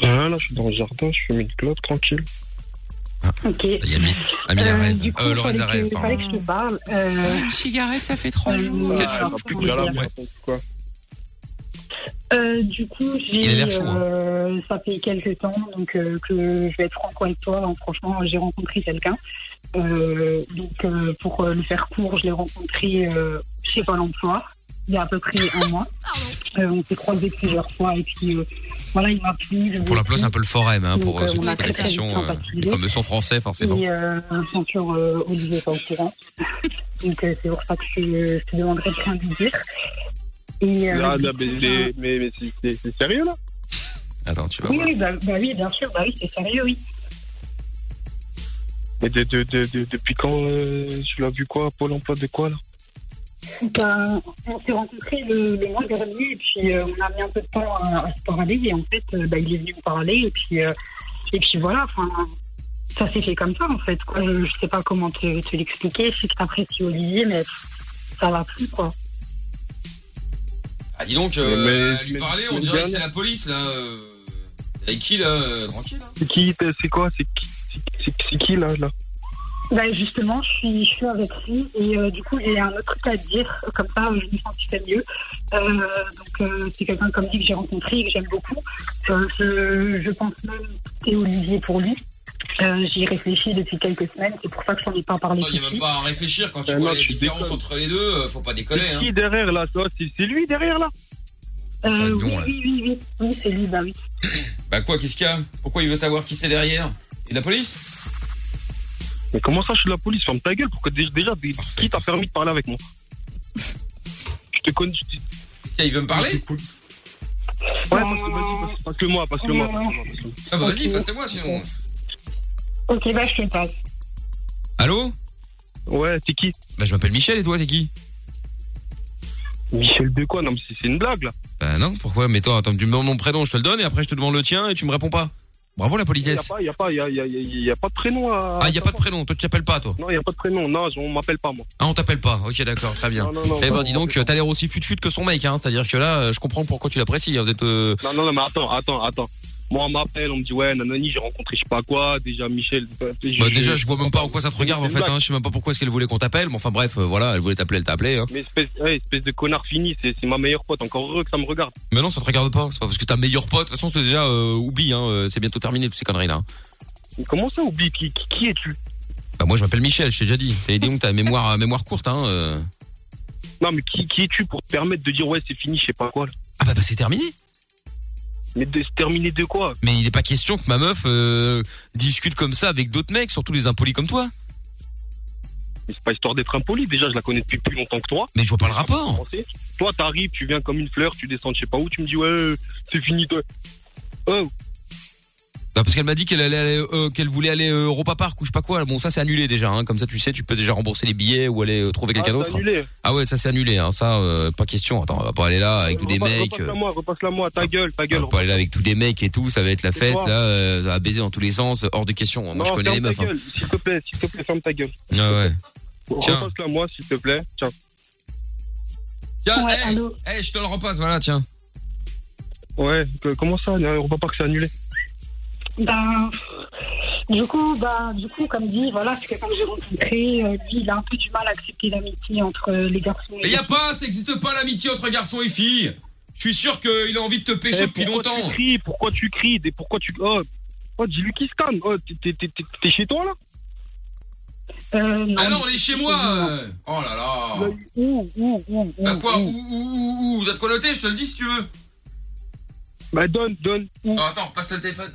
Speaker 9: Ah, Là, je suis dans le jardin, je fume une clope, tranquille.
Speaker 2: Ah.
Speaker 13: Ok.
Speaker 2: Amélie
Speaker 13: Euh,
Speaker 2: Arène.
Speaker 13: du coup,
Speaker 2: Euh, Laurent
Speaker 13: il fallait
Speaker 2: Arène,
Speaker 13: que- il
Speaker 2: pardon.
Speaker 13: fallait que je te parle.
Speaker 2: Cigarette, ça fait trois jours.
Speaker 13: Euh, du coup,
Speaker 2: Il a
Speaker 13: j'ai,
Speaker 2: l'air chaud, hein.
Speaker 13: euh, ça fait quelques temps donc euh, que je vais être franco avec toi. hein, franchement, j'ai rencontré quelqu'un. Euh, donc, euh, pour euh, le faire court, je l'ai rencontré euh, chez Pôle Emploi il y a à peu près un mois. Euh, on s'est croisés plusieurs fois et puis euh, voilà, il m'a plu. je
Speaker 2: Pour
Speaker 13: l'ai
Speaker 2: l'emploi,
Speaker 13: plu.
Speaker 2: c'est un peu le forêt, hein,
Speaker 13: Donc,
Speaker 2: pour euh,
Speaker 13: euh,
Speaker 2: ceux
Speaker 13: on
Speaker 2: qui
Speaker 13: a
Speaker 2: se connaissent
Speaker 13: très,
Speaker 2: pas,
Speaker 13: très vite
Speaker 2: euh,
Speaker 13: sympathisé.
Speaker 2: les fameux sont français, forcément.
Speaker 13: Et euh, bien sûr, euh, Olivier n'est pas au courant. Donc, euh, c'est pour ça que je, je te demanderai de rien lui dire. Et, euh,
Speaker 9: Ah,
Speaker 13: du
Speaker 9: non,
Speaker 13: coup,
Speaker 9: mais,
Speaker 13: euh,
Speaker 9: c'est- mais, mais c'est- c'est- c'est sérieux là
Speaker 2: Attends, tu
Speaker 13: oui, oui, bah, bah oui, bien sûr, bah oui, c'est sérieux, oui.
Speaker 9: Mais de- de- de- de- depuis quand euh, tu l'as vu quoi Pôle emploi de quoi là
Speaker 13: Bah, on s'est rencontrés le, le mois dernier et puis euh, on a mis un peu de temps à, à se parler et en fait, euh, bah, il est venu me parler et puis, euh, et puis voilà, enfin, ça s'est fait comme ça en fait. Quoi. Je, je sais pas comment te, te l'expliquer, je sais que t'apprécies Olivier, mais pff, ça va plus quoi.
Speaker 2: Ah, dis donc,
Speaker 9: euh,
Speaker 2: euh,
Speaker 9: Mais- à lui
Speaker 2: lui
Speaker 9: mais-
Speaker 2: parler,
Speaker 9: parler,
Speaker 2: on
Speaker 9: on mais-
Speaker 2: dirait
Speaker 9: dirait
Speaker 2: que
Speaker 9: que
Speaker 2: c'est la police, là. euh. Avec qui, là Tranquille. hein.
Speaker 9: C'est qui euh, C'est quoi C'est qui, c'est- c'est- c'est qui là, là
Speaker 13: Bah, justement, je suis, je suis avec lui et euh, du coup, j'ai un autre truc à te dire, comme ça, je me sentirais mieux. Euh, donc, euh, c'est quelqu'un comme dit que j'ai rencontré et que j'aime beaucoup. Euh, je, je pense même quitter Olivier pour lui. Euh, J'y réfléchis depuis quelques semaines, c'est pour ça que j'en ai pas parlé.
Speaker 2: Oh, Il n'y a même pas à réfléchir quand tu
Speaker 9: Ah,
Speaker 2: vois
Speaker 9: non,
Speaker 2: les
Speaker 9: tu
Speaker 2: différences
Speaker 9: déconnes.
Speaker 2: entre les deux, euh, faut pas décoller.
Speaker 9: C'est
Speaker 2: Hein.
Speaker 9: qui derrière là toi C'est c'est lui derrière là
Speaker 13: Euh,
Speaker 2: nom,
Speaker 13: oui,
Speaker 2: là.
Speaker 13: oui, oui, oui, oui, c'est lui, bah oui.
Speaker 2: Bah quoi, qu'est-ce qu'il y a Pourquoi il veut savoir qui c'est derrière Et la police
Speaker 9: Mais comment ça, je suis de la police Ferme ta gueule, pourquoi dé- déjà, dé- qui t'a permis de parler avec moi Je te connais. je te-
Speaker 2: Qu'est-ce qu'il veut me parler
Speaker 9: Ouais, parce que bah, vas-y, passe- passe-le moi, passe-le moi.
Speaker 2: Ah bah
Speaker 13: Euh,
Speaker 2: vas-y,
Speaker 13: Ok.
Speaker 2: passe-le-moi sinon.
Speaker 13: Ok, bah je te passe.
Speaker 2: Allô
Speaker 9: Ouais, t'es qui
Speaker 2: Bah je m'appelle Michel et toi, t'es qui
Speaker 9: Michel de quoi Non, mais c'est- c'est une blague là.
Speaker 2: Bah non, pourquoi Mais toi, attends, tu me demandes mon prénom, je te le donne et après je te demande le tien et tu me réponds pas. Bravo
Speaker 9: Il n'y
Speaker 2: la
Speaker 9: a,
Speaker 2: politesse.
Speaker 9: pas- y a, pas- y a, y a- y a pas de prénom à.
Speaker 2: Ah, il y a pas de prénom, toi tu t'appelles pas toi
Speaker 9: Non, il n'y a pas de prénom, non, on m'appelle pas moi.
Speaker 2: Ah, on t'appelle pas. Ok, d'accord, très bien.
Speaker 9: Non, non, non,
Speaker 2: eh ben
Speaker 9: non,
Speaker 2: dis
Speaker 9: non,
Speaker 2: donc,
Speaker 9: non.
Speaker 2: t'as l'air aussi fut-fut que son mec, hein. C'est-à-dire que là, euh, je comprends pourquoi tu l'apprécies. hein, Vous êtes. euh,
Speaker 9: Non, non, non, mais attends, attends, attends. Moi, on m'appelle, on me dit, ouais, nanani, j'ai rencontré je sais pas quoi, déjà Michel. bah,
Speaker 2: Bah, déjà, je vois même pas en quoi ça te regarde en fait. Hein. Je sais même pas pourquoi est-ce qu'elle voulait qu'on t'appelle. Mais enfin bref, euh, voilà, elle voulait t'appeler, elle t'a appelé. Hein.
Speaker 9: Mais espèce, ouais, espèce de connard fini, c'est c'est ma meilleure pote, encore heureux que ça me regarde.
Speaker 2: Mais non, ça te regarde pas. C'est pas parce que t'as meilleur pote. De toute façon, c'est déjà euh, oublie. Hein. euh, C'est bientôt terminé toutes ces hein. conneries là.
Speaker 9: Mais comment ça, oublie Qui, qui, qui es-tu
Speaker 2: Bah moi, je m'appelle Michel. Je t'ai déjà dit. T'as dit donc t'as mémoire euh, mémoire courte. Hein. euh.
Speaker 9: Non, mais qui, qui es-tu pour te permettre de dire, ouais, c'est fini, je sais pas quoi là.
Speaker 2: Ah bah, bah c'est terminé.
Speaker 9: Mais de se terminer de quoi
Speaker 2: Mais il est pas question que ma meuf euh, discute comme ça avec d'autres mecs, surtout les impolis comme toi.
Speaker 9: Mais c'est pas histoire d'être impoli, déjà, je la connais depuis plus longtemps que toi.
Speaker 2: Mais je vois pas le rapport.
Speaker 9: Français. Toi, t'arrives, tu viens comme une fleur, tu descends de je sais pas où, tu me dis, ouais, euh, c'est fini, toi. Oh,
Speaker 2: Bah, parce qu'elle m'a dit qu'elle allait aller, euh, qu'elle voulait aller euh, Europa Park ou je sais pas quoi. Bon ça c'est annulé déjà. Hein. Comme ça tu sais tu peux déjà rembourser les billets ou aller euh, trouver quelqu'un
Speaker 9: Ah,
Speaker 2: d'autre.
Speaker 9: c'est annulé.
Speaker 2: Ah ouais ça c'est annulé. Hein. Ça euh, pas question. Attends on va pas aller là avec tous des
Speaker 9: repasse-
Speaker 2: mecs. euh, Ah,
Speaker 9: Repasse-la moi, repasse-la moi, ta gueule, ta
Speaker 2: on
Speaker 9: gueule.
Speaker 2: va pas aller là avec tous des mecs et tout. Ça va être la
Speaker 9: C'est
Speaker 2: fête
Speaker 9: toi.
Speaker 2: là. euh, ça va baiser dans tous les sens. Hors de question. Moi je connais les
Speaker 9: ferme ta
Speaker 2: meufs. hein.
Speaker 9: gueule, S'il te plaît, s'il te plaît, ferme ta gueule.
Speaker 2: Ah ouais. Tiens.
Speaker 9: Repasse-la moi, s'il te plaît. Tiens.
Speaker 2: Tiens hey, hey, je te le repasse voilà tiens.
Speaker 9: Ouais, que- comment ça On repas pas que c'est annulé.
Speaker 13: Ben, du coup, ben, du coup, comme dit, voilà, c'est quelqu'un que j'ai rencontré. euh, lui, il a un peu du mal à accepter l'amitié entre euh, les garçons.
Speaker 2: Il y a pas ça existe pas l'amitié entre garçons et filles. Je suis sûr qu'il a envie de te pêcher
Speaker 9: Eh,
Speaker 2: depuis
Speaker 9: pourquoi
Speaker 2: longtemps.
Speaker 9: Tu cries, pourquoi tu cries des- Pourquoi tu. Oh, oh dis-lui qui se calme. Oh, t'es- t'es- t'es t'es- t'es chez toi là
Speaker 13: Euh, non,
Speaker 2: Ah non on est chez moi. euh. Oh là là.
Speaker 9: Où, où, où, où
Speaker 2: Bah quoi, où, où, où, où, où T'as de quoi noter, je te le dis si tu veux.
Speaker 9: Bah donne, donne.
Speaker 2: Oh, attends, passe le téléphone.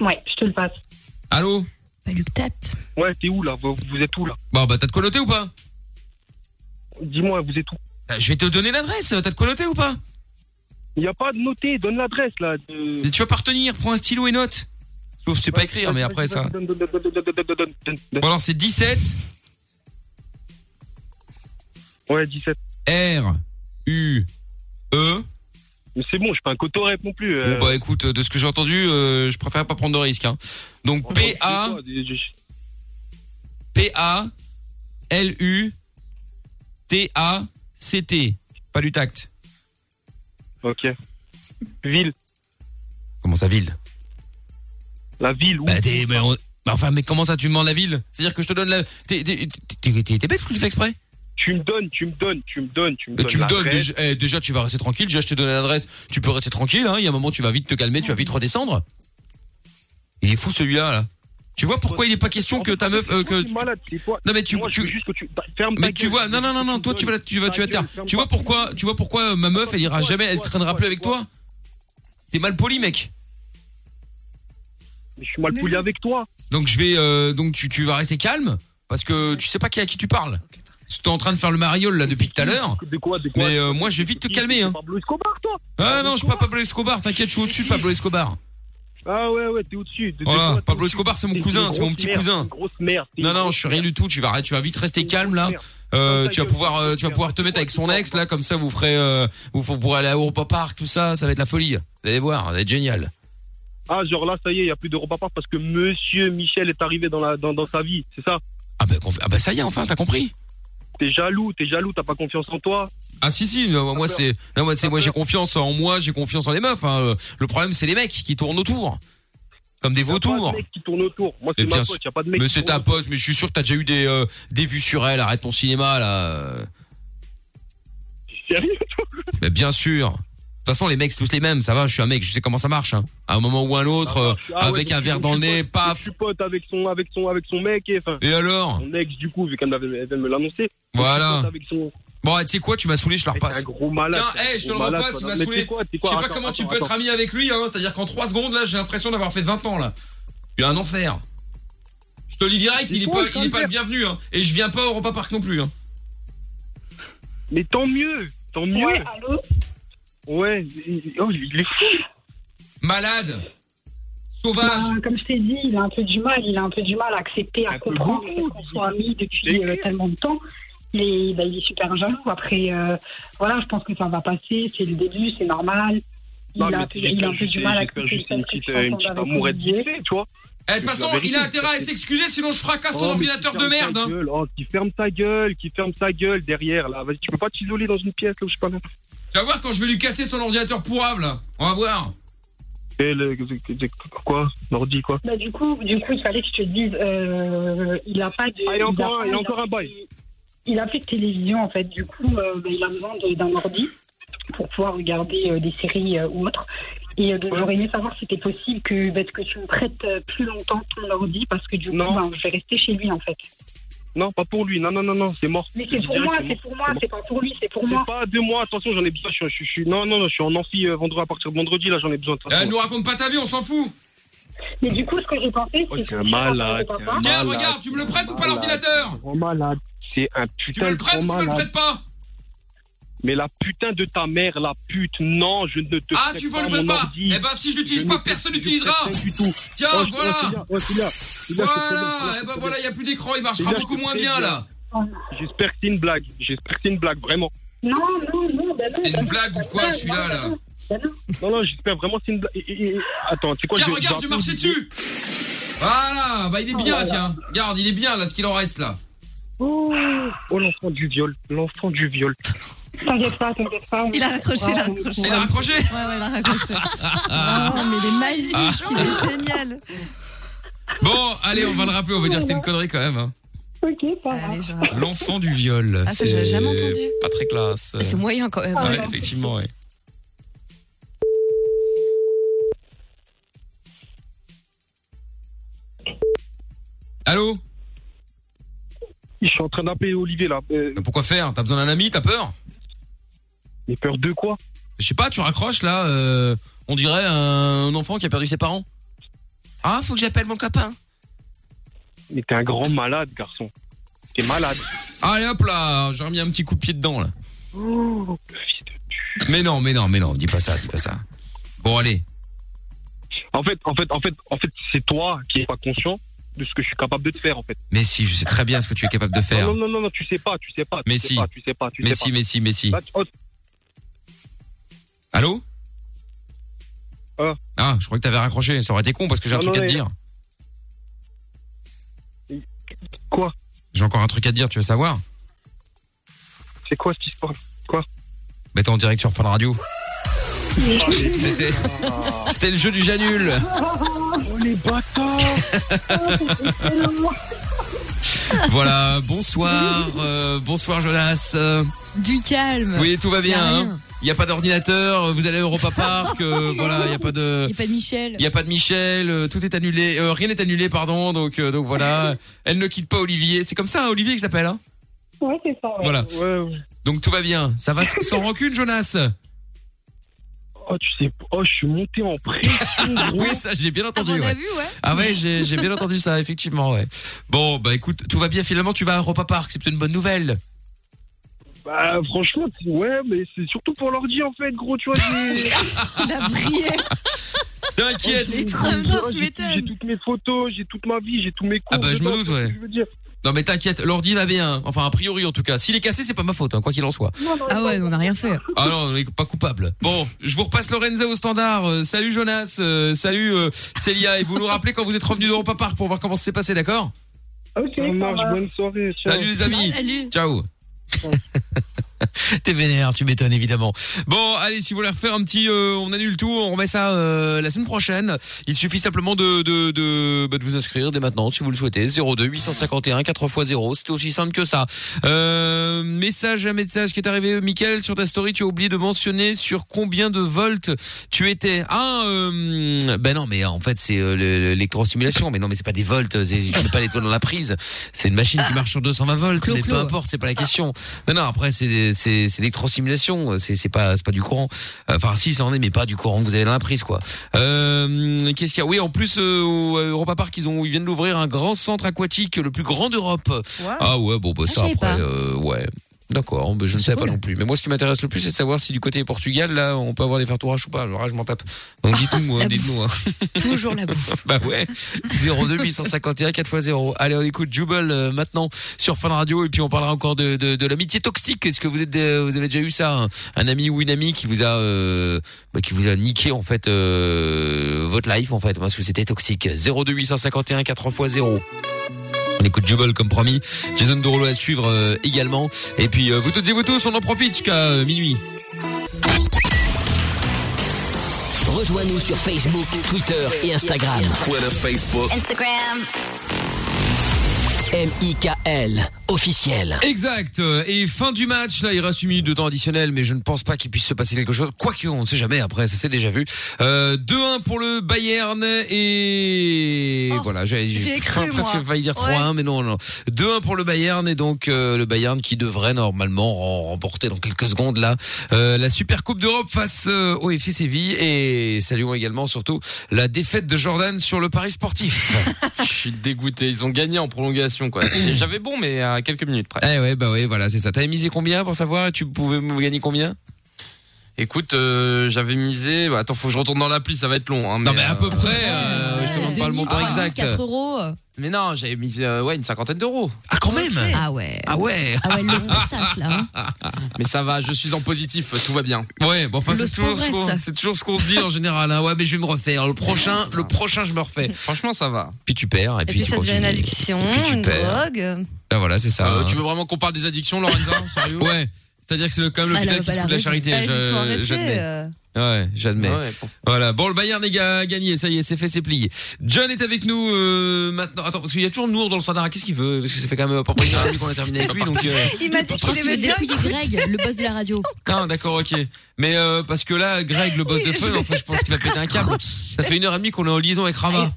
Speaker 13: Ouais, je te le passe.
Speaker 2: Allô
Speaker 5: Bah, Luc Tate.
Speaker 9: Ouais, t'es où là vous, vous êtes où là
Speaker 2: Bon, bah t'as de quoi noter ou pas
Speaker 9: Dis-moi, vous êtes où
Speaker 2: Ah, Je vais te donner l'adresse, t'as de quoi noter ou pas
Speaker 9: Il y a pas de noter, donne l'adresse là. de-
Speaker 2: Mais Tu vas pas retenir, prends un stylo et note. Sauf c'est pas écrire, mais après ça.
Speaker 9: Donne, donne, donne, donne, donne, donne, donne, donne, donne.
Speaker 2: Bon alors c'est 17
Speaker 9: Ouais, 17.
Speaker 2: R U E.
Speaker 9: Mais c'est bon, je suis pas un cotorep non plus. euh.
Speaker 2: Bon bah écoute, de ce que j'ai
Speaker 9: Oh,
Speaker 2: entendu, euh, je préfère pas prendre de risques. hein. Donc P A
Speaker 9: Je- je-
Speaker 2: P-A-L-U-T-A-C-T. Pas du tact.
Speaker 9: Ok. Ville.
Speaker 2: Comment ça, ville
Speaker 9: La ville, où
Speaker 2: bah, t'es- bah, on- bah, Enfin, mais comment ça, tu me demandes la ville C'est-à-dire que je te donne la. T'es t'es- t'es- t'es- t'es bête ou tu le fais exprès
Speaker 9: Tu me donnes, tu me donnes, tu me donnes, tu me
Speaker 2: Mais
Speaker 9: donnes.
Speaker 2: tu me donnes
Speaker 9: l'adresse.
Speaker 2: déjà, eh, déjà, tu vas rester tranquille. Déjà, je t'ai donné l'adresse. Tu peux rester tranquille. hein. Il y a un moment, tu vas vite te calmer, tu vas vite redescendre. Il est fou celui-là. Là. Tu vois pourquoi il n'est pas question que ta meuf, euh, que non mais tu, tu-
Speaker 9: bah,
Speaker 2: mais tu vois, non non non non, toi tu vas, tu vas, tu vas taire. Tu vois pourquoi, tu vois pourquoi euh, ma meuf, elle ira jamais, elle traînera plus avec toi. T'es mal poli, mec.
Speaker 9: Mais je suis mal poli avec toi.
Speaker 2: Donc je vais, euh, donc tu, tu vas rester calme parce que tu sais pas qui à qui tu parles. T'es en train de faire le mariole là depuis tout à l'heure. Mais euh, moi je vais vite te calmer. Hein.
Speaker 9: Pablo Escobar, toi
Speaker 2: Ah non, je suis pas Pablo Escobar. T'inquiète, je suis au-dessus de Pablo Escobar.
Speaker 9: Ah ouais, ouais, t'es au-dessus. de- de
Speaker 2: Voilà,
Speaker 9: toi, t'es
Speaker 2: Pablo
Speaker 9: au-dessus.
Speaker 2: Escobar, c'est mon
Speaker 9: T'es une
Speaker 2: cousin, c'est mon
Speaker 9: grosse
Speaker 2: petit
Speaker 9: merde, t'es
Speaker 2: cousin.
Speaker 9: une grosse merde. t'es une
Speaker 2: Non non,
Speaker 9: grosse
Speaker 2: je suis rien du tout. Tu vas, tu vas vite rester calme là. Euh, tu vas pouvoir, euh, tu vas pouvoir te mettre avec son ex là, comme ça vous ferez, euh, vous vous pourrez aller à Europa Park, tout ça, ça va être la folie. Vous allez voir, ça va être génial.
Speaker 9: Ah, genre là, ça y est, il n'y a plus de repas part parce que monsieur Michel est arrivé dans, la, dans, dans sa vie, c'est ça
Speaker 2: ah bah, ça y est, enfin, t'as compris
Speaker 9: T'es jaloux, t'es jaloux, t'as pas confiance en toi.
Speaker 2: Ah si si, non, moi c'est, non, moi c'est, moi j'ai confiance en moi, j'ai confiance en les meufs. hein. Le problème c'est les mecs qui tournent autour, comme des vautours.
Speaker 9: Qui tourne autour. Moi,
Speaker 2: Mais
Speaker 9: c'est ma
Speaker 2: Eh bien
Speaker 9: pote,
Speaker 2: sûr.
Speaker 9: y a pas de mec.
Speaker 2: Mais
Speaker 9: qui
Speaker 2: c'est
Speaker 9: tourne
Speaker 2: ta pote, mais je suis sûr que t'as déjà eu des, euh, des vues sur elle, arrête ton cinéma là.
Speaker 9: Sérieux
Speaker 2: Mais bien sûr. De toute façon, les mecs, c'est tous les mêmes, ça va, je suis un mec, je sais comment ça marche. hein. À un moment ou à un autre, euh,
Speaker 9: autour. Ah ouais,
Speaker 2: avec
Speaker 9: donc
Speaker 2: un
Speaker 9: tu-
Speaker 2: verre
Speaker 9: donc
Speaker 2: dans le
Speaker 9: tu
Speaker 2: nez,
Speaker 9: potes-
Speaker 2: paf,
Speaker 9: Je suis pote avec son, avec son, avec son mec et enfin.
Speaker 2: Et alors
Speaker 9: Son ex, du coup, vu qu'elle m'avait- elle vient de me l'annoncer.
Speaker 2: Voilà.
Speaker 9: Je suis pote Avec son.
Speaker 2: Bon, tu sais quoi, tu m'as saoulé, je le repasse.
Speaker 9: un gros malade,
Speaker 2: Tiens,
Speaker 9: t'es un
Speaker 2: hey, je te le
Speaker 9: gros malade, toi.
Speaker 2: repasse, il
Speaker 9: Non,
Speaker 2: m'a
Speaker 9: mais
Speaker 2: saoulé.
Speaker 9: t'es quoi,
Speaker 2: Je sais
Speaker 9: t'es quoi
Speaker 2: pas
Speaker 9: Attends,
Speaker 2: comment tu
Speaker 9: attends,
Speaker 2: peux être
Speaker 9: attends.
Speaker 2: ami avec lui, hein. C'est-à-dire qu'en 3 secondes, là, j'ai l'impression d'avoir fait 20 ans, là. Il y a un enfer. Je te le dis direct,
Speaker 9: Mais
Speaker 2: il est
Speaker 9: quoi,
Speaker 2: pas,
Speaker 9: c'est
Speaker 2: il est pas
Speaker 9: enfer
Speaker 2: le bienvenu, hein. Et je viens pas au repas parc non plus, hein.
Speaker 9: Mais tant mieux, tant mieux. Ouais, allô Ouais, il- il- oh, il est fou.
Speaker 2: Malade.
Speaker 13: Bah, comme je t'ai dit, il a un peu du mal, il a un peu du mal à accepter, à comprendre le fait qu'on soit amis depuis euh, tellement de temps. Mais bah, il est super jaloux. Après, euh, voilà, je pense que ça va passer. C'est le début, c'est normal. Il
Speaker 9: Non,
Speaker 13: a,
Speaker 9: mais
Speaker 13: un peu- il a un peu du mal à accepter. le fait que
Speaker 9: petite,
Speaker 13: tu
Speaker 9: euh, une
Speaker 13: t'entendes
Speaker 9: petite
Speaker 13: avec
Speaker 9: amourette
Speaker 13: Olivier.
Speaker 9: vite fait, tu vois.
Speaker 2: Eh, de toute façon, il a intérêt à s'excuser, sinon je fracasse son
Speaker 9: Oh, mais
Speaker 2: ordinateur
Speaker 9: qui
Speaker 2: de
Speaker 9: ferme
Speaker 2: merde,
Speaker 9: ta
Speaker 2: hein.
Speaker 9: gueule, oh, qui ferme ta gueule, qui ferme ta gueule derrière, là. Vas-y, tu peux pas t'isoler dans une pièce, là, où je sais pas. là.
Speaker 2: Tu vas voir quand je vais lui casser son ordinateur pourrave, là. On va voir. Eh,
Speaker 9: Et le- Quoi L'ordi, quoi
Speaker 13: Bah, du coup, du coup, il fallait que je te dise, euh, il a pas de.
Speaker 9: Ah, il y a
Speaker 13: a
Speaker 9: encore un-
Speaker 13: pas-
Speaker 9: il y a encore
Speaker 13: a
Speaker 9: un bail.
Speaker 13: Il a plus de télévision en fait, du coup, euh, bah, il a besoin de- d'un ordi pour pouvoir regarder euh, des séries euh, ou autres. Et euh, donc, j'aurais aimé savoir si c'était possible que, bah, que tu me prêtes euh, plus longtemps ton ordi parce que du coup, bah, je vais rester chez lui en fait.
Speaker 9: Non, pas pour lui, non, non, non, non, c'est mort.
Speaker 13: Mais c'est pour
Speaker 9: Direct,
Speaker 13: moi,
Speaker 9: mort.
Speaker 13: c'est pour moi, c'est pas pour lui, c'est pour moi.
Speaker 9: C'est pas deux mois, attention, j'en ai besoin. Je, suis- je suis- non, non, non, je suis en Amphi euh, vendredi, à partir de vendredi, là, j'en ai besoin.
Speaker 2: Eh, nous raconte pas ta vie, on s'en fout.
Speaker 13: Mais du coup, ce que j'ai pensé,
Speaker 9: c'est que. malade. Oh, t'es un
Speaker 2: Tiens,
Speaker 9: malade,
Speaker 2: regarde, tu me le prêtes ou pas
Speaker 9: malade.
Speaker 2: l'ordinateur
Speaker 9: Grand malade. C'est un putain de grand
Speaker 2: Tu me le
Speaker 9: malade.
Speaker 2: prêtes pas
Speaker 9: Mais la putain de ta mère, la pute, non, je ne te
Speaker 2: Ah,
Speaker 9: prête
Speaker 2: tu veux
Speaker 9: pas
Speaker 2: le
Speaker 9: mon
Speaker 2: prêtes pas
Speaker 9: ordi.
Speaker 2: Eh ben, si je l'utilise
Speaker 9: Je
Speaker 2: pas,
Speaker 9: ne te-
Speaker 2: personne
Speaker 9: je ne te
Speaker 2: l'utilisera
Speaker 9: prête du tout.
Speaker 2: Tiens,
Speaker 9: Oh, je- oh,
Speaker 2: voilà
Speaker 9: celui-là, oh, celui-là, celui-là, je te prête bien,
Speaker 2: Voilà
Speaker 9: je
Speaker 2: Eh
Speaker 9: te
Speaker 2: ben
Speaker 9: prête
Speaker 2: voilà, il y a plus d'écran, il marchera
Speaker 9: Celui-là, je
Speaker 2: beaucoup
Speaker 9: te
Speaker 2: moins
Speaker 9: prête
Speaker 2: bien,
Speaker 9: bien.
Speaker 2: là
Speaker 9: J'espère que c'est une blague. J'espère que c'est une blague, vraiment.
Speaker 13: Non, non, non, bah non.
Speaker 2: C'est une blague ou quoi, celui-là, là
Speaker 9: Non, non, j'espère vraiment que c'est une blague. Et- et- et- Attends, c'est quoi
Speaker 2: Tiens,
Speaker 9: je vais-
Speaker 2: regarde, je
Speaker 9: vais
Speaker 2: vais marcher
Speaker 9: appeler-
Speaker 2: dessus Voilà Bah, il est
Speaker 9: Oh
Speaker 2: bien,
Speaker 9: là là.
Speaker 2: tiens Regarde, il est bien, là, ce qu'il en reste, là
Speaker 9: Oh, oh, l'enfant du viol, l'enfant du viol.
Speaker 13: T'inquiète pas, t'inquiète pas.
Speaker 3: Il a raccroché, il a raccroché.
Speaker 2: Il a raccroché Ouais,
Speaker 3: ouais, il a raccroché. Oh, mais il est magique, il
Speaker 2: Ah.
Speaker 3: est génial.
Speaker 2: Bon, allez, on va le rappeler, on va dire que c'était une connerie, quand même hein.
Speaker 13: Ok, ça va.
Speaker 2: L'enfant du viol.
Speaker 13: Ah, ça, j'avais jamais
Speaker 2: C'est
Speaker 13: entendu. Ah,
Speaker 2: Pas très classe.
Speaker 5: Euh, Ah, C'est moyen quand même.
Speaker 2: Ouais, effectivement, ouais. Allô
Speaker 9: Je suis en train d'appeler Olivier là. Euh,
Speaker 2: Pourquoi faire T'as besoin d'un ami T'as peur
Speaker 9: Mais peur de quoi
Speaker 2: Je sais pas, tu raccroches là, euh, on dirait un enfant qui a perdu ses parents. Ah, faut que j'appelle mon copain.
Speaker 9: mais t'es un grand malade, garçon. T'es malade.
Speaker 2: Allez hop là, j'ai remis un petit coup de pied dedans là. Mais non, mais non, mais non, dis pas ça, dis pas ça. Bon allez,
Speaker 9: En fait, en fait, en fait, en fait, c'est toi qui es pas conscient de ce que je suis capable de te faire en fait.
Speaker 2: mais si, je sais très bien ce que tu es capable de faire.
Speaker 9: Non, non, non, non, tu sais pas, tu sais pas. Ah, Tu
Speaker 2: Mais
Speaker 9: sais
Speaker 2: si.
Speaker 9: Pas, tu sais pas, tu
Speaker 2: Mais
Speaker 9: sais
Speaker 2: si,
Speaker 9: pas.
Speaker 2: mais si, mais si.
Speaker 9: Là, tu- oh,
Speaker 2: Allô
Speaker 9: Ah.
Speaker 2: je croyais que t'avais raccroché, ça aurait été con parce que j'ai un
Speaker 9: Ah
Speaker 2: truc
Speaker 9: non,
Speaker 2: à te
Speaker 9: mais-
Speaker 2: dire.
Speaker 9: Quoi
Speaker 14: J'ai encore un truc à te dire, tu veux savoir
Speaker 9: C'est quoi cette histoire Quoi Ah,
Speaker 14: Bah t'es en direct sur Fun Radio.
Speaker 2: C'était c'était le jeu du Janul.
Speaker 9: Oh les bâtards
Speaker 2: Voilà, bonsoir, euh, bonsoir Jonas. Euh,
Speaker 5: Du calme.
Speaker 2: oui, tout va bien.
Speaker 5: Y a rien.
Speaker 2: hein. Il n'y a pas d'ordinateur, vous allez à Europa Park, euh, voilà, il n'y a pas de...
Speaker 5: Y a pas de Michel.
Speaker 2: Il n'y a pas de Michel, euh, tout est annulé, euh, rien n'est annulé, pardon, donc, euh, donc voilà. Elle ne quitte pas Olivier, c'est comme ça, hein, Olivier qui s'appelle, hein
Speaker 13: Ouais, c'est ça. ouais.
Speaker 2: Voilà. Donc tout va bien, ça va s- sans rancune, Jonas
Speaker 9: Oh, tu sais, oh, je suis monté en pression. gros.
Speaker 2: Oui, ça, j'ai bien entendu.
Speaker 9: Ah, on a
Speaker 2: ouais.
Speaker 9: vu, ouais.
Speaker 2: Ah ouais, j'ai j'ai bien entendu ça, effectivement, ouais. Bon, bah écoute, tout va bien, finalement, tu vas à Europa Park, c'est une bonne nouvelle.
Speaker 9: Bah, franchement, c'est- ouais, mais c'est surtout pour l'ordi, en fait, gros, tu vois.
Speaker 3: La vrillée.
Speaker 2: T'inquiète.
Speaker 9: J'ai j'ai toutes mes photos, j'ai toute ma vie, j'ai tous mes cours.
Speaker 2: Ah bah, je me
Speaker 9: dedans,
Speaker 2: doute,
Speaker 9: tu vois ce
Speaker 2: ouais.
Speaker 9: que Oh, je veux dire.
Speaker 2: Non mais t'inquiète, l'ordi va bien, hein. enfin a priori en tout cas. S'il est cassé, c'est pas ma faute, hein, quoi qu'il en soit.
Speaker 5: Ah ouais, on n'a rien fait.
Speaker 2: Ah non, on est pas coupable. Bon, je vous repasse Lorenza au standard. Euh, salut Jonas, euh, salut euh, Célia, et vous nous rappelez quand vous êtes revenu d'Europa Park pour voir comment ça s'est passé, d'accord
Speaker 9: Ok, ça marche, bonne soirée. ciao.
Speaker 2: Ah, Salut les amis. Ciao. T'es vénère, tu m'étonnes évidemment. Bon, allez, si vous voulez refaire un petit, euh, on annule tout, on remet ça euh, la semaine prochaine. Il suffit simplement de de, de, bah, de vous inscrire dès maintenant si vous le souhaitez. 02 851 4 x 0, c'est aussi simple que ça. Euh, message à message qui est arrivé, Michael, sur ta story, tu as oublié de mentionner sur combien de volts tu étais. Ah, euh, ben non, mais en fait c'est euh, le- le- l'électrostimulation, mais non, mais c'est pas des volts, c'est- tu mets pas les doigts dans la prise, c'est une machine qui
Speaker 14: Ah.
Speaker 2: marche sur 220 volts, mais peu importe, c'est pas la question. Non, non, après c'est c'est c'est l'électrosimulation, c'est c'est pas c'est pas du courant. euh, Enfin si, ça en est, mais pas du courant que vous avez dans la prise quoi. Euh, Qu'est-ce qu'il y a Oui, en plus euh, au euh, Europa Park, ils ont ils viennent d'ouvrir un grand centre aquatique, le plus grand d'Europe. Ah ouais, bon bah
Speaker 14: Ah, je
Speaker 2: ça
Speaker 14: savais
Speaker 2: après,
Speaker 14: pas.
Speaker 2: euh, ouais. D'accord, bah, je ne sais pas non plus. Mais moi, ce qui m'intéresse le plus, c'est de savoir si du côté Portugal, là, on peut avoir des fertourages ou pas. Alors là, je m'en tape. Donc dites-nous, hein, dites-nous. hein.
Speaker 5: Toujours la bouffe.
Speaker 2: bah ouais. 02 851 4x0. Allez, on écoute Jubel euh, maintenant sur Fun Radio et puis on parlera encore de, de, de l'amitié toxique. Est-ce que vous êtes euh, vous avez déjà eu ça un, un ami ou une amie qui vous a euh, bah, qui vous a niqué en fait euh, votre life en fait parce que c'était toxique. 02 851 4x0. On écoute Jubel comme promis. Jason Derulo à suivre euh, également. Et puis euh, vous toutes et vous tous, on en profite jusqu'à euh, minuit.
Speaker 1: Rejoins-nous sur Facebook, Twitter et Instagram.
Speaker 15: Twitter, Facebook.
Speaker 12: Instagram.
Speaker 1: M.I.K.L. officiel.
Speaker 2: Exact. Euh, Et fin du match, là, il reste une minute de temps additionnel, mais je ne pense pas qu'il puisse se passer quelque chose. Quoique, on ne sait jamais. Après, ça s'est déjà vu. Euh, 2-1 pour le Bayern et voilà. J'ai j'ai
Speaker 14: Oh, j'ai cru,
Speaker 2: enfin,
Speaker 14: moi.
Speaker 2: presque failli dire
Speaker 14: Ouais.
Speaker 2: 3-1, mais non, non. 2-1 pour le Bayern et donc euh, le Bayern qui devrait normalement rem- remporter dans quelques secondes là euh, la Super Coupe d'Europe face euh, au FC Séville et saluons également surtout la défaite de Jordan sur le Paris sportif.
Speaker 4: Je suis dégoûté. Ils ont gagné en prolongation, quoi. Et J'avais bon, mais à quelques minutes près.
Speaker 2: Eh ouais, bah ouais, voilà, c'est ça. T'avais misé combien pour savoir Tu pouvais me gagner combien
Speaker 4: Écoute, euh, j'avais misé. bah, attends, faut que je retourne dans l'appli, ça va être long. hein, euh, non,
Speaker 2: mais à peu près. euh, je te demande pas le montant Ah, exact.
Speaker 5: 4 Ah, euros.
Speaker 4: Mais non, j'avais misé euh, ouais, une cinquantaine d'euros.
Speaker 2: Ah, quand
Speaker 5: même Ah ouais.
Speaker 2: Ah ouais
Speaker 5: Ah ouais, l'os chasse là.
Speaker 2: ah,
Speaker 5: hein.
Speaker 4: Mais ça va, je suis en positif, tout va bien.
Speaker 2: Ouais, bon, enfin, c'est
Speaker 4: Los
Speaker 2: toujours, ce
Speaker 4: progresse.
Speaker 2: qu'on- c'est toujours ce qu'on se dit en général. hein. Ouais, mais je vais me refaire. Le prochain, le prochain, je me refais.
Speaker 4: Franchement, ça va.
Speaker 2: Puis tu perds, et,
Speaker 3: Et puis
Speaker 2: tu
Speaker 3: ça devient une
Speaker 2: continues.
Speaker 3: addiction,
Speaker 2: Et puis tu
Speaker 3: une
Speaker 2: perds.
Speaker 3: drogue.
Speaker 2: Ah, voilà, c'est ça.
Speaker 4: Euh,
Speaker 2: hein.
Speaker 4: tu veux vraiment qu'on parle des addictions, Lorenza Sérieux
Speaker 2: Ouais. C'est-à-dire que c'est le- quand même
Speaker 4: Elle
Speaker 2: l'hôpital
Speaker 4: a
Speaker 2: qui
Speaker 4: pas
Speaker 2: se
Speaker 4: Ah, la
Speaker 2: fout de la
Speaker 4: raison.
Speaker 2: charité.
Speaker 4: Elle a dit, faut
Speaker 2: je-
Speaker 4: arrêter,
Speaker 2: J'admets.
Speaker 4: euh.
Speaker 2: Ouais, j'admets.
Speaker 4: Ah ouais, pour-
Speaker 2: Voilà. Bon, le Bayern est ga- gagné. Ça y est, c'est fait, c'est plié. John est avec nous euh, maintenant. Attends, parce qu'il y a toujours Nour dans le standard. Qu'est-ce qu'il veut Parce que ça fait quand même euh, à peu près une heure et demie qu'on a terminé avec lui. Donc, euh,
Speaker 5: Il m'a dit
Speaker 3: qu'il aimait bien
Speaker 5: Greg, le boss de la radio.
Speaker 2: Non, d'accord, ok. Mais euh, parce que là, Greg, le boss de feu, en fait, je pense qu'il va péter un câble. Ça fait une heure et demie qu'on est en liaison avec Rama.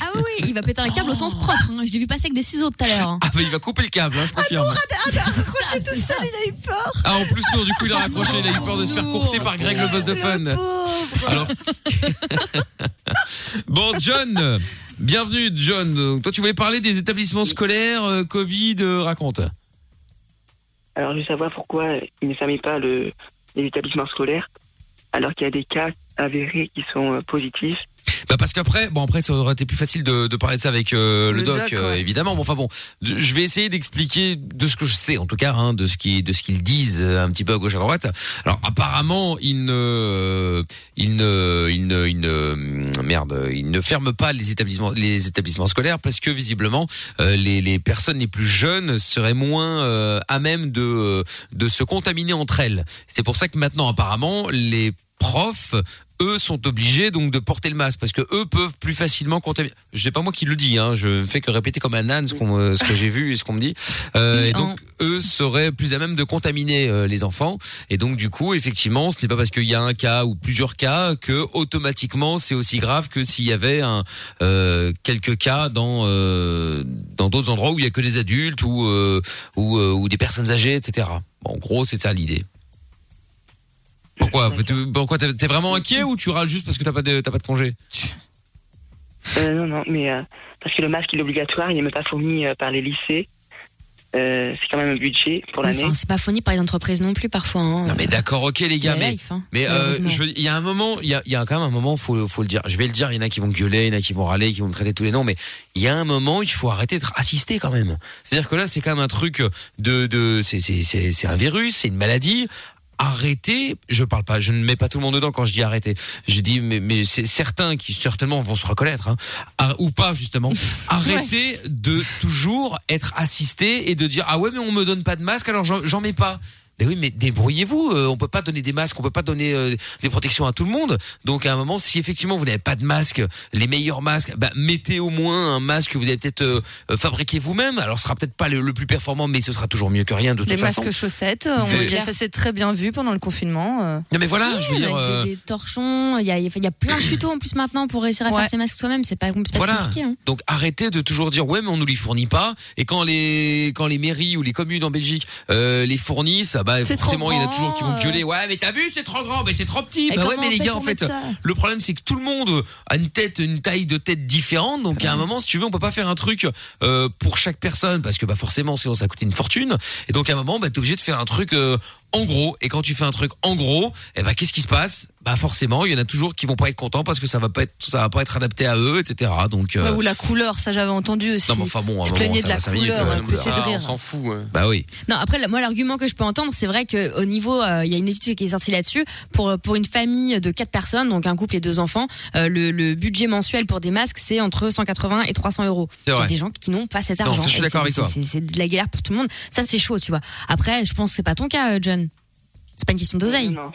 Speaker 5: Ah oui, oui, il va péter un câble au sens propre. hein. Je l'ai vu passer avec des ciseaux tout à l'heure. hein.
Speaker 2: Ah, bah, il va couper le câble, hein, je confirme.
Speaker 3: Ah, t'as raccroché tout seul, il a eu peur.
Speaker 2: Ah, en plus, Nour, du coup, il a raccroché. Il a eu peur de se faire courser par Greg, le boss de fun. Alors. bon, John. Bienvenue, John. Donc, toi, tu voulais parler des établissements scolaires, euh, Covid, euh, raconte.
Speaker 7: Alors, je veux savoir pourquoi ils ne fermaient pas le, les établissements scolaires, alors qu'il y a des cas avérés qui sont euh, positifs.
Speaker 2: Bah parce qu'après, bon après ça aurait été plus facile de, de parler de ça avec euh, le,
Speaker 4: Le
Speaker 2: doc,
Speaker 4: doc,
Speaker 2: euh,
Speaker 4: ouais.
Speaker 2: évidemment. Bon enfin bon, je je vais essayer d'expliquer de ce que je sais en tout cas, hein, de ce qui de ce qu'ils disent euh, un petit peu à gauche à droite. Alors apparemment ils ne euh, ils ne ils ne, ils ne- merde ils ne ferment pas les établissements les établissements scolaires parce que visiblement euh, les les personnes les plus jeunes seraient moins euh, à même de de se contaminer entre elles. C'est pour ça que maintenant apparemment les profs eux sont obligés donc de porter le masque parce que eux peuvent plus facilement contaminer. Je sais pas moi qui le dis, hein, je fais que répéter comme un âne ce, qu'on, euh, ce que j'ai vu et ce qu'on me dit. Euh, et donc eux seraient plus à même de contaminer euh, les enfants et donc du coup effectivement ce n'est pas parce qu'il y a un cas ou plusieurs cas que automatiquement c'est aussi grave que s'il y avait un euh, quelques cas dans euh, dans d'autres endroits où il y a que des adultes ou euh, ou, euh, ou des personnes âgées etc. Bon, en gros c'est ça l'idée. Pourquoi Tu- Pourquoi t'es t'es vraiment inquiet ou tu râles juste parce que t'as pas de t'as pas de congé
Speaker 7: Euh, non, non, mais euh, parce que le masque il est obligatoire, il n'est même pas fourni euh, par les lycées. Euh, c'est quand même un budget pour
Speaker 5: Ouais,
Speaker 7: l'année.
Speaker 5: enfin, c'est pas fourni par les entreprises non plus parfois. hein.
Speaker 2: Mais d'accord, ok les gars,
Speaker 5: Mais
Speaker 2: mais
Speaker 5: life, hein,
Speaker 2: mais euh,
Speaker 5: malheureusement.
Speaker 2: je veux- il y a un moment, il y a, il y a quand même un moment, faut faut le dire. Je vais le dire, il y en a qui vont gueuler, il y en a qui vont râler, qui vont me traiter tous les noms, mais il y a un moment, il faut arrêter d'être assisté quand même. C'est-à-dire que là, c'est quand même un truc de de c'est c'est c'est c'est un virus, c'est une maladie. Arrêtez, je parle pas, je ne mets pas tout le monde dedans quand je dis arrêtez. Je dis mais mais c'est certains qui certainement vont se reconnaître hein, Ah, ou pas justement. Arrêtez de toujours être assisté et de dire ah ouais mais on me donne pas de masque alors j'en j'en mets pas. Mais oui, mais débrouillez-vous. euh, on peut pas donner des masques, on peut pas donner euh, des protections à tout le monde. Donc à un moment, si effectivement vous n'avez pas de masque, les meilleurs masques, bah, mettez au moins un masque que vous avez peut-être euh, euh, fabriqué vous-même. Alors ce sera peut-être pas le, le plus performant, mais ce sera toujours mieux que rien de toute
Speaker 3: Des
Speaker 2: façon.
Speaker 3: masques chaussettes, euh, on
Speaker 2: C'est-
Speaker 3: voit bien, ça s'est très bien vu pendant le confinement. euh.
Speaker 2: Non mais voilà, je veux
Speaker 5: Ouais,
Speaker 2: dire.
Speaker 5: avec
Speaker 2: euh,
Speaker 5: des, des torchons, il y a, il y a plein de tutos en plus maintenant pour réussir à faire ses masques soi-même, c'est pas, c'est pas si
Speaker 2: Voilà.
Speaker 5: compliqué. hein.
Speaker 2: Donc arrêtez de toujours dire ouais mais on nous les fournit pas et quand les quand les mairies ou les communes en Belgique euh, les fournissent ah bah
Speaker 4: C'est trop
Speaker 2: forcément il y en a
Speaker 4: grand,
Speaker 2: toujours qui vont
Speaker 4: euh.
Speaker 2: gueuler ouais mais t'as vu c'est trop grand mais c'est trop petit
Speaker 4: Et
Speaker 2: bah ouais
Speaker 4: comment
Speaker 2: mais
Speaker 4: on
Speaker 2: les
Speaker 4: fait
Speaker 2: gars
Speaker 4: pour
Speaker 2: en fait
Speaker 4: mettre ça
Speaker 2: le problème c'est que tout le monde a une tête une taille de tête différente donc à un moment si tu veux on peut pas faire un truc euh, pour chaque personne parce que bah forcément sinon ça coûte une fortune et donc à un moment bah t'es obligé de faire un truc euh, en gros et quand tu fais un truc en gros et ben qu'est-ce qui se passe bah forcément il y en a toujours qui vont pas être contents parce que ça va pas être ça va pas être adapté à eux etc donc euh,
Speaker 3: Ouais, ou la couleur, ça j'avais entendu aussi.
Speaker 2: non, mais enfin bon, à un
Speaker 3: Tu
Speaker 2: moment,
Speaker 3: plaignais
Speaker 2: ça
Speaker 3: de
Speaker 2: va
Speaker 3: la
Speaker 2: cinq minutes,
Speaker 3: couleur,
Speaker 2: ouais,
Speaker 3: un
Speaker 2: non,
Speaker 3: coup, c'est
Speaker 2: mais-
Speaker 3: de
Speaker 2: Ah,
Speaker 3: rire.
Speaker 2: on s'en fout. Bah oui.
Speaker 5: Non, après, la- moi, l'argument que je peux entendre, c'est vrai qu'au niveau, euh, il y a une étude qui est sortie là-dessus. Pour, pour une famille de quatre personnes, donc un couple et deux enfants, euh, le, le budget mensuel pour des masques, c'est entre 180 et 300 euros.
Speaker 2: C'est
Speaker 5: Il y a
Speaker 2: vrai.
Speaker 5: des gens qui n'ont pas cet
Speaker 2: Non,
Speaker 5: argent.
Speaker 2: ça, je suis
Speaker 5: Et
Speaker 2: d'accord
Speaker 5: c'est-
Speaker 2: avec toi.
Speaker 5: c'est- C'est de la galère pour tout le monde. Ça, c'est chaud, tu vois. Après, je pense que c'est pas ton cas, euh, John. C'est pas une question d'oseille.
Speaker 7: Non,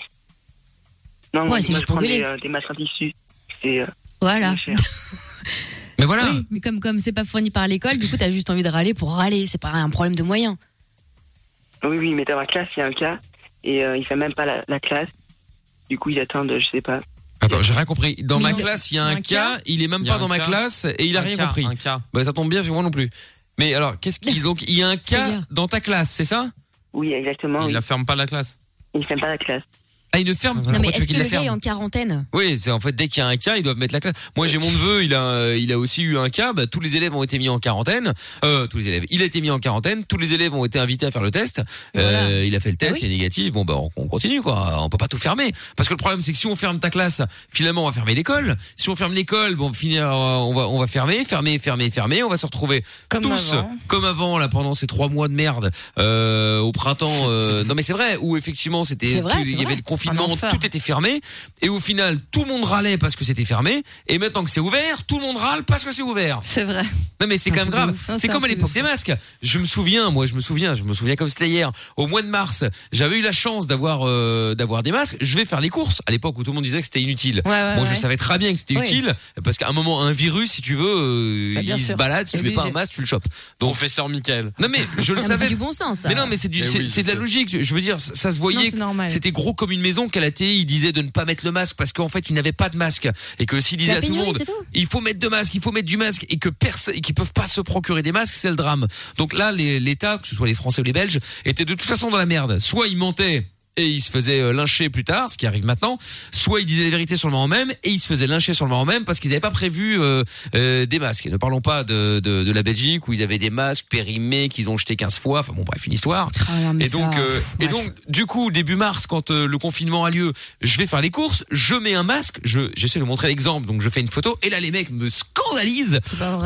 Speaker 5: Ouais,
Speaker 7: moi,
Speaker 5: c'est
Speaker 7: moi,
Speaker 5: juste
Speaker 7: je
Speaker 5: pour
Speaker 7: prends des,
Speaker 5: gueuler.
Speaker 7: euh, des masques en tissu. C'est euh,
Speaker 5: Voilà.
Speaker 2: Mais voilà.
Speaker 5: mais comme comme c'est pas fourni par l'école, du coup, t'as juste envie de râler pour râler. C'est pas un problème de moyens.
Speaker 7: Oui, oui, mais dans ma classe, il y a un cas, et euh, il fait même pas la, la classe. Du coup, ils attendent, je sais pas.
Speaker 2: Attends, j'ai rien compris. Dans
Speaker 7: Mais
Speaker 2: ma
Speaker 7: non.
Speaker 2: classe, il y a un,
Speaker 7: Un
Speaker 2: cas,
Speaker 7: cas.
Speaker 2: il est même
Speaker 7: Il y a
Speaker 2: pas dans
Speaker 7: un
Speaker 2: ma
Speaker 7: cas.
Speaker 2: classe et il a
Speaker 7: Un
Speaker 2: rien
Speaker 7: cas,
Speaker 2: compris.
Speaker 7: un cas.
Speaker 2: Bah ça tombe bien, parce que moi non plus. Mais alors, qu'est-ce qui donc il y a un cas
Speaker 7: C'est-à-dire
Speaker 2: dans ta classe, c'est ça
Speaker 7: Oui, exactement.
Speaker 2: Il la ferme pas la classe.
Speaker 7: Ils ne ferment pas la classe.
Speaker 2: Ah, il ne ferme
Speaker 5: Non, mais
Speaker 2: Pourquoi tu veux
Speaker 5: est-ce que
Speaker 2: qu'il
Speaker 5: le
Speaker 2: la
Speaker 5: gars
Speaker 2: ferme
Speaker 5: est en quarantaine
Speaker 2: Oui, c'est en fait dès qu'il y a un cas, ils doivent mettre la classe. Moi, j'ai mon neveu, il a, euh, il a aussi eu un cas. Bah, tous les élèves ont été mis en quarantaine. Euh, tous les élèves. Il a été mis en quarantaine. Tous les élèves ont été invités à faire le test. Euh, Il a fait le test, il est négatif. Bon, bah, on, on continue quoi. On peut pas tout fermer parce que le problème, c'est que si on ferme ta classe, finalement, on va fermer l'école. Si on ferme l'école, bon, finir, euh, on va, on va fermer, fermer, fermer, fermer. On va se retrouver tous
Speaker 4: avant.
Speaker 2: comme avant là pendant ces trois mois de merde euh, au printemps. euh, non, mais c'est vrai. Où effectivement, c'était,
Speaker 4: C'est vrai,
Speaker 2: tout-
Speaker 4: c'est
Speaker 2: il y
Speaker 4: vrai.
Speaker 2: avait le confinement,
Speaker 4: Un enfer.
Speaker 2: tout était fermé. Et au final, tout le monde râlait parce que c'était fermé. Et maintenant que c'est ouvert, tout le monde râle parce que c'est ouvert.
Speaker 3: C'est vrai.
Speaker 2: Non mais c'est quand même
Speaker 4: truc de
Speaker 2: grave.
Speaker 4: ouf. Non,
Speaker 2: C'est
Speaker 4: c'est un
Speaker 2: comme à
Speaker 4: truc de
Speaker 2: l'époque des masques. Je me souviens, moi, je me souviens, je me souviens comme c'était hier. Au mois de mars, j'avais eu la chance d'avoir euh, d'avoir des masques. Je vais faire les courses. À l'époque où tout le monde disait que c'était inutile.
Speaker 4: Ouais, ouais,
Speaker 2: Moi, je
Speaker 4: ouais.
Speaker 2: savais très bien que c'était
Speaker 4: Oui.
Speaker 2: utile parce qu'à un moment, un virus, si tu veux, euh,
Speaker 4: Bah, bien
Speaker 2: il se
Speaker 4: sûr.
Speaker 2: balade. Si tu mets pas un
Speaker 4: Obligé.
Speaker 2: masque, tu le chopes. Donc, professeur Michael. Non mais je le
Speaker 5: Ah, mais
Speaker 2: savais.
Speaker 5: C'est du bon sens. ça.
Speaker 2: Mais non, mais c'est du,
Speaker 4: Eh
Speaker 2: c'est,
Speaker 4: oui, je
Speaker 2: c'est de la logique. Je veux dire, ça, ça se
Speaker 5: Non,
Speaker 2: voyait.
Speaker 5: c'est
Speaker 2: que
Speaker 5: normal.
Speaker 2: C'était gros comme une maison qu'à la télé, ils disaient de ne pas mettre le masque parce qu'en fait, ils n'avaient pas de masque et que s'ils disaient
Speaker 4: La
Speaker 2: à tout le
Speaker 4: pénurie,
Speaker 2: monde,
Speaker 4: c'est tout.
Speaker 2: il faut mettre de masque, il faut mettre du masque et que personne, et qu'ils peuvent pas se procurer des masques, c'est le drame. Donc là, les- l'État, que ce soit les Français ou les Belges, étaient de toute façon dans la merde. Soit ils mentaient et il se faisait euh, lyncher plus tard, ce qui arrive maintenant. Soit il disait la vérité sur le moment même et il se faisait lyncher sur le moment même parce qu'ils n'avaient pas prévu euh, euh, des masques. Et ne parlons pas de, de, de la Belgique où ils avaient des masques périmés qu'ils ont jetés 15 fois. Enfin bon, bref, une histoire.
Speaker 4: Ah
Speaker 2: et donc, euh, et donc, du coup, début mars, quand euh, le confinement a lieu, je vais faire les courses, je mets un masque, je j'essaie de montrer l'exemple, donc je fais une photo. Et là, les mecs me scandalisent.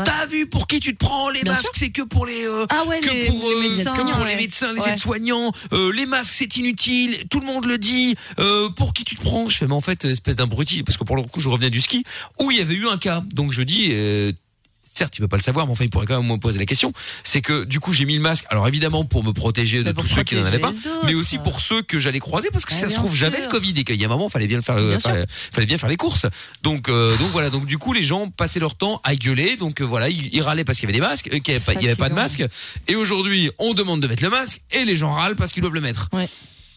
Speaker 2: T'as vu pour qui tu te prends les
Speaker 1: Bien
Speaker 2: masques
Speaker 1: sûr.
Speaker 2: C'est que pour les euh,
Speaker 1: Ah ouais,
Speaker 2: que
Speaker 1: les-
Speaker 2: pour,
Speaker 1: les médecins,
Speaker 2: que pour les
Speaker 1: ouais.
Speaker 2: médecins, les
Speaker 1: Ouais.
Speaker 2: aides-soignants, euh, les masques c'est inutile, tout le monde le dit. euh, pour qui tu te prends Je fais mais en fait espèce d'abruti parce que pour le coup je reviens du ski où il y avait eu un cas. Donc je dis euh, certes, il peut pas le savoir, mais enfin, il pourrait quand même me poser la question. C'est que, du coup, j'ai mis le masque. Alors, évidemment, pour me protéger de tous ceux qui n'en avaient pas,
Speaker 1: Bah, protéger
Speaker 2: mais
Speaker 1: les
Speaker 2: aussi pour ceux que j'allais croiser, parce que
Speaker 1: Ouais,
Speaker 2: ça se
Speaker 1: bien
Speaker 2: trouve
Speaker 1: sûr.
Speaker 2: jamais le Covid et qu'il y a un moment, fallait bien le faire, le-
Speaker 1: Bien
Speaker 2: faire-
Speaker 1: sûr.
Speaker 2: fallait bien faire les courses. Donc, euh, donc voilà. Donc, du coup, les gens passaient leur temps à gueuler. Donc, euh, voilà, ils, ils râlaient parce qu'il y avait des masques, euh, qu'il n'y avait, pas- il y avait pas de masque. Et aujourd'hui, on demande de mettre le masque et les gens râlent parce qu'ils doivent le mettre.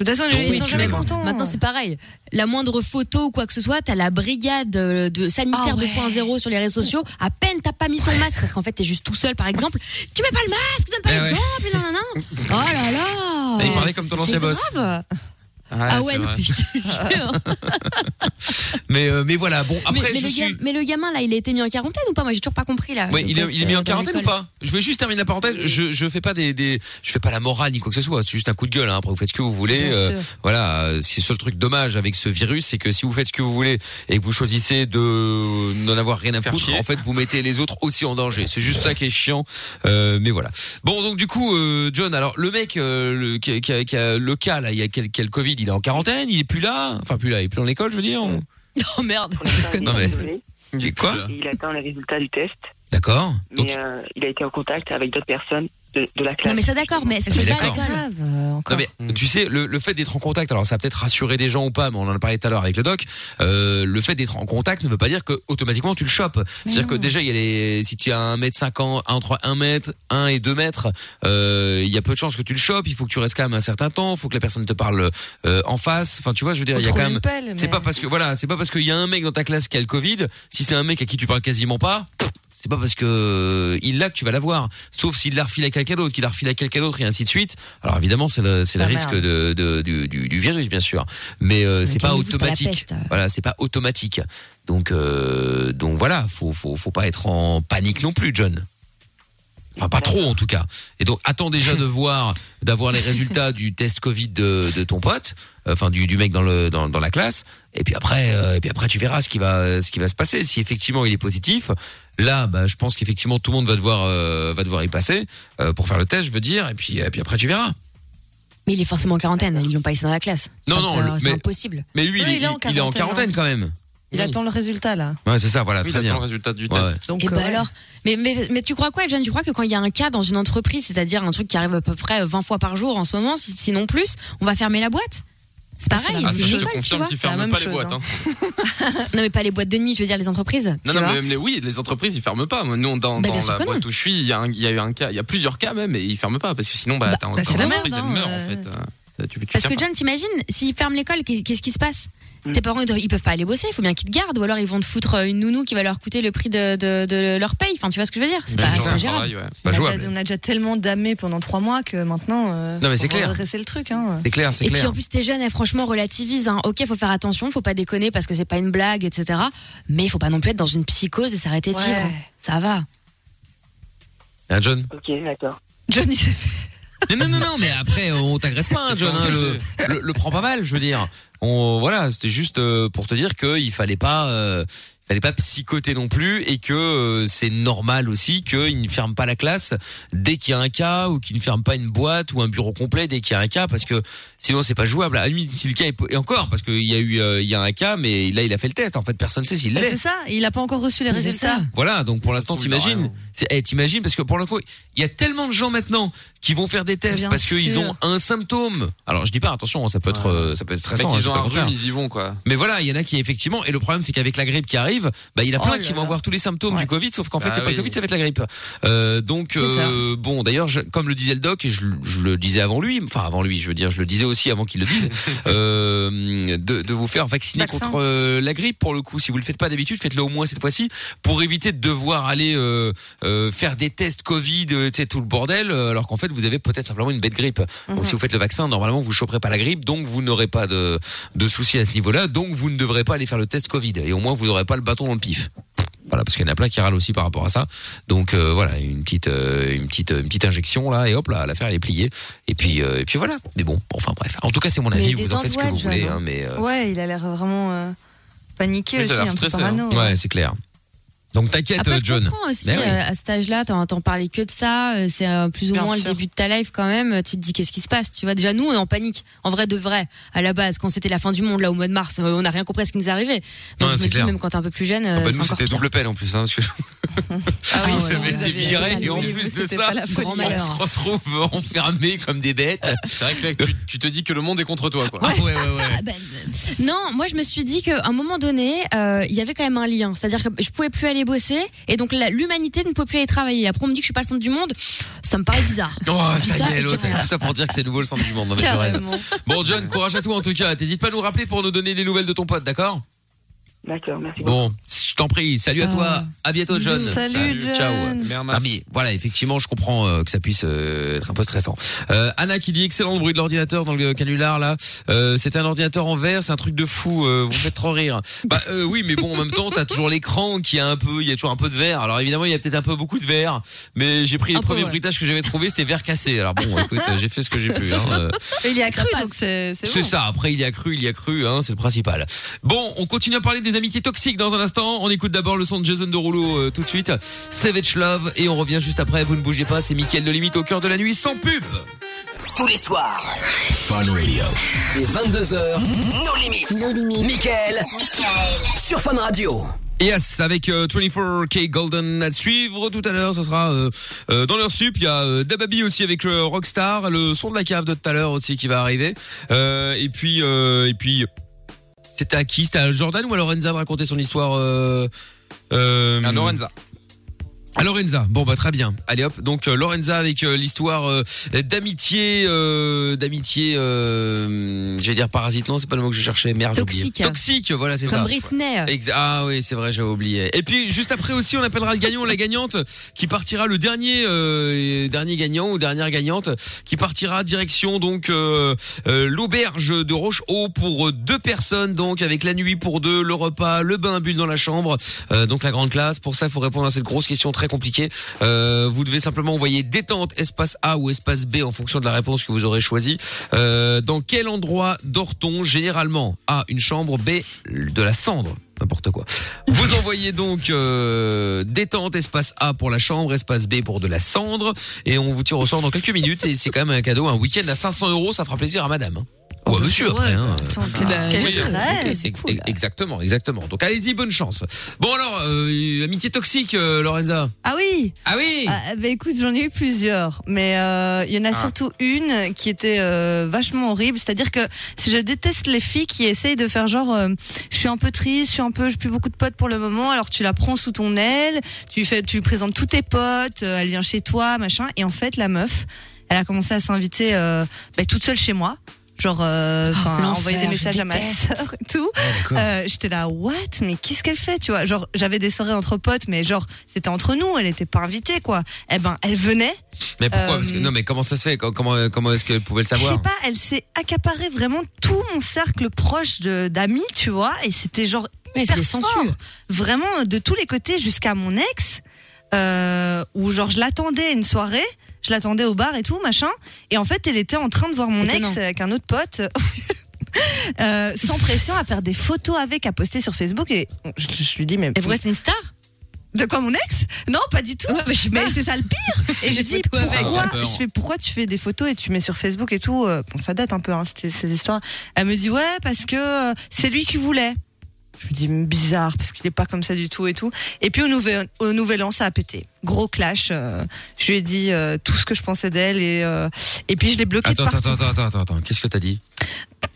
Speaker 3: De toute façon,
Speaker 2: Donc,
Speaker 5: ils sont jamais
Speaker 2: euh,
Speaker 5: contents. Maintenant, c'est pareil. La moindre photo ou quoi que ce soit, t'as la brigade euh, de
Speaker 2: Ah
Speaker 5: sanitaire 2.0 sur les réseaux sociaux. À peine t'as pas mis ton masque parce qu'en fait, t'es juste tout seul, par exemple. Tu mets pas le masque, tu donnes pas
Speaker 2: Eh ouais.
Speaker 5: l'exemple, et nanana. Oh là là.
Speaker 2: Et il parlait comme ton
Speaker 5: C'est
Speaker 2: ancien boss.
Speaker 5: grave. ah ouais,
Speaker 2: c'est
Speaker 5: non,
Speaker 2: vrai.
Speaker 5: mais je te jure.
Speaker 2: mais, euh, mais voilà, bon,
Speaker 5: mais,
Speaker 2: après,
Speaker 5: mais
Speaker 2: je
Speaker 5: le
Speaker 2: suis.
Speaker 5: ga- mais le gamin, là, il a été mis en quarantaine ou pas Moi, j'ai toujours pas compris, là.
Speaker 2: Ouais,
Speaker 5: le
Speaker 2: il, est,
Speaker 5: boss,
Speaker 2: il est mis
Speaker 5: euh,
Speaker 2: en
Speaker 5: de
Speaker 2: quarantaine ou
Speaker 5: l'école.
Speaker 2: pas Je vais juste terminer la parenthèse. Je, je fais pas des, des- je fais pas la morale ni quoi que ce soit. C'est juste un coup de gueule. Hein. Après, vous faites ce que vous voulez.
Speaker 1: Bien
Speaker 2: euh,
Speaker 1: sûr.
Speaker 2: voilà. euh, C'est le seul truc dommage avec ce virus, c'est que si vous faites ce que vous voulez et que vous choisissez de n'en avoir rien à foutre, en fait, vous mettez les autres aussi en danger. C'est juste ça qui est chiant. Euh, mais voilà. Bon, donc du coup, euh, John. Alors, le mec, euh, le, qui, a- qui a, qui a le cas là, il y a quel, quel Covid Il est en quarantaine. Il est plus là. Enfin, plus là. Il est plus dans l'école, je veux dire. ou-
Speaker 5: Oh merde.
Speaker 2: Non mais. Quoi
Speaker 7: Il attend les résultats du test,
Speaker 2: D'accord.
Speaker 7: mais euh, il a été en contact avec d'autres personnes de, de la classe.
Speaker 5: Non, mais ça, d'accord, mais est-ce que
Speaker 2: Mais
Speaker 5: c'est pas
Speaker 2: d'accord.
Speaker 5: grave
Speaker 2: Non mais tu sais le, le fait d'être en contact alors ça va peut-être rassurer des gens ou pas mais on en a parlé tout à l'heure avec le doc euh, le fait d'être en contact ne veut pas dire que automatiquement tu le chopes c'est-à-dire que déjà il y a les si tu as 1 mètre 50 entre 1 mètre 1 et 2 mètres euh, il y a peu de chances que tu le chopes il faut que tu restes quand même un certain temps il faut que la personne te parle euh, en face enfin tu vois je veux dire il y a
Speaker 1: Faut
Speaker 2: quand
Speaker 1: trouver
Speaker 2: même
Speaker 1: une pelle,
Speaker 2: c'est
Speaker 1: mais-
Speaker 2: pas parce que voilà c'est pas parce qu'il y a un mec dans ta classe qui a le Covid si c'est un mec à qui tu parles quasiment pas c'est pas parce que euh, il l'a que tu vas l'avoir. Sauf s'il la refile à quelqu'un d'autre, qu'il la refile à quelqu'un d'autre et ainsi de suite. Alors évidemment, c'est le, c'est le
Speaker 1: Ah,
Speaker 2: risque
Speaker 1: merde.
Speaker 2: de, de- du, du- du virus, bien sûr. Mais euh, c'est pas
Speaker 1: calmez-vous, c'est pas la
Speaker 2: automatique.
Speaker 1: peste.
Speaker 2: Voilà, c'est pas automatique. Donc, euh, donc voilà, faut, faut, faut pas être en panique non plus, John. Enfin, pas trop en tout cas. Et donc, attends déjà de voir, d'avoir les résultats du test Covid de, de ton pote, euh, enfin du, du mec dans le dans, dans la classe. Et puis après, euh, et puis après, tu verras ce qui va ce qui va se passer. Si effectivement il est positif, là, bah, je pense qu'effectivement tout le monde va devoir euh, va devoir y passer euh, pour faire le test, je veux dire. Et puis et puis après, tu verras.
Speaker 5: Mais il est forcément en quarantaine, ils l'ont pas laissé dans la classe.
Speaker 2: Non,
Speaker 5: Donc,
Speaker 2: non,
Speaker 5: euh,
Speaker 2: le-
Speaker 5: C'est
Speaker 2: mais-
Speaker 5: impossible.
Speaker 2: Mais lui,
Speaker 3: Non,
Speaker 2: il,
Speaker 3: il est en
Speaker 2: il est en quarantaine
Speaker 3: quarantaine, hein.
Speaker 2: quand même.
Speaker 3: Il attend le résultat là.
Speaker 2: Ouais, c'est ça, voilà, très bien.
Speaker 4: le résultat du
Speaker 2: test.
Speaker 3: Donc,
Speaker 5: Et
Speaker 3: euh,
Speaker 5: bah
Speaker 3: ouais.
Speaker 5: alors, mais, mais, mais tu crois quoi, John Tu crois que quand il y a un cas dans une entreprise, c'est-à-dire un truc qui arrive à peu près 20 fois par jour en ce moment, si- sinon plus, on va fermer la boîte C'est pareil,
Speaker 4: Ah,
Speaker 5: c'est
Speaker 4: mais je te
Speaker 5: une école, tu
Speaker 4: confirme
Speaker 5: vois.
Speaker 4: qu'ils
Speaker 3: Bah,
Speaker 4: ferment pas les boîtes. hein.
Speaker 5: Non, mais pas les boîtes de nuit, je veux dire les entreprises.
Speaker 4: Non,
Speaker 5: tu
Speaker 4: non,
Speaker 5: vois.
Speaker 4: mais, mais oui, les entreprises, ils ferment pas. Moi, Nous, dans,
Speaker 5: Bah,
Speaker 4: dans
Speaker 5: bien sûr
Speaker 4: la
Speaker 5: que non.
Speaker 4: boîte où je suis, il y, a un- il y a eu un cas, il y a plusieurs cas même, et ils ferment pas parce que sinon, bah, t'as
Speaker 3: bah,
Speaker 4: t'as
Speaker 3: c'est la
Speaker 4: entreprise,
Speaker 3: merde,
Speaker 4: elle
Speaker 3: hein,
Speaker 4: meurt en
Speaker 3: euh.
Speaker 4: fait. Euh, ça, tu- tu
Speaker 5: Parce
Speaker 4: fermes
Speaker 5: que
Speaker 4: pas.
Speaker 5: John, t'imagines, s'ils ferment l'école, qu'est- qu'est-ce qui se passe
Speaker 2: Hmm.
Speaker 5: Tes parents, ils doivent- ils peuvent pas aller bosser, il faut bien qu'ils te gardent, ou alors ils vont te foutre euh, une nounou qui va leur coûter le prix de, de- de leur paye. Enfin, tu vois ce que je veux dire C'est pas, c'est pas gérable.
Speaker 2: C'est pas
Speaker 3: on, a
Speaker 2: jouable.
Speaker 3: déjà, on a déjà tellement damé pendant trois mois que maintenant, euh,
Speaker 2: Non, mais c'est
Speaker 3: faut
Speaker 2: clair.
Speaker 3: redresser le truc. Hein.
Speaker 2: C'est clair, c'est
Speaker 5: Et
Speaker 2: clair.
Speaker 5: puis en plus, t'es jeune, eh, franchement, relativise. Hein. Ok, faut faire attention, faut pas déconner parce que c'est pas une blague, etc. Mais il faut pas non plus être dans une psychose et s'arrêter de
Speaker 3: Ouais.
Speaker 5: vivre. hein. Ça va.
Speaker 2: Hein, John
Speaker 7: Ok, d'accord.
Speaker 3: Johnny s'est fait.
Speaker 2: Mais non, non, non, mais après, on t'agresse pas, hein, John. hein, le, le, le prends pas mal, je veux dire. On, voilà, c'était juste euh, pour te dire qu'il fallait pas, euh, il fallait pas psychoter non plus et que euh, c'est normal aussi qu'ils ne ferment pas la classe dès qu'il y a un cas ou qu'ils ne ferment pas une boîte ou un bureau complet dès qu'il y a un cas parce que sinon c'est pas jouable. À la limite, si le cas est, po- et encore parce qu'il y a eu, euh, il y a un cas, mais là il a fait le test. En fait, personne sait s'il
Speaker 3: Bah,
Speaker 2: l'est.
Speaker 3: C'est ça, il a pas encore reçu les résultats.
Speaker 2: Voilà, donc pour l'instant, t'imagines, c'est- eh, t'imagines parce que pour le coup, il y a tellement de gens maintenant qui vont faire des tests
Speaker 1: Bien
Speaker 2: parce qu'ils
Speaker 1: sûr.
Speaker 2: ont un symptôme. Alors je dis pas, attention, ça peut être, euh, ça peut être
Speaker 4: Les mecs,
Speaker 2: stressant. hein, je
Speaker 4: ils
Speaker 2: peux
Speaker 4: ont
Speaker 2: pas
Speaker 4: un
Speaker 2: le faire.
Speaker 4: rhume, ils y vont quoi.
Speaker 2: Mais voilà, il y en a qui effectivement, et le problème c'est qu'avec la grippe qui arrive, bah il y en a plein
Speaker 4: Oh
Speaker 2: qui
Speaker 4: là
Speaker 2: vont
Speaker 4: là.
Speaker 2: avoir tous les symptômes du Covid, sauf qu'en fait
Speaker 4: Bah
Speaker 2: c'est pas
Speaker 4: oui.
Speaker 2: le Covid, ça va être la grippe. Euh, donc euh, bon, d'ailleurs, je- comme le disait le doc, et je, je le disais avant lui, enfin avant lui, je veux dire, je le disais aussi avant qu'il le dise, euh, de, de vous faire vacciner
Speaker 1: Vaccin.
Speaker 2: contre euh, la grippe pour le coup. Si vous le faites pas d'habitude, faites-le au moins cette fois-ci pour éviter de devoir aller euh, euh, euh, faire des tests Covid, euh, tu sais, tout le bordel, euh, alors qu'en fait, vous avez peut-être simplement une bête grippe. Donc,
Speaker 15: Mhm.
Speaker 2: si vous faites le vaccin, normalement, vous choperez pas la grippe, donc vous n'aurez pas de, de soucis à ce niveau-là, donc vous ne devrez pas aller faire le test Covid. Et au moins, vous n'aurez pas le bâton dans le pif. Voilà, parce qu'il y en a plein qui râlent aussi par rapport à ça. Donc euh, voilà, une petite, euh, une petite, une petite injection là, et hop là, l'affaire elle est pliée. Et puis, euh, et puis voilà. Mais bon, enfin bref. En tout cas, c'est mon avis. Vous en faites ce que vous voulez, hein, mais euh,
Speaker 3: Ouais, il a l'air vraiment euh, paniqué aussi, un peu parano.
Speaker 2: hein. Ouais, c'est clair. Donc t'inquiète,
Speaker 5: hein. Après,
Speaker 2: euh,
Speaker 5: je
Speaker 2: John.
Speaker 5: comprends aussi,
Speaker 2: Mais oui. Ah,
Speaker 5: euh, à cet âge-là, t'en t'en parlais que de ça, euh, c'est euh, plus ou
Speaker 3: Bien
Speaker 5: moins
Speaker 3: sûr.
Speaker 5: le début de ta life quand même, tu te dis qu'est-ce qui se passe, tu vois. Déjà, nous, on est en panique, en vrai de vrai, à la base, quand c'était la fin du monde, là, au mois de mars, euh, on n'a rien compris à ce qui nous arrivait.
Speaker 2: Ouais,
Speaker 5: Donc, je
Speaker 2: c'est
Speaker 5: me dis,
Speaker 2: clair.
Speaker 5: même quand t'es un peu plus jeune,
Speaker 2: Ah
Speaker 5: euh, Ah
Speaker 2: bah
Speaker 5: c'est
Speaker 2: nous
Speaker 5: encore
Speaker 2: c'était
Speaker 5: pire.
Speaker 2: double peine en plus hein, parce que oui, des virés et en plus de ça
Speaker 5: grand
Speaker 2: on
Speaker 5: malheur.
Speaker 2: se retrouve enfermés comme des bêtes c'est vrai que tu, te dis que le monde est contre toi quoi ouais ouais ouais
Speaker 5: Ah, bah, euh, Non, moi je me suis dit qu'à un moment donné, euh, il y avait quand même un lien. C'est-à-dire que je pouvais plus aller bosser et donc la- l'humanité ne pouvait plus aller travailler. Après on me dit que je suis pas le centre du monde, ça me paraît bizarre.
Speaker 2: Oh, ça
Speaker 5: Bizarre
Speaker 2: y est,
Speaker 5: et
Speaker 2: l'autre.
Speaker 5: carrément.
Speaker 2: Tout ça pour dire que c'est nouveau le centre du monde. Non, mais je rêve.
Speaker 5: Carrément.
Speaker 2: Bon, John, courage à toi en tout cas. T'hésites pas à nous rappeler pour nous donner des nouvelles de ton pote, d'accord
Speaker 7: D'accord, merci.
Speaker 2: Bon, je t'en prie. Salut à
Speaker 5: Ah.
Speaker 2: toi. À bientôt, John.
Speaker 7: Salut, John.
Speaker 2: Ciao. Ah, mais voilà, effectivement, je comprends euh, que ça puisse euh, être un peu stressant. Euh, Anna qui dit excellent le bruit de l'ordinateur dans le canular là. Euh, c'est un ordinateur en verre, c'est un truc de fou. euh, vous me faites trop rire. Bah euh, oui, mais bon, en même temps, t'as toujours l'écran qui a un peu, il y a toujours un peu de verre. Alors évidemment, il y a peut-être un peu beaucoup de verre, mais j'ai pris les
Speaker 3: Un peu,
Speaker 2: premiers
Speaker 3: ouais.
Speaker 2: bruitages que j'avais trouvé, c'était verre cassé. Alors bon, écoute, j'ai fait ce que j'ai pu. Hein, euh.
Speaker 3: Il y a cru, donc c'est c'est
Speaker 2: C'est
Speaker 3: bon.
Speaker 2: ça. Après, il y a cru, il y a cru, hein, c'est le principal. Bon, on continue à parler des amitiés toxiques dans un instant. On écoute d'abord le son de Jason Derulo euh, tout de suite. Savage Love et on revient juste après. Vous ne bougez pas, c'est Mickaël de Limite au cœur de la nuit sans pub.
Speaker 1: Tous les soirs. Fun Radio. Les 22h, nos limites. Nos limites. Michael. Sur Fun Radio.
Speaker 2: Yes, avec euh, 24K Golden à suivre tout à l'heure, ce sera euh, euh, dans leur sup. Il y a euh, Dababy aussi avec le Rockstar, le son de la cave de tout à l'heure aussi qui va arriver. Euh, et puis, euh, et puis, c'était à qui C'était à Jordan ou à Lorenza de raconter son histoire euh, euh,
Speaker 4: À Lorenza.
Speaker 2: À Lorenza. Bon bah très bien. Allez hop. Donc euh, Lorenza avec euh, l'histoire euh, d'amitié, euh, d'amitié, euh, j'allais dire parasite. Non, c'est pas le mot que je cherchais. Merde. j'ai oublié.
Speaker 5: Toxique.
Speaker 2: Toxique. Voilà, c'est ça.
Speaker 5: Comme Britney. euh,
Speaker 2: Exa- Ah oui, c'est vrai, j'avais oublié. Et puis juste après aussi, on appellera le gagnant ou la gagnante qui partira le dernier euh, dernier gagnant ou dernière gagnante qui partira direction donc euh, euh, l'auberge de Roche-Haut pour euh, deux personnes donc avec la nuit pour deux, le repas, le bain à bulles dans la chambre, euh, donc la grande classe. Pour ça, il faut répondre à cette grosse question très compliquée. Euh, vous devez simplement envoyer détente espace A ou espace B en fonction de la réponse que vous aurez choisie. Euh, dans quel endroit dort-on généralement A, une chambre, B, de la cendre. N'importe quoi. Vous envoyez donc euh, détente, espace A pour la chambre, espace B pour de la cendre, et on vous tire au sort dans quelques minutes. Et c'est quand même un cadeau, un week-end à 500 euros, ça fera plaisir à madame. hein.
Speaker 3: Oh,
Speaker 2: Ou
Speaker 3: bah,
Speaker 2: à monsieur après. hein. Ah,
Speaker 15: quel
Speaker 2: oui,
Speaker 15: rêve.
Speaker 2: c'est cool. Exactement, exactement. Donc allez-y, bonne chance. Bon alors, euh, amitié toxique, euh, Lorenza.
Speaker 3: Ah oui
Speaker 2: Ah oui
Speaker 3: bah écoute, j'en ai eu plusieurs, mais euh, il y en a
Speaker 2: Ah.
Speaker 3: surtout une qui était euh, vachement horrible. C'est-à-dire que si je déteste les filles qui essayent de faire genre, euh, je suis un peu triste, je suis un peu, je plus beaucoup de potes pour le moment, alors tu la prends sous ton aile, tu lui fais, tu lui présentes tous tes potes, euh, elle vient chez toi, machin, et en fait la meuf, elle a commencé à s'inviter euh, bah, toute seule chez moi. Genre, euh, enfin,
Speaker 16: Ah, l'enfer,
Speaker 3: envoyer des
Speaker 16: je
Speaker 3: messages à ma
Speaker 16: déteste.
Speaker 3: sœur et tout.
Speaker 2: Ah,
Speaker 16: d'accord.
Speaker 3: Euh, j'étais là, what Mais qu'est-ce qu'elle fait, tu vois Genre, j'avais des soirées entre potes, mais genre, c'était entre nous, elle n'était pas invitée, quoi. Eh ben, elle venait.
Speaker 2: Mais pourquoi
Speaker 3: Euh,
Speaker 2: Parce que non, mais comment ça se fait Comment comment, comment est-ce qu'elle pouvait le
Speaker 3: Je
Speaker 2: savoir
Speaker 3: sais pas, elle s'est accaparée vraiment tout mon cercle proche de- d'amis, tu vois, et c'était genre hyper fort. Vraiment, de tous les côtés, jusqu'à mon ex, euh, où genre je l'attendais à une soirée, je l'attendais au bar et tout, machin, et en fait, elle était en train de voir mon ex
Speaker 5: Étonnant.
Speaker 3: avec un autre pote. euh, sans pression à faire des photos avec, à poster sur Facebook et je, je lui dis mais
Speaker 5: Et pourquoi c'est une star
Speaker 3: de quoi mon ex Non, pas du tout.
Speaker 5: mais je sais
Speaker 3: mais
Speaker 5: pas.
Speaker 3: c'est ça le pire. Et je
Speaker 5: Des
Speaker 3: dis
Speaker 5: photos avec.
Speaker 3: pourquoi
Speaker 5: Ah, j'ai peur.
Speaker 3: je fais pourquoi tu fais des photos et tu mets sur Facebook et tout. euh, Bon, ça date un peu hein, c'était- ces histoires. Elle me dit ouais parce que euh, c'est lui qui voulait. Je me dis bizarre parce qu'il est pas comme ça du tout et tout. Et puis au nouvel au nouvel an ça a pété. Gros clash. euh, je lui ai dit euh, tout ce que je pensais d'elle et euh, et puis je l'ai bloqué
Speaker 2: Attends,
Speaker 3: de partout.
Speaker 2: attends, attends, attends, attends, attends. Qu'est-ce que t'as dit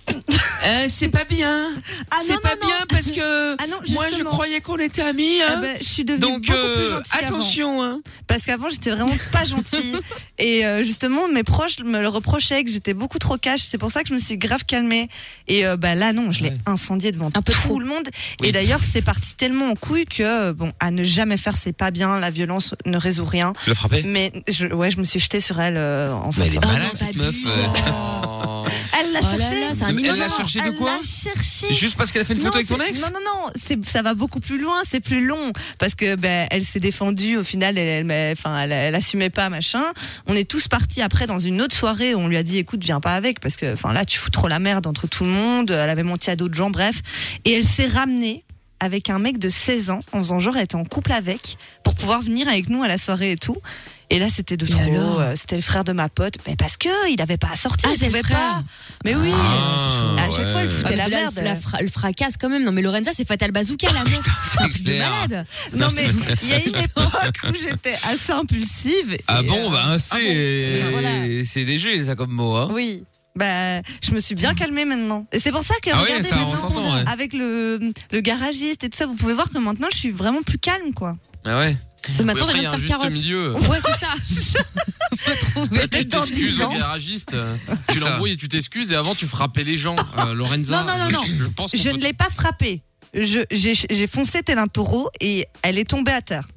Speaker 15: Eh, c'est pas bien.
Speaker 3: Ah,
Speaker 15: c'est
Speaker 3: non,
Speaker 15: pas
Speaker 3: non, non.
Speaker 15: bien parce que
Speaker 3: Ah non,
Speaker 15: moi je
Speaker 3: justement.
Speaker 15: croyais qu'on était amis.
Speaker 3: Ah
Speaker 15: hein.
Speaker 3: bah, je suis devenue
Speaker 15: Donc
Speaker 3: beaucoup
Speaker 15: euh,
Speaker 3: plus gentille qu'avant.
Speaker 15: attention. hein.
Speaker 3: Parce qu'avant, j'étais vraiment pas gentille. et euh, justement, mes proches me le reprochaient que j'étais beaucoup trop cash. C'est pour ça que je me suis grave calmée. Et euh, bah là, non, je l'ai incendié devant tout le monde. Et d'ailleurs, c'est parti tellement en couille que, euh, bon, à ne jamais faire, c'est pas bien. La violence ne résout rien.
Speaker 2: Tu l'as frappée
Speaker 3: Mais je, ouais, je me suis jetée sur elle euh, en
Speaker 2: Mais elle est
Speaker 3: faisant-
Speaker 2: malade cette meuf.
Speaker 3: Elle l'a
Speaker 5: Oh là
Speaker 3: cherché.
Speaker 5: là, c'est un
Speaker 2: Elle l'a cherché de quoi Juste parce qu'elle a fait une
Speaker 3: Non,
Speaker 2: photo avec ton
Speaker 3: c'est-
Speaker 2: ex
Speaker 3: Non, non, non, c'est- ça va beaucoup plus loin, c'est plus long. Parce que ben, elle s'est défendue, au final, elle, elle, m'a- enfin, elle, elle assumait pas, machin. On est tous partis après dans une autre soirée où on lui a dit écoute, viens pas avec, parce que enfin, là, tu fous trop la merde entre tout le monde. Elle avait menti à d'autres gens, bref. Et elle s'est ramenée avec un mec de 16 ans, en faisant genre, elle était en couple avec, pour pouvoir venir avec nous à la soirée et tout. Et là, c'était de trop. euh, C'était le frère de ma pote. Mais parce que il n'avait pas à sortir.
Speaker 5: Ah,
Speaker 3: il
Speaker 5: c'est le
Speaker 3: pouvait
Speaker 5: frère.
Speaker 3: pas. Mais oui.
Speaker 5: Ah,
Speaker 3: à chaque fois, elle foutait
Speaker 5: Ah, mais
Speaker 3: la
Speaker 5: de là,
Speaker 3: merde.
Speaker 5: elle la fra- elle fracasse quand même. Non, mais Lorenza, c'est Fatal Bazooka, la meuf. C'est un truc de
Speaker 2: clair.
Speaker 5: malade.
Speaker 3: Non, mais il y a une époque où j'étais assez impulsive.
Speaker 2: Ah
Speaker 3: et,
Speaker 2: bon,
Speaker 3: euh,
Speaker 2: bah,
Speaker 3: ah bon, bah, voilà.
Speaker 2: c'est c'est léger ça comme mot. Hein.
Speaker 3: Oui. Bah, je me suis bien calmée maintenant. Et c'est pour ça que,
Speaker 2: Ah ouais,
Speaker 3: regardez,
Speaker 2: ça, on
Speaker 3: maintenant,
Speaker 2: s'entend, ouais.
Speaker 3: avec le, le garagiste et tout ça, vous pouvez voir que maintenant, je suis vraiment plus calme, quoi.
Speaker 2: Ah ouais.
Speaker 5: Mais maintenant,
Speaker 4: Oui, après,
Speaker 5: elle
Speaker 4: il y a
Speaker 5: vient
Speaker 4: un
Speaker 5: de
Speaker 4: juste
Speaker 5: faire carotte.
Speaker 4: milieu.
Speaker 5: Ouais, c'est ça.
Speaker 4: Bah, tu
Speaker 5: peut-être dans
Speaker 4: t'excuses
Speaker 5: 10
Speaker 4: au
Speaker 5: ans.
Speaker 4: garagiste, euh, tu l'embrouilles et tu t'excuses et avant tu frappais les gens, euh, Lorenza.
Speaker 3: Non, non, non, non.
Speaker 4: Je pense qu'on
Speaker 3: Je
Speaker 4: peut-
Speaker 3: ne l'ai pas frappée. Je- J'ai j'ai foncé tel un taureau et elle est tombée à terre.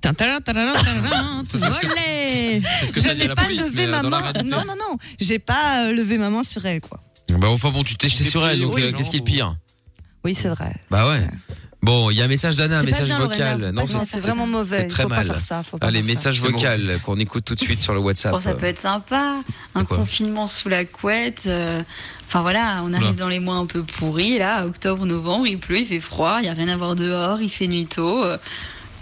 Speaker 5: Tintin, tintin, tintin,
Speaker 3: Ça, c'est ce que-
Speaker 5: Olé.
Speaker 2: c'est ce que
Speaker 3: Je
Speaker 2: t'as dit à
Speaker 3: n'ai
Speaker 2: la
Speaker 3: pas
Speaker 2: police, mais,
Speaker 3: levé ma
Speaker 2: euh, dans la
Speaker 3: main.
Speaker 2: réalité.
Speaker 3: Non, non, non. J'ai pas euh, levé ma main sur elle, quoi.
Speaker 2: Bah enfin bon, tu t'es jeté sur elle, donc euh, qu'est-ce qui est le pire
Speaker 3: Oui, c'est vrai.
Speaker 2: Bah ouais. Bon, il y a un message d'Anna, un
Speaker 3: C'est pas
Speaker 2: message
Speaker 3: bien, Lorena,
Speaker 2: vocal.
Speaker 3: faut pas faire ça. C'est vraiment mauvais,
Speaker 2: c'est
Speaker 3: il
Speaker 2: très
Speaker 3: faut pas
Speaker 2: mal.
Speaker 3: faire ça, faut pas
Speaker 2: Allez,
Speaker 3: faire ça.
Speaker 2: message
Speaker 3: C'est
Speaker 2: vocal qu'on écoute tout de suite sur le WhatsApp.
Speaker 16: Bon, Oh, ça peut être sympa, un
Speaker 2: quoi
Speaker 16: confinement sous la couette. euh, Enfin voilà, on arrive
Speaker 2: Oula.
Speaker 16: dans les mois un peu pourris, là, octobre, novembre, il pleut, il fait froid, il n'y a rien à voir dehors, il fait nuit tôt. euh,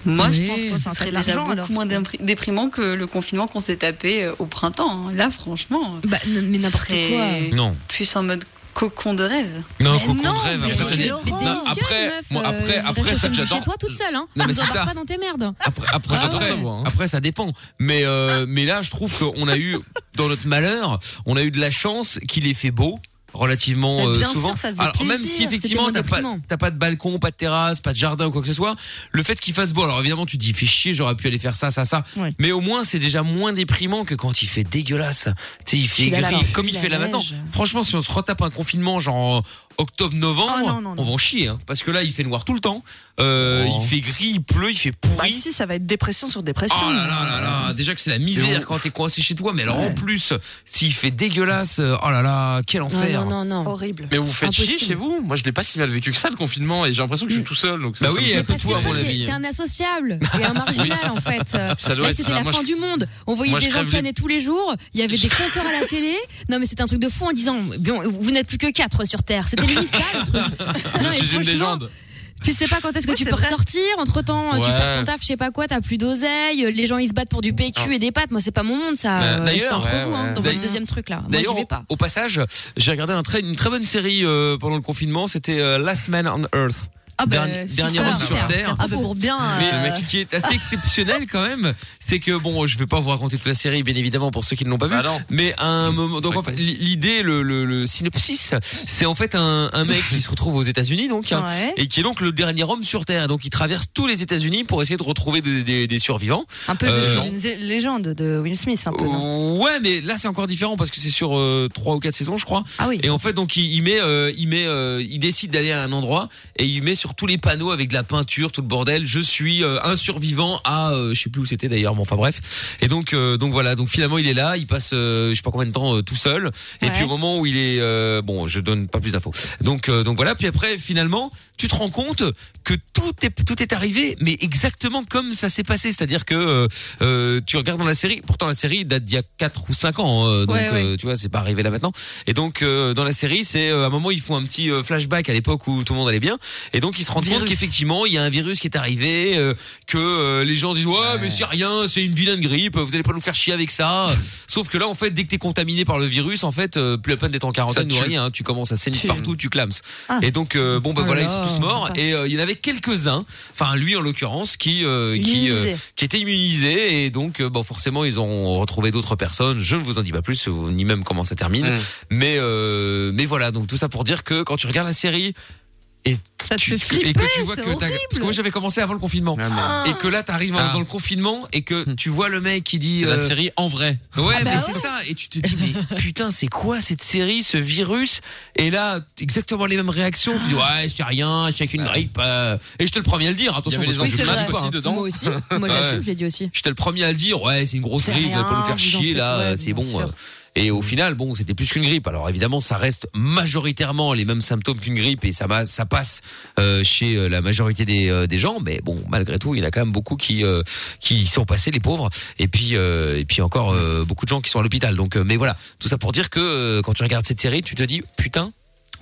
Speaker 16: Moi, je
Speaker 3: Mais
Speaker 16: pense que
Speaker 3: ça
Speaker 16: ce
Speaker 3: fait
Speaker 16: serait
Speaker 3: de
Speaker 16: déjà
Speaker 3: l'argent,
Speaker 16: beaucoup
Speaker 3: alors,
Speaker 16: moins dépri- déprimant que le confinement qu'on s'est tapé euh, au printemps. hein. Là, franchement,
Speaker 5: bah, mais n'importe quoi.
Speaker 2: Non.
Speaker 16: Plus en mode cocon de rêve.
Speaker 2: Non,
Speaker 5: Mais
Speaker 2: cocon
Speaker 5: non,
Speaker 2: de rêve.
Speaker 5: mais
Speaker 2: Après, ça
Speaker 5: quelle
Speaker 2: dit-
Speaker 5: horreur.
Speaker 2: Non,
Speaker 5: Délicieuse,
Speaker 2: après,
Speaker 5: meuf,
Speaker 2: moi,
Speaker 5: euh,
Speaker 2: après,
Speaker 5: reste
Speaker 2: après, ça,
Speaker 5: chez
Speaker 2: j'adore.
Speaker 5: toi toute seule, hein.
Speaker 2: Non, mais
Speaker 5: Ne
Speaker 2: c'est
Speaker 5: t'embarque
Speaker 2: ça.
Speaker 5: pas dans tes merdes.
Speaker 2: Après,
Speaker 5: Ah
Speaker 2: après, hein.
Speaker 5: ouais.
Speaker 2: après, ça dépend. Mais, euh, mais là, je trouve qu'on a eu, dans notre malheur, on a eu de la chance qu'il ait fait beau relativement
Speaker 4: Mais
Speaker 2: euh,
Speaker 4: bien sûr,
Speaker 2: souvent.
Speaker 4: ça faisait
Speaker 2: Alors, même
Speaker 4: plaisir,
Speaker 2: si effectivement
Speaker 4: c'était moins
Speaker 2: t'as pas
Speaker 4: déprimant.
Speaker 2: t'as pas de balcon, pas de terrasse, pas de jardin ou quoi que ce soit, le fait qu'il fasse beau, alors évidemment tu te dis fais chier, j'aurais pu aller faire ça, ça, ça.
Speaker 4: Ouais.
Speaker 2: Mais au moins c'est déjà moins déprimant que quand il fait dégueulasse. Tu sais, il fait
Speaker 4: Puis la
Speaker 2: gris
Speaker 4: neige.
Speaker 2: comme il
Speaker 4: La
Speaker 2: fait là maintenant.
Speaker 4: neige.
Speaker 2: Franchement, si on se retape un confinement genre octobre-novembre, on va en chier, hein, parce que là il fait noir tout le temps, Euh,
Speaker 4: Oh.
Speaker 2: il fait gris, il pleut, il fait pourri.
Speaker 3: Bah, si, ça va être dépression sur dépression.
Speaker 2: Oh là là là là, déjà que c'est la misère quand t'es coincé chez toi, mais alors en plus, s'il fait dégueulasse, euh, oh là là, quel enfer.
Speaker 3: non. Horrible.
Speaker 4: Mais vous vous faites chier
Speaker 5: Impossible.
Speaker 4: chez vous Moi, je l'ai pas si mal vécu que ça le confinement et j'ai l'impression que je suis tout seul. Donc
Speaker 2: Bah oui,
Speaker 4: me fait
Speaker 2: après
Speaker 4: pas
Speaker 2: toi,
Speaker 4: si
Speaker 2: à mon
Speaker 4: mal.
Speaker 2: avis.
Speaker 5: T'es un associable et un marginal
Speaker 4: Oui.
Speaker 5: en fait. Euh,
Speaker 4: Ça doit
Speaker 5: là,
Speaker 4: être
Speaker 5: C'était
Speaker 4: ça.
Speaker 5: la
Speaker 4: Moi,
Speaker 5: fin
Speaker 4: je-
Speaker 5: du monde. On voyait
Speaker 4: Moi, je
Speaker 5: des gens
Speaker 4: crève les-
Speaker 5: planer tous les jours. Il y avait des compteurs à la télé. Non, mais c'était un truc de fou en disant bon, vous n'êtes plus que quatre sur Terre. C'était limite ça le truc.
Speaker 4: Je
Speaker 5: mais
Speaker 4: suis une
Speaker 5: franchement,
Speaker 4: légende.
Speaker 5: Tu sais pas quand est-ce que tu peux ressortir. Entre temps,
Speaker 4: Ouais.
Speaker 5: tu perds ton taf, je sais pas quoi, t'as plus d'oseille. Les gens ils se battent pour du PQ et des pâtes. Moi, c'est pas mon monde ça.
Speaker 2: Bah,
Speaker 5: Euh,
Speaker 2: d'ailleurs,
Speaker 5: Restez entre
Speaker 2: ouais,
Speaker 5: vous hein,
Speaker 2: ouais.
Speaker 5: dans
Speaker 2: D'ailleurs-
Speaker 5: votre deuxième truc là. Moi, j'y
Speaker 2: D'ailleurs,
Speaker 5: vais pas.
Speaker 2: au, au passage, j'ai regardé un très- une très bonne série euh, pendant le confinement, c'était euh, Last Man on Earth.
Speaker 3: Ah bah,
Speaker 2: Derni-
Speaker 3: super.
Speaker 2: dernier homme sur Terre.
Speaker 3: Ah bah, pour bien.
Speaker 2: Mais,
Speaker 3: euh,
Speaker 2: mais ce qui est assez exceptionnel quand même, c'est que bon, je vais pas vous raconter toute la série, bien évidemment, pour ceux qui ne l'ont pas vu.
Speaker 4: Bah non.
Speaker 2: mais à un moment, donc en fait, l- l'idée, le, le, le synopsis, c'est en fait un, un mec qui se retrouve aux États-Unis donc, hein,
Speaker 4: Ouais.
Speaker 2: et qui est donc le dernier homme sur Terre. Donc il traverse tous les États-Unis pour essayer de retrouver des, des- des survivants.
Speaker 3: Un peu
Speaker 2: Euh, Oh.
Speaker 3: une zé- légende de Will Smith, un peu. non
Speaker 2: Ouais, mais là c'est encore différent parce que c'est sur euh, trois ou quatre saisons, je crois. Et en fait, donc il, il met, euh, il met, euh, il décide d'aller à un endroit et il met sur tous les panneaux avec de la peinture, tout le bordel. Je suis euh, un survivant à, euh, je sais plus où c'était d'ailleurs, mais enfin bref. Et donc, euh, donc voilà. Donc finalement, il est là, il passe, euh, je sais pas combien de temps euh, tout seul. Et puis au moment où il est, euh, bon, je donne pas plus d'infos. Donc, euh, donc voilà. Puis après, finalement, tu te rends compte que tout est, tout est arrivé, mais exactement comme ça s'est passé. C'est-à-dire que euh, euh, tu regardes dans la série, pourtant la série date d'il y a 4 ou 5 ans, euh, donc
Speaker 4: Ouais, ouais.
Speaker 2: euh, tu vois, c'est pas arrivé là maintenant. Et donc euh, dans la série, c'est euh, à un moment ils font un petit euh, flashback à l'époque où tout le monde allait bien, et donc qu'ils se rendent compte qu'effectivement, il y a un virus qui est arrivé, euh, que euh, les gens disent ouais, mais c'est rien, c'est une vilaine grippe, vous allez pas nous faire chier avec ça. Sauf que là, en fait, dès que t'es contaminé par le virus, en fait, euh, plus la peine d'être en quarantaine ou
Speaker 4: tue.
Speaker 2: rien, hein. tu commences à saigner
Speaker 4: Tue.
Speaker 2: partout, tu clames.
Speaker 4: Ah.
Speaker 2: Et donc euh, bon bah
Speaker 4: Oh
Speaker 2: voilà, ils
Speaker 4: là,
Speaker 2: sont tous morts.
Speaker 4: sympa.
Speaker 2: Et euh, il y en avait quelques uns, enfin lui en l'occurrence, qui euh, qui euh,
Speaker 4: Immunisé.
Speaker 2: qui était immunisé et donc euh, bon forcément ils ont retrouvé d'autres personnes. Je ne vous en dis pas plus, vous- ni même comment ça termine.
Speaker 4: Mm.
Speaker 2: Mais euh, mais voilà donc tout ça pour dire que quand tu regardes la série et que tu, que- et que tu vois que t'as- parce que moi j'avais commencé avant le confinement
Speaker 4: Ah,
Speaker 2: et que là t'arrives en- dans le confinement et que tu vois le mec qui
Speaker 4: Mm.
Speaker 2: dit
Speaker 4: C'est la
Speaker 2: euh,
Speaker 4: série en vrai.
Speaker 2: Ouais,
Speaker 4: Ah bah
Speaker 2: mais
Speaker 4: ouais.
Speaker 2: c'est ça. Et tu te dis, mais putain, c'est quoi cette série, ce virus Et là, exactement les mêmes réactions. Tu dis, ouais, c'est rien, c'est qu'une grippe. euh. Et je te le premier à le dire. Attention,
Speaker 4: Il y avait les
Speaker 2: parce que
Speaker 4: anti-masques
Speaker 2: je le dis
Speaker 4: aussi
Speaker 2: pas, hein.
Speaker 4: dedans. Moi aussi.
Speaker 5: Moi, j'assume,
Speaker 2: Ouais.
Speaker 5: je l'ai dit aussi.
Speaker 2: Je te le premier à le dire. Ouais, c'est une grosse
Speaker 5: C'est
Speaker 2: grippe.
Speaker 5: rien,
Speaker 2: Vous pas nous faire
Speaker 5: vous en
Speaker 2: chier
Speaker 5: faites,
Speaker 2: là.
Speaker 5: ouais,
Speaker 2: c'est
Speaker 5: bien
Speaker 2: bon.
Speaker 5: sûr.
Speaker 2: euh. Et au final, bon, c'était plus qu'une grippe. Alors évidemment, ça reste majoritairement les mêmes symptômes qu'une grippe et ça, va- ça passe euh, chez euh, la majorité des, euh, des gens. Mais bon, malgré tout, il y en a quand même beaucoup qui euh, qui y sont passés, les pauvres. Et puis euh, et puis encore euh, beaucoup de gens qui sont à l'hôpital. Donc, euh, mais voilà, tout ça pour dire que euh, quand tu regardes cette série, tu te dis putain.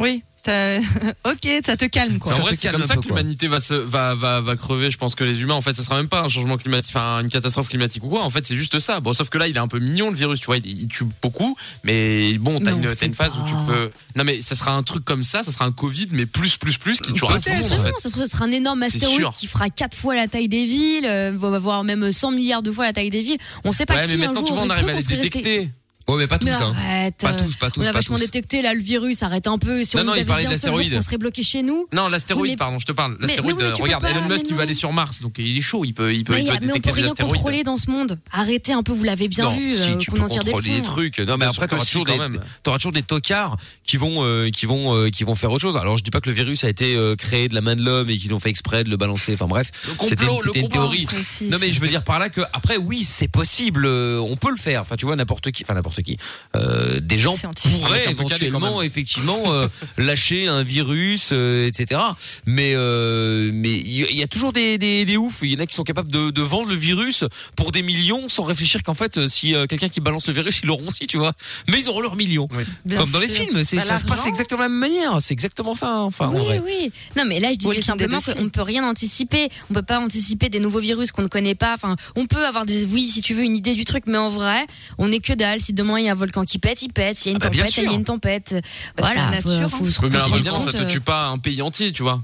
Speaker 3: Oui, t'as- ok, ça te calme quoi.
Speaker 4: en vrai, c'est comme ça que l'humanité va, se- va, va, va crever. Je pense que les humains, en fait, ça sera même pas un changement climatique, enfin, une catastrophe climatique ou quoi. En fait, c'est juste ça. Bon, sauf que là, il est un peu mignon, le virus, tu vois, il, il tue beaucoup, mais bon, t'as
Speaker 2: Non,
Speaker 4: une,
Speaker 2: c'est
Speaker 4: t'as une phase où tu
Speaker 2: pas-
Speaker 4: peux. Non, mais ça sera un truc comme ça, ça sera un Covid, mais plus, plus, plus, qui tuera tout le monde, en
Speaker 5: Forcément,
Speaker 4: fait.
Speaker 5: ça se trouve, ce sera un énorme
Speaker 4: C'est
Speaker 5: astéroïde
Speaker 4: sûr.
Speaker 5: qui fera 4 fois la taille des villes, euh, vo- voire même 100 milliards de fois la taille des villes. On sait pas
Speaker 4: Ouais,
Speaker 5: qui
Speaker 4: mais
Speaker 5: un
Speaker 4: maintenant,
Speaker 5: jour
Speaker 4: tu vois, on
Speaker 5: aurait
Speaker 4: arrive
Speaker 5: cru
Speaker 4: à
Speaker 5: qu'on
Speaker 4: les
Speaker 5: serait resté-
Speaker 4: détecter.
Speaker 2: Ouais, mais pas tous.
Speaker 5: Mais
Speaker 2: hein.
Speaker 5: arrête,
Speaker 2: Pas
Speaker 5: euh,
Speaker 2: tous, pas tous,
Speaker 5: On a
Speaker 2: pas
Speaker 5: vachement
Speaker 2: tous.
Speaker 5: détecté là le virus, arrête un peu. Si
Speaker 4: Non,
Speaker 5: on
Speaker 4: non,
Speaker 5: nous
Speaker 4: il
Speaker 5: avait
Speaker 4: parlait
Speaker 5: dit
Speaker 4: de
Speaker 5: un seul jour
Speaker 4: l'astéroïde.
Speaker 5: qu'on serait bloqué chez nous.
Speaker 4: Non,
Speaker 5: Oui,
Speaker 4: l'astéroïde,
Speaker 5: mais-
Speaker 4: pardon, je te parle.
Speaker 5: mais
Speaker 4: L'astéroïde, euh,
Speaker 5: oui, mais tu peux
Speaker 4: regarde,
Speaker 5: pas,
Speaker 4: Elon
Speaker 5: mais
Speaker 4: Musk, il
Speaker 5: non.
Speaker 4: va aller sur Mars, donc il est chaud, il peut, il peut,
Speaker 5: Mais,
Speaker 4: il
Speaker 5: y
Speaker 4: peut
Speaker 5: a- mais on
Speaker 4: détecter
Speaker 5: peut
Speaker 4: des
Speaker 5: rien
Speaker 4: astéroïdes.
Speaker 5: contrôler dans ce monde. Arrêtez un peu, vous l'avez bien
Speaker 2: non,
Speaker 5: vu.
Speaker 2: si,
Speaker 5: euh,
Speaker 2: tu
Speaker 5: qu'on
Speaker 2: peux
Speaker 5: en tire des
Speaker 2: contrôler
Speaker 5: leçons.
Speaker 2: des trucs. Non, mais
Speaker 4: Bien
Speaker 2: après,
Speaker 4: sûr,
Speaker 2: t'auras
Speaker 4: si,
Speaker 2: toujours,
Speaker 4: quand
Speaker 2: des-
Speaker 4: même.
Speaker 2: t'auras toujours des tocards qui vont, euh, qui vont, euh, qui vont faire autre chose. Alors, je dis pas que le virus a été euh, créé de la main de l'homme et qu'ils ont fait exprès de le balancer. Enfin, bref.
Speaker 4: complot,
Speaker 2: C'était
Speaker 4: le
Speaker 2: c'était une
Speaker 4: complot.
Speaker 2: théorie.
Speaker 4: Ça aussi,
Speaker 2: Non, mais
Speaker 4: c'est-
Speaker 2: je veux dire par là que, après, oui, c'est possible. euh, on peut le faire. Enfin, tu vois, n'importe qui, enfin, n'importe qui. Euh, des gens
Speaker 4: Scientifique.
Speaker 2: pourraient
Speaker 4: Avec un peu calé, quand
Speaker 2: éventuellement, effectivement, euh, lâcher un virus, euh, etc. Mais, euh, mais il y, il y a toujours des, des, des oufs. Il y en a qui sont capables de, de vendre le virus pour des millions sans réfléchir qu'en fait, euh, si euh, quelqu'un qui balance le virus, ils l'auront aussi, tu vois. Mais ils auront leurs millions.
Speaker 5: Bien
Speaker 2: Comme dans les
Speaker 5: sûr.
Speaker 2: films, c'est-
Speaker 5: Bah,
Speaker 2: ça se passe
Speaker 5: l'argent.
Speaker 2: exactement de la même manière. C'est exactement ça, hein, enfin, en
Speaker 5: oui,
Speaker 2: vrai.
Speaker 5: oui. Non, mais là, je disais
Speaker 2: Walking
Speaker 5: simplement
Speaker 2: Dead aussi.
Speaker 5: qu'on ne peut rien anticiper. On peut pas anticiper des nouveaux virus qu'on ne connaît pas. Enfin, on peut avoir des, oui, si tu veux, une idée du truc, mais en vrai, on n'est que dalle. Si demain il y a un volcan qui pète, il pète. S'il y a une
Speaker 4: Ah bah, bien
Speaker 5: tempête, il y a
Speaker 4: sûr.
Speaker 5: une tempête. voilà.
Speaker 4: la
Speaker 5: faut- faut
Speaker 2: hein.
Speaker 5: se
Speaker 4: Mais
Speaker 5: rendre
Speaker 4: un volcan,
Speaker 5: compte,
Speaker 4: ça te
Speaker 5: euh,
Speaker 4: tue pas un pays entier, tu vois.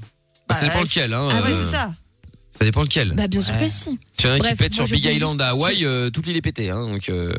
Speaker 2: ça dépend lequel, hein.
Speaker 5: Ah ouais,
Speaker 2: euh,
Speaker 5: c'est
Speaker 2: ça.
Speaker 5: ça.
Speaker 2: dépend lequel.
Speaker 5: Bah, bien sûr que si.
Speaker 2: Tu en as un qui
Speaker 5: Bref,
Speaker 2: pète
Speaker 5: moi,
Speaker 2: sur
Speaker 5: je
Speaker 2: Big
Speaker 5: dis-
Speaker 2: Island à Hawaï, euh, toute l'île est pétée, hein, donc. euh,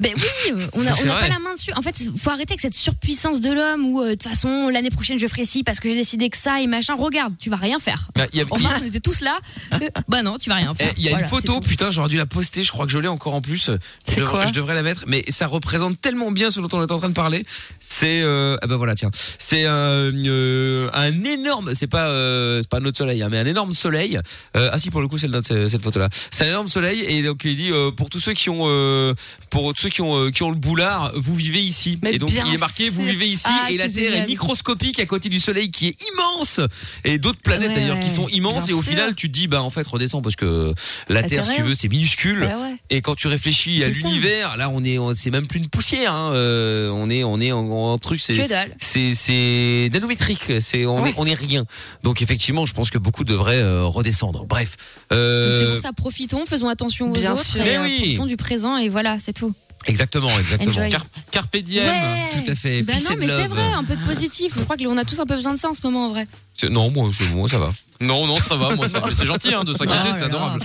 Speaker 5: Ben oui, euh, on n'a
Speaker 2: C'est
Speaker 5: pas
Speaker 2: vrai.
Speaker 5: la main dessus. En fait, faut arrêter avec cette surpuissance de l'homme où, euh, de toute façon, l'année prochaine, je ferai ci parce que j'ai décidé que ça et machin. Regarde, tu vas rien faire.
Speaker 2: Bah, il y a-
Speaker 5: Remarque, on était tous là. Euh, bah non, tu vas rien
Speaker 2: Eh,
Speaker 5: faire.
Speaker 2: Il y a
Speaker 5: Voilà,
Speaker 2: une photo, putain, j'aurais dû la poster, je crois que je l'ai encore en plus. Je, devrais- je devrais la mettre, mais ça représente tellement bien ce dont on est en train de parler. C'est, euh, ah bah voilà, tiens, c'est un, euh, un énorme, c'est pas, euh, c'est pas notre soleil, hein, mais un énorme soleil. Euh, ah si, pour le coup, c'est le nôtre, c'est- cette photo-là. C'est un énorme soleil et donc il dit euh, pour tous ceux qui ont, euh, pour tous ceux qui ont, euh, qui ont le boulard, vous vivez ici. et donc
Speaker 4: bien
Speaker 2: il est marqué, vous
Speaker 4: sûr.
Speaker 2: vivez ici
Speaker 4: Ah,
Speaker 2: et la
Speaker 4: c'est
Speaker 2: Terre est
Speaker 4: génial.
Speaker 2: microscopique à côté du soleil qui est immense et d'autres planètes
Speaker 4: Ouais,
Speaker 2: d'ailleurs qui sont immenses et
Speaker 4: bien
Speaker 2: au
Speaker 4: sûr.
Speaker 2: final tu te dis bah en fait redescends parce que
Speaker 5: Ah,
Speaker 2: la
Speaker 4: La
Speaker 2: Terre si
Speaker 4: Terre.
Speaker 2: tu veux c'est minuscule
Speaker 4: Bah ouais.
Speaker 2: et quand tu réfléchis à
Speaker 4: C'est ça.
Speaker 2: l'univers là on est on- c'est même plus une poussière hein, euh, on est on est en, en truc c'est
Speaker 4: Que dalle.
Speaker 2: c'est c'est nanométrique c'est on est on est rien donc effectivement je pense que beaucoup devraient euh, redescendre bref
Speaker 5: c'est tout.
Speaker 2: euh,
Speaker 5: Donc, C'est pour ça, profitons, faisons attention aux
Speaker 2: Bien
Speaker 5: autres
Speaker 2: sûr.
Speaker 5: et
Speaker 2: Mais
Speaker 5: euh,
Speaker 2: oui.
Speaker 5: profitons du présent et voilà, c'est tout.
Speaker 2: exactement exactement
Speaker 5: Enjoy.
Speaker 2: Car-
Speaker 4: Carpe diem.
Speaker 5: Ouais.
Speaker 2: tout à fait
Speaker 5: Bah
Speaker 2: Peace
Speaker 5: non,
Speaker 2: and
Speaker 5: mais c'est
Speaker 2: love.
Speaker 5: vrai, un peu de positif. Je crois qu'on a tous un peu besoin de ça en ce moment, en vrai.
Speaker 2: C'est- non moi je- moi ça va
Speaker 4: non non ça va moi ça- c'est gentil hein, de s'inquiéter
Speaker 2: Oh
Speaker 4: c'est
Speaker 2: là
Speaker 4: adorable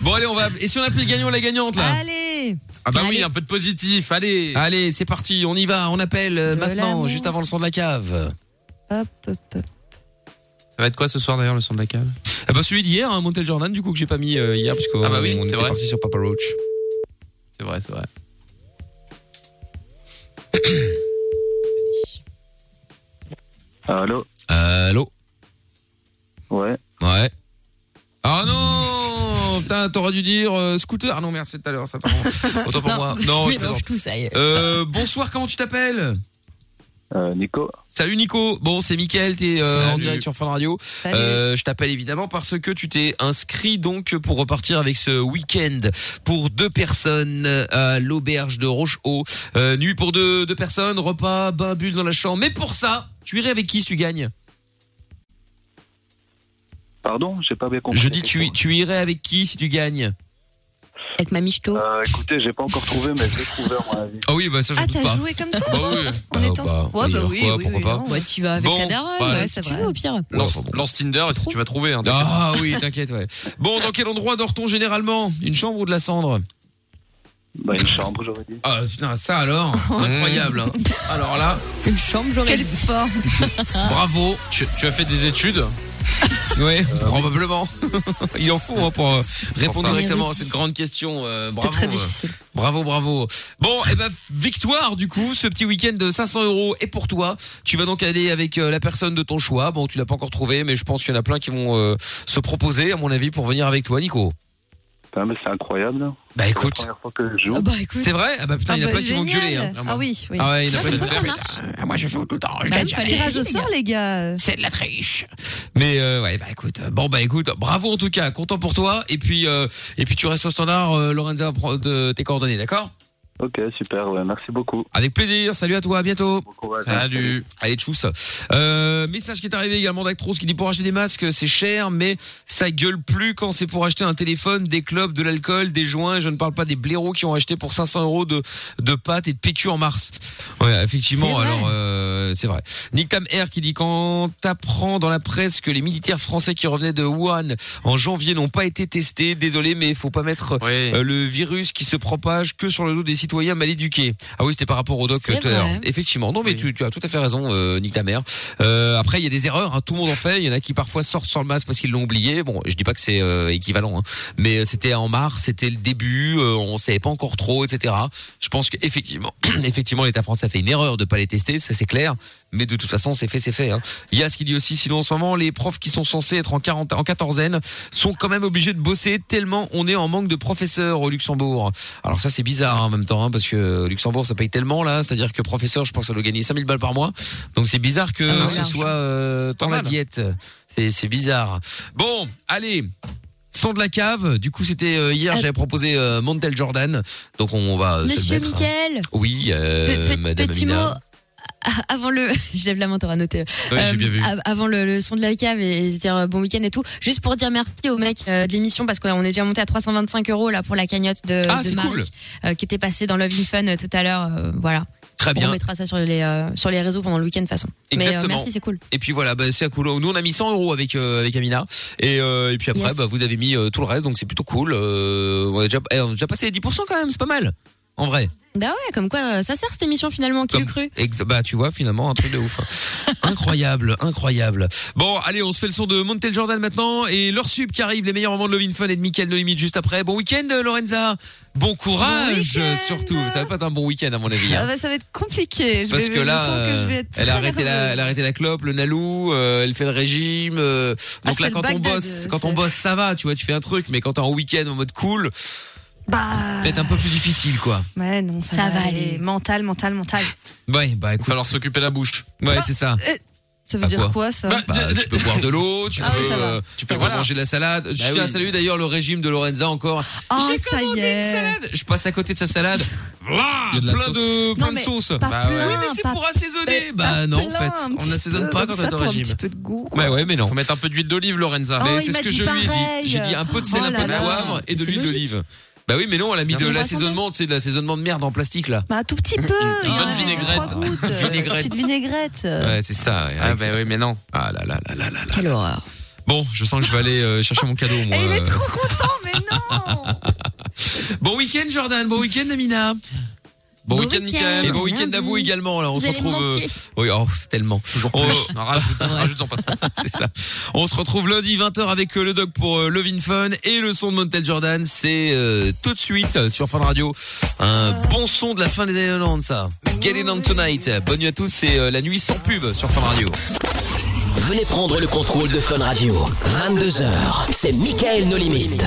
Speaker 2: bon allez on va et si on appelle le gagnant la gagnante là
Speaker 3: Allez
Speaker 4: ah bah oui un peu de positif allez
Speaker 2: allez c'est parti on y va on appelle euh,
Speaker 4: De
Speaker 2: maintenant
Speaker 4: l'amour.
Speaker 2: juste avant le son de la cave
Speaker 3: Hop, hop, hop.
Speaker 4: ça va être quoi ce soir d'ailleurs le son de la cave
Speaker 2: Ah bah celui d'hier, hein, Montel Jordan, du coup, que j'ai pas mis euh, hier, parce qu'on
Speaker 4: Ah bah oui,
Speaker 2: on
Speaker 4: c'est
Speaker 2: était
Speaker 4: vrai.
Speaker 2: parti sur Papa Roach.
Speaker 4: c'est vrai c'est vrai
Speaker 2: Allô Allô
Speaker 17: Ouais.
Speaker 2: Ouais. Ah non Putain, t'aurais dû dire euh, scooter. Ah non, merde, c'est tout à l'heure, ça, pardon. Ah. Autant pour
Speaker 5: Non,
Speaker 2: moi. Non, je plaisante.
Speaker 5: mélange tout, ça y est.
Speaker 2: Euh, bonsoir, comment tu t'appelles
Speaker 17: Euh, Nico.
Speaker 2: Salut Nico. Bon, c'est Mickaël, t'es euh, en
Speaker 4: Salut.
Speaker 2: direct sur Fun Radio.
Speaker 4: Salut.
Speaker 2: Euh, je t'appelle évidemment parce que tu t'es inscrit donc pour repartir avec ce week-end pour deux personnes euh, à l'auberge de Rochehaut. Euh, nuit pour deux, deux personnes, repas, bain, bulle dans la chambre. Mais pour ça, tu irais avec qui si tu gagnes
Speaker 17: Pardon, j'ai pas bien compris.
Speaker 2: Je dis, tu, tu irais avec qui si tu gagnes
Speaker 5: Avec ma michto.
Speaker 17: Euh, écoutez, j'ai pas encore trouvé, mais je vais trouver, à mon avis.
Speaker 2: Ah oui, bah ça, je
Speaker 3: Ah,
Speaker 2: doute
Speaker 3: t'as
Speaker 2: pas.
Speaker 3: joué comme ça
Speaker 2: Bah oui.
Speaker 3: En étant. ouais, bah
Speaker 2: alors
Speaker 3: oui,
Speaker 2: quoi,
Speaker 3: oui,
Speaker 2: pourquoi
Speaker 3: oui,
Speaker 2: pas
Speaker 3: non, ouais,
Speaker 5: tu vas avec
Speaker 2: Bon,
Speaker 5: ta daronne,
Speaker 2: bah,
Speaker 5: ouais, c'est vrai. au pire.
Speaker 2: Lance-
Speaker 4: Lance, lance Tinder et si tu vas trouver. hein, t'inquiète.
Speaker 2: Ah oui, t'inquiète, ouais. Bon, dans quel endroit dort-on généralement Une chambre ou de la cendre
Speaker 17: Bah, une chambre, j'aurais dit.
Speaker 2: Ah putain, ça alors Incroyable hein. Alors là,
Speaker 5: Une chambre, j'aurais dit. sport
Speaker 2: bravo
Speaker 4: Tu, tu as fait des études
Speaker 2: Oui, probablement. Il en faut hein, pour euh, répondre
Speaker 4: ça.
Speaker 2: directement à
Speaker 4: Érudit.
Speaker 2: cette grande question. euh, bravo.
Speaker 4: très
Speaker 2: euh,
Speaker 4: difficile.
Speaker 2: Bravo, bravo. Bon, et ben victoire du coup. Ce petit week-end de 500 euros est pour toi. Tu vas donc aller avec euh, la personne de ton choix. Bon, tu l'as pas encore trouvé, mais je pense qu'il y en a plein qui vont euh, se proposer, à mon avis, pour venir avec toi, Nico.
Speaker 17: Putain, Ah, mais c'est incroyable. là.
Speaker 2: Bah écoute.
Speaker 17: C'est la première fois que je joue.
Speaker 2: C'est vrai Ah bah putain,
Speaker 17: Ah
Speaker 2: il y en a
Speaker 17: bah,
Speaker 2: plein qui vont
Speaker 17: génial.
Speaker 2: gueuler. Hein.
Speaker 3: Ah oui, oui.
Speaker 2: Ah ouais, il y en a
Speaker 3: Ah,
Speaker 2: plein qui
Speaker 3: comme
Speaker 2: vont
Speaker 3: ça,
Speaker 2: gueuler. Ah, Moi, je joue tout le temps. je
Speaker 3: Bah,
Speaker 2: gagne
Speaker 3: il
Speaker 2: jamais.
Speaker 3: fallait Tirage au sort, les gars. Ah,
Speaker 2: C'est de la triche. Mais euh, ouais, bah écoute, euh, bon bah écoute, bravo en tout cas, content pour toi. Et puis euh, et puis tu restes au standard, euh, Lorenza, prends de tes coordonnées, d'accord
Speaker 17: Ok, super, ouais, merci beaucoup.
Speaker 2: Avec plaisir. Salut à toi, à bientôt.
Speaker 17: courage.
Speaker 2: Salut. Allez, tchuss. Euh, message qui est arrivé également d'Actros qui dit pour acheter des masques, c'est cher, mais ça gueule plus quand c'est pour acheter un téléphone, des clubs, de l'alcool, des joints. Je ne parle pas des blaireaux qui ont acheté pour 500 euros de, de pâtes et de PQ en mars. Ouais,
Speaker 14: C'est
Speaker 2: effectivement.
Speaker 14: vrai.
Speaker 2: Alors, euh, c'est vrai. Nick Tam R qui dit quand t'apprends dans la presse que les militaires français qui revenaient de Wuhan en janvier n'ont pas été testés, désolé, mais faut pas mettre euh, le virus qui se propage que sur le dos des citoyens mal éduqués. Ah oui, c'était par rapport au doc
Speaker 14: C'est
Speaker 2: tout à l'heure.
Speaker 14: vrai.
Speaker 2: Effectivement. Non, mais tu, tu as tout à fait raison, euh, Nick ta mère. Euh, après, il y a des erreurs. hein, tout le monde en fait. Il y en a qui parfois sortent sans le masque parce qu'ils l'ont oublié. Bon, je dis pas que c'est euh, équivalent, hein. mais euh, c'était en mars, c'était le début. euh, on savait pas encore trop, etc. Je pense qu'effectivement, effectivement, l'État français a fait une erreur de pas les tester. Ça c'est clair. Mais de toute façon, c'est fait, c'est fait. hein. Il y a ce qu'il dit aussi. Sinon, en ce moment, les profs qui sont censés être en 40, en quatorzaine sont quand même obligés de bosser tellement on est en manque de professeurs au Luxembourg. Alors ça, c'est bizarre hein, en même temps hein, parce que Luxembourg, ça paye tellement là. C'est-à-dire que professeur, je pense, que ça doit gagner 5000 balles par mois. Donc c'est bizarre que
Speaker 5: bah
Speaker 14: Ah,
Speaker 2: ce
Speaker 14: large.
Speaker 2: soit euh, dans la diète. C'est c'est bizarre. Bon, allez. Son de la cave. Du coup, c'était euh, hier, j'avais proposé euh, Montel Jordan. Donc on va euh, se
Speaker 5: Monsieur
Speaker 2: le mettre.
Speaker 5: Mickaël.
Speaker 2: Oui, euh,
Speaker 5: Pe- pe-
Speaker 2: Madame
Speaker 5: petit
Speaker 2: Amina.
Speaker 5: mot a- avant le je lève la main t'auras noté
Speaker 2: Oui, j'ai bien vu.
Speaker 5: Euh, av- avant le, le son de la cave et, et se dire euh, bon week-end et tout juste pour dire merci au mec euh, de l'émission parce qu'on est déjà monté à 325 euros là pour la cagnotte de,
Speaker 2: Ah,
Speaker 5: de
Speaker 2: c'est
Speaker 5: Marie
Speaker 2: cool.
Speaker 5: euh, qui était passée dans Love in Fun euh, tout à l'heure euh, voilà
Speaker 2: Très bien.
Speaker 5: on mettra ça sur les euh, sur les réseaux pendant le week-end de toute façon mais euh,
Speaker 2: Exactement.
Speaker 5: merci c'est cool
Speaker 2: Et puis voilà, bah, c'est cool. Nous on a mis 100 euros avec euh, avec Amina et euh, et puis après
Speaker 5: Yes.
Speaker 2: bah, vous avez mis euh, tout le reste donc c'est plutôt cool. Euh, on, a déjà, eh, on a déjà passé les 10% quand même, c'est pas mal en vrai.
Speaker 5: bah ouais comme quoi euh, ça sert cette émission finalement qui l'eût cru
Speaker 2: Ex- bah tu vois finalement un truc de ouf. incroyable, incroyable. Bon, allez, on se fait le son de Montel Jordan maintenant et leur sub qui arrive les meilleurs moments de Lovin Fun et de Mickaël No Limite juste après. Bon week-end euh, Lorenza. Bon courage euh, surtout. Ça va pas être un bon week-end à mon avis. hein.
Speaker 3: Ah bah, ça va être compliqué. Je
Speaker 2: Parce
Speaker 3: vais-
Speaker 2: que
Speaker 3: je
Speaker 2: là,
Speaker 3: sens que je vais
Speaker 2: euh,
Speaker 3: être
Speaker 2: elle a
Speaker 3: très
Speaker 2: arrêté la,
Speaker 3: nerveuse.
Speaker 2: elle a arrêté la clope, le nalou, euh, elle fait le régime. euh, donc
Speaker 3: Ah, c'est
Speaker 2: là,
Speaker 3: le
Speaker 2: quand on
Speaker 3: Bagdad,
Speaker 2: bosse,
Speaker 3: euh,
Speaker 2: quand on bosse, ça va, tu vois, tu fais un truc, mais quand t'es en week-end en mode cool,
Speaker 3: Bah,
Speaker 2: peut-être un peu plus difficile, quoi.
Speaker 3: ouais, non, ça, va, aller. Mental, mental, mental.
Speaker 2: Ouais, bah écoute.
Speaker 4: Falloir s'occuper la bouche.
Speaker 2: Ouais, c'est ça.
Speaker 3: Euh, ça veut
Speaker 2: Bah,
Speaker 3: dire
Speaker 2: quoi
Speaker 3: quoi, ça
Speaker 2: Bah, tu peux boire de l'eau, tu
Speaker 3: Ah oui,
Speaker 2: peux,
Speaker 3: ça va.
Speaker 2: euh, tu peux
Speaker 4: Bah, voilà.
Speaker 2: manger de la salade. Je tiens à
Speaker 4: oui.
Speaker 2: saluer d'ailleurs le régime de Lorenza encore.
Speaker 3: Oh,
Speaker 2: J'ai
Speaker 3: ça y est.
Speaker 2: salade. Je passe à côté de sa salade. Voilà,
Speaker 4: Il y a de la
Speaker 2: plein
Speaker 4: sauce.
Speaker 2: de, plein
Speaker 3: Non,
Speaker 2: de
Speaker 3: mais
Speaker 2: sauce.
Speaker 3: pas
Speaker 2: Bah ouais.
Speaker 3: plein,
Speaker 2: Oui, mais c'est
Speaker 3: pas-
Speaker 2: pour assaisonner.
Speaker 3: mais
Speaker 2: Bah
Speaker 3: pas
Speaker 2: non, en
Speaker 3: Ah, plein,
Speaker 2: fait,
Speaker 3: un
Speaker 2: on
Speaker 3: petit
Speaker 2: n'assaisonne
Speaker 3: peu,
Speaker 2: pas quand
Speaker 3: comme
Speaker 2: on
Speaker 3: ça,
Speaker 2: est au
Speaker 3: pour un
Speaker 2: régime.
Speaker 3: petit peu de goût.
Speaker 2: Ouais, ouais, mais non.
Speaker 4: Faut mettre un peu d'huile d'olive, Lorenza.
Speaker 2: Mais c'est ce que je lui ai dit. J'ai dit un peu de sel,
Speaker 3: Oh
Speaker 2: un peu
Speaker 3: là
Speaker 2: de
Speaker 3: là.
Speaker 2: poivre et de
Speaker 3: C'est
Speaker 2: l'huile
Speaker 3: logique.
Speaker 2: d'olive. Bah oui, mais non, elle a mis
Speaker 3: Bien
Speaker 2: de
Speaker 3: sûr.
Speaker 2: l'assaisonnement, tu sais, de l'assaisonnement de merde en plastique là.
Speaker 3: Bah, un tout petit peu. il y en
Speaker 2: bonne
Speaker 3: a deux,
Speaker 2: vinaigrette.
Speaker 3: trois gouttes, euh,
Speaker 2: Vinaigrette.
Speaker 3: Petite vinaigrette. euh.
Speaker 2: Ouais, c'est ça. Ah bah oui, mais non. Ah là là là là là.
Speaker 5: Quelle horreur.
Speaker 2: Bon, je sens que je vais aller euh, chercher mon cadeau moi.
Speaker 3: Il est
Speaker 2: euh.
Speaker 3: trop content, mais non.
Speaker 2: Bon week-end Jordan, bon week-end Amina.
Speaker 4: Bon week-end, Mickaël.
Speaker 2: Et bon week-end à
Speaker 4: Lundi.
Speaker 2: vous également. Alors on
Speaker 4: Vous
Speaker 2: se
Speaker 4: allez me
Speaker 2: retrouve. euh,
Speaker 4: manquer.
Speaker 2: Oui, oh, c'est tellement. Toujours.
Speaker 4: rajoute- rajoute-en pas trop.
Speaker 2: c'est ça. On se retrouve lundi 20h avec euh, le doc pour euh, Love in Fun et le son de Montel Jordan. C'est euh, tout de suite euh, sur Fun Radio. Un bon son de la fin des années 90, ça. Get it on tonight. Bonne nuit à tous et euh, la nuit sans pub sur Fun Radio.
Speaker 1: Venez prendre le contrôle de Fun Radio. 22h, c'est Michael No Limite.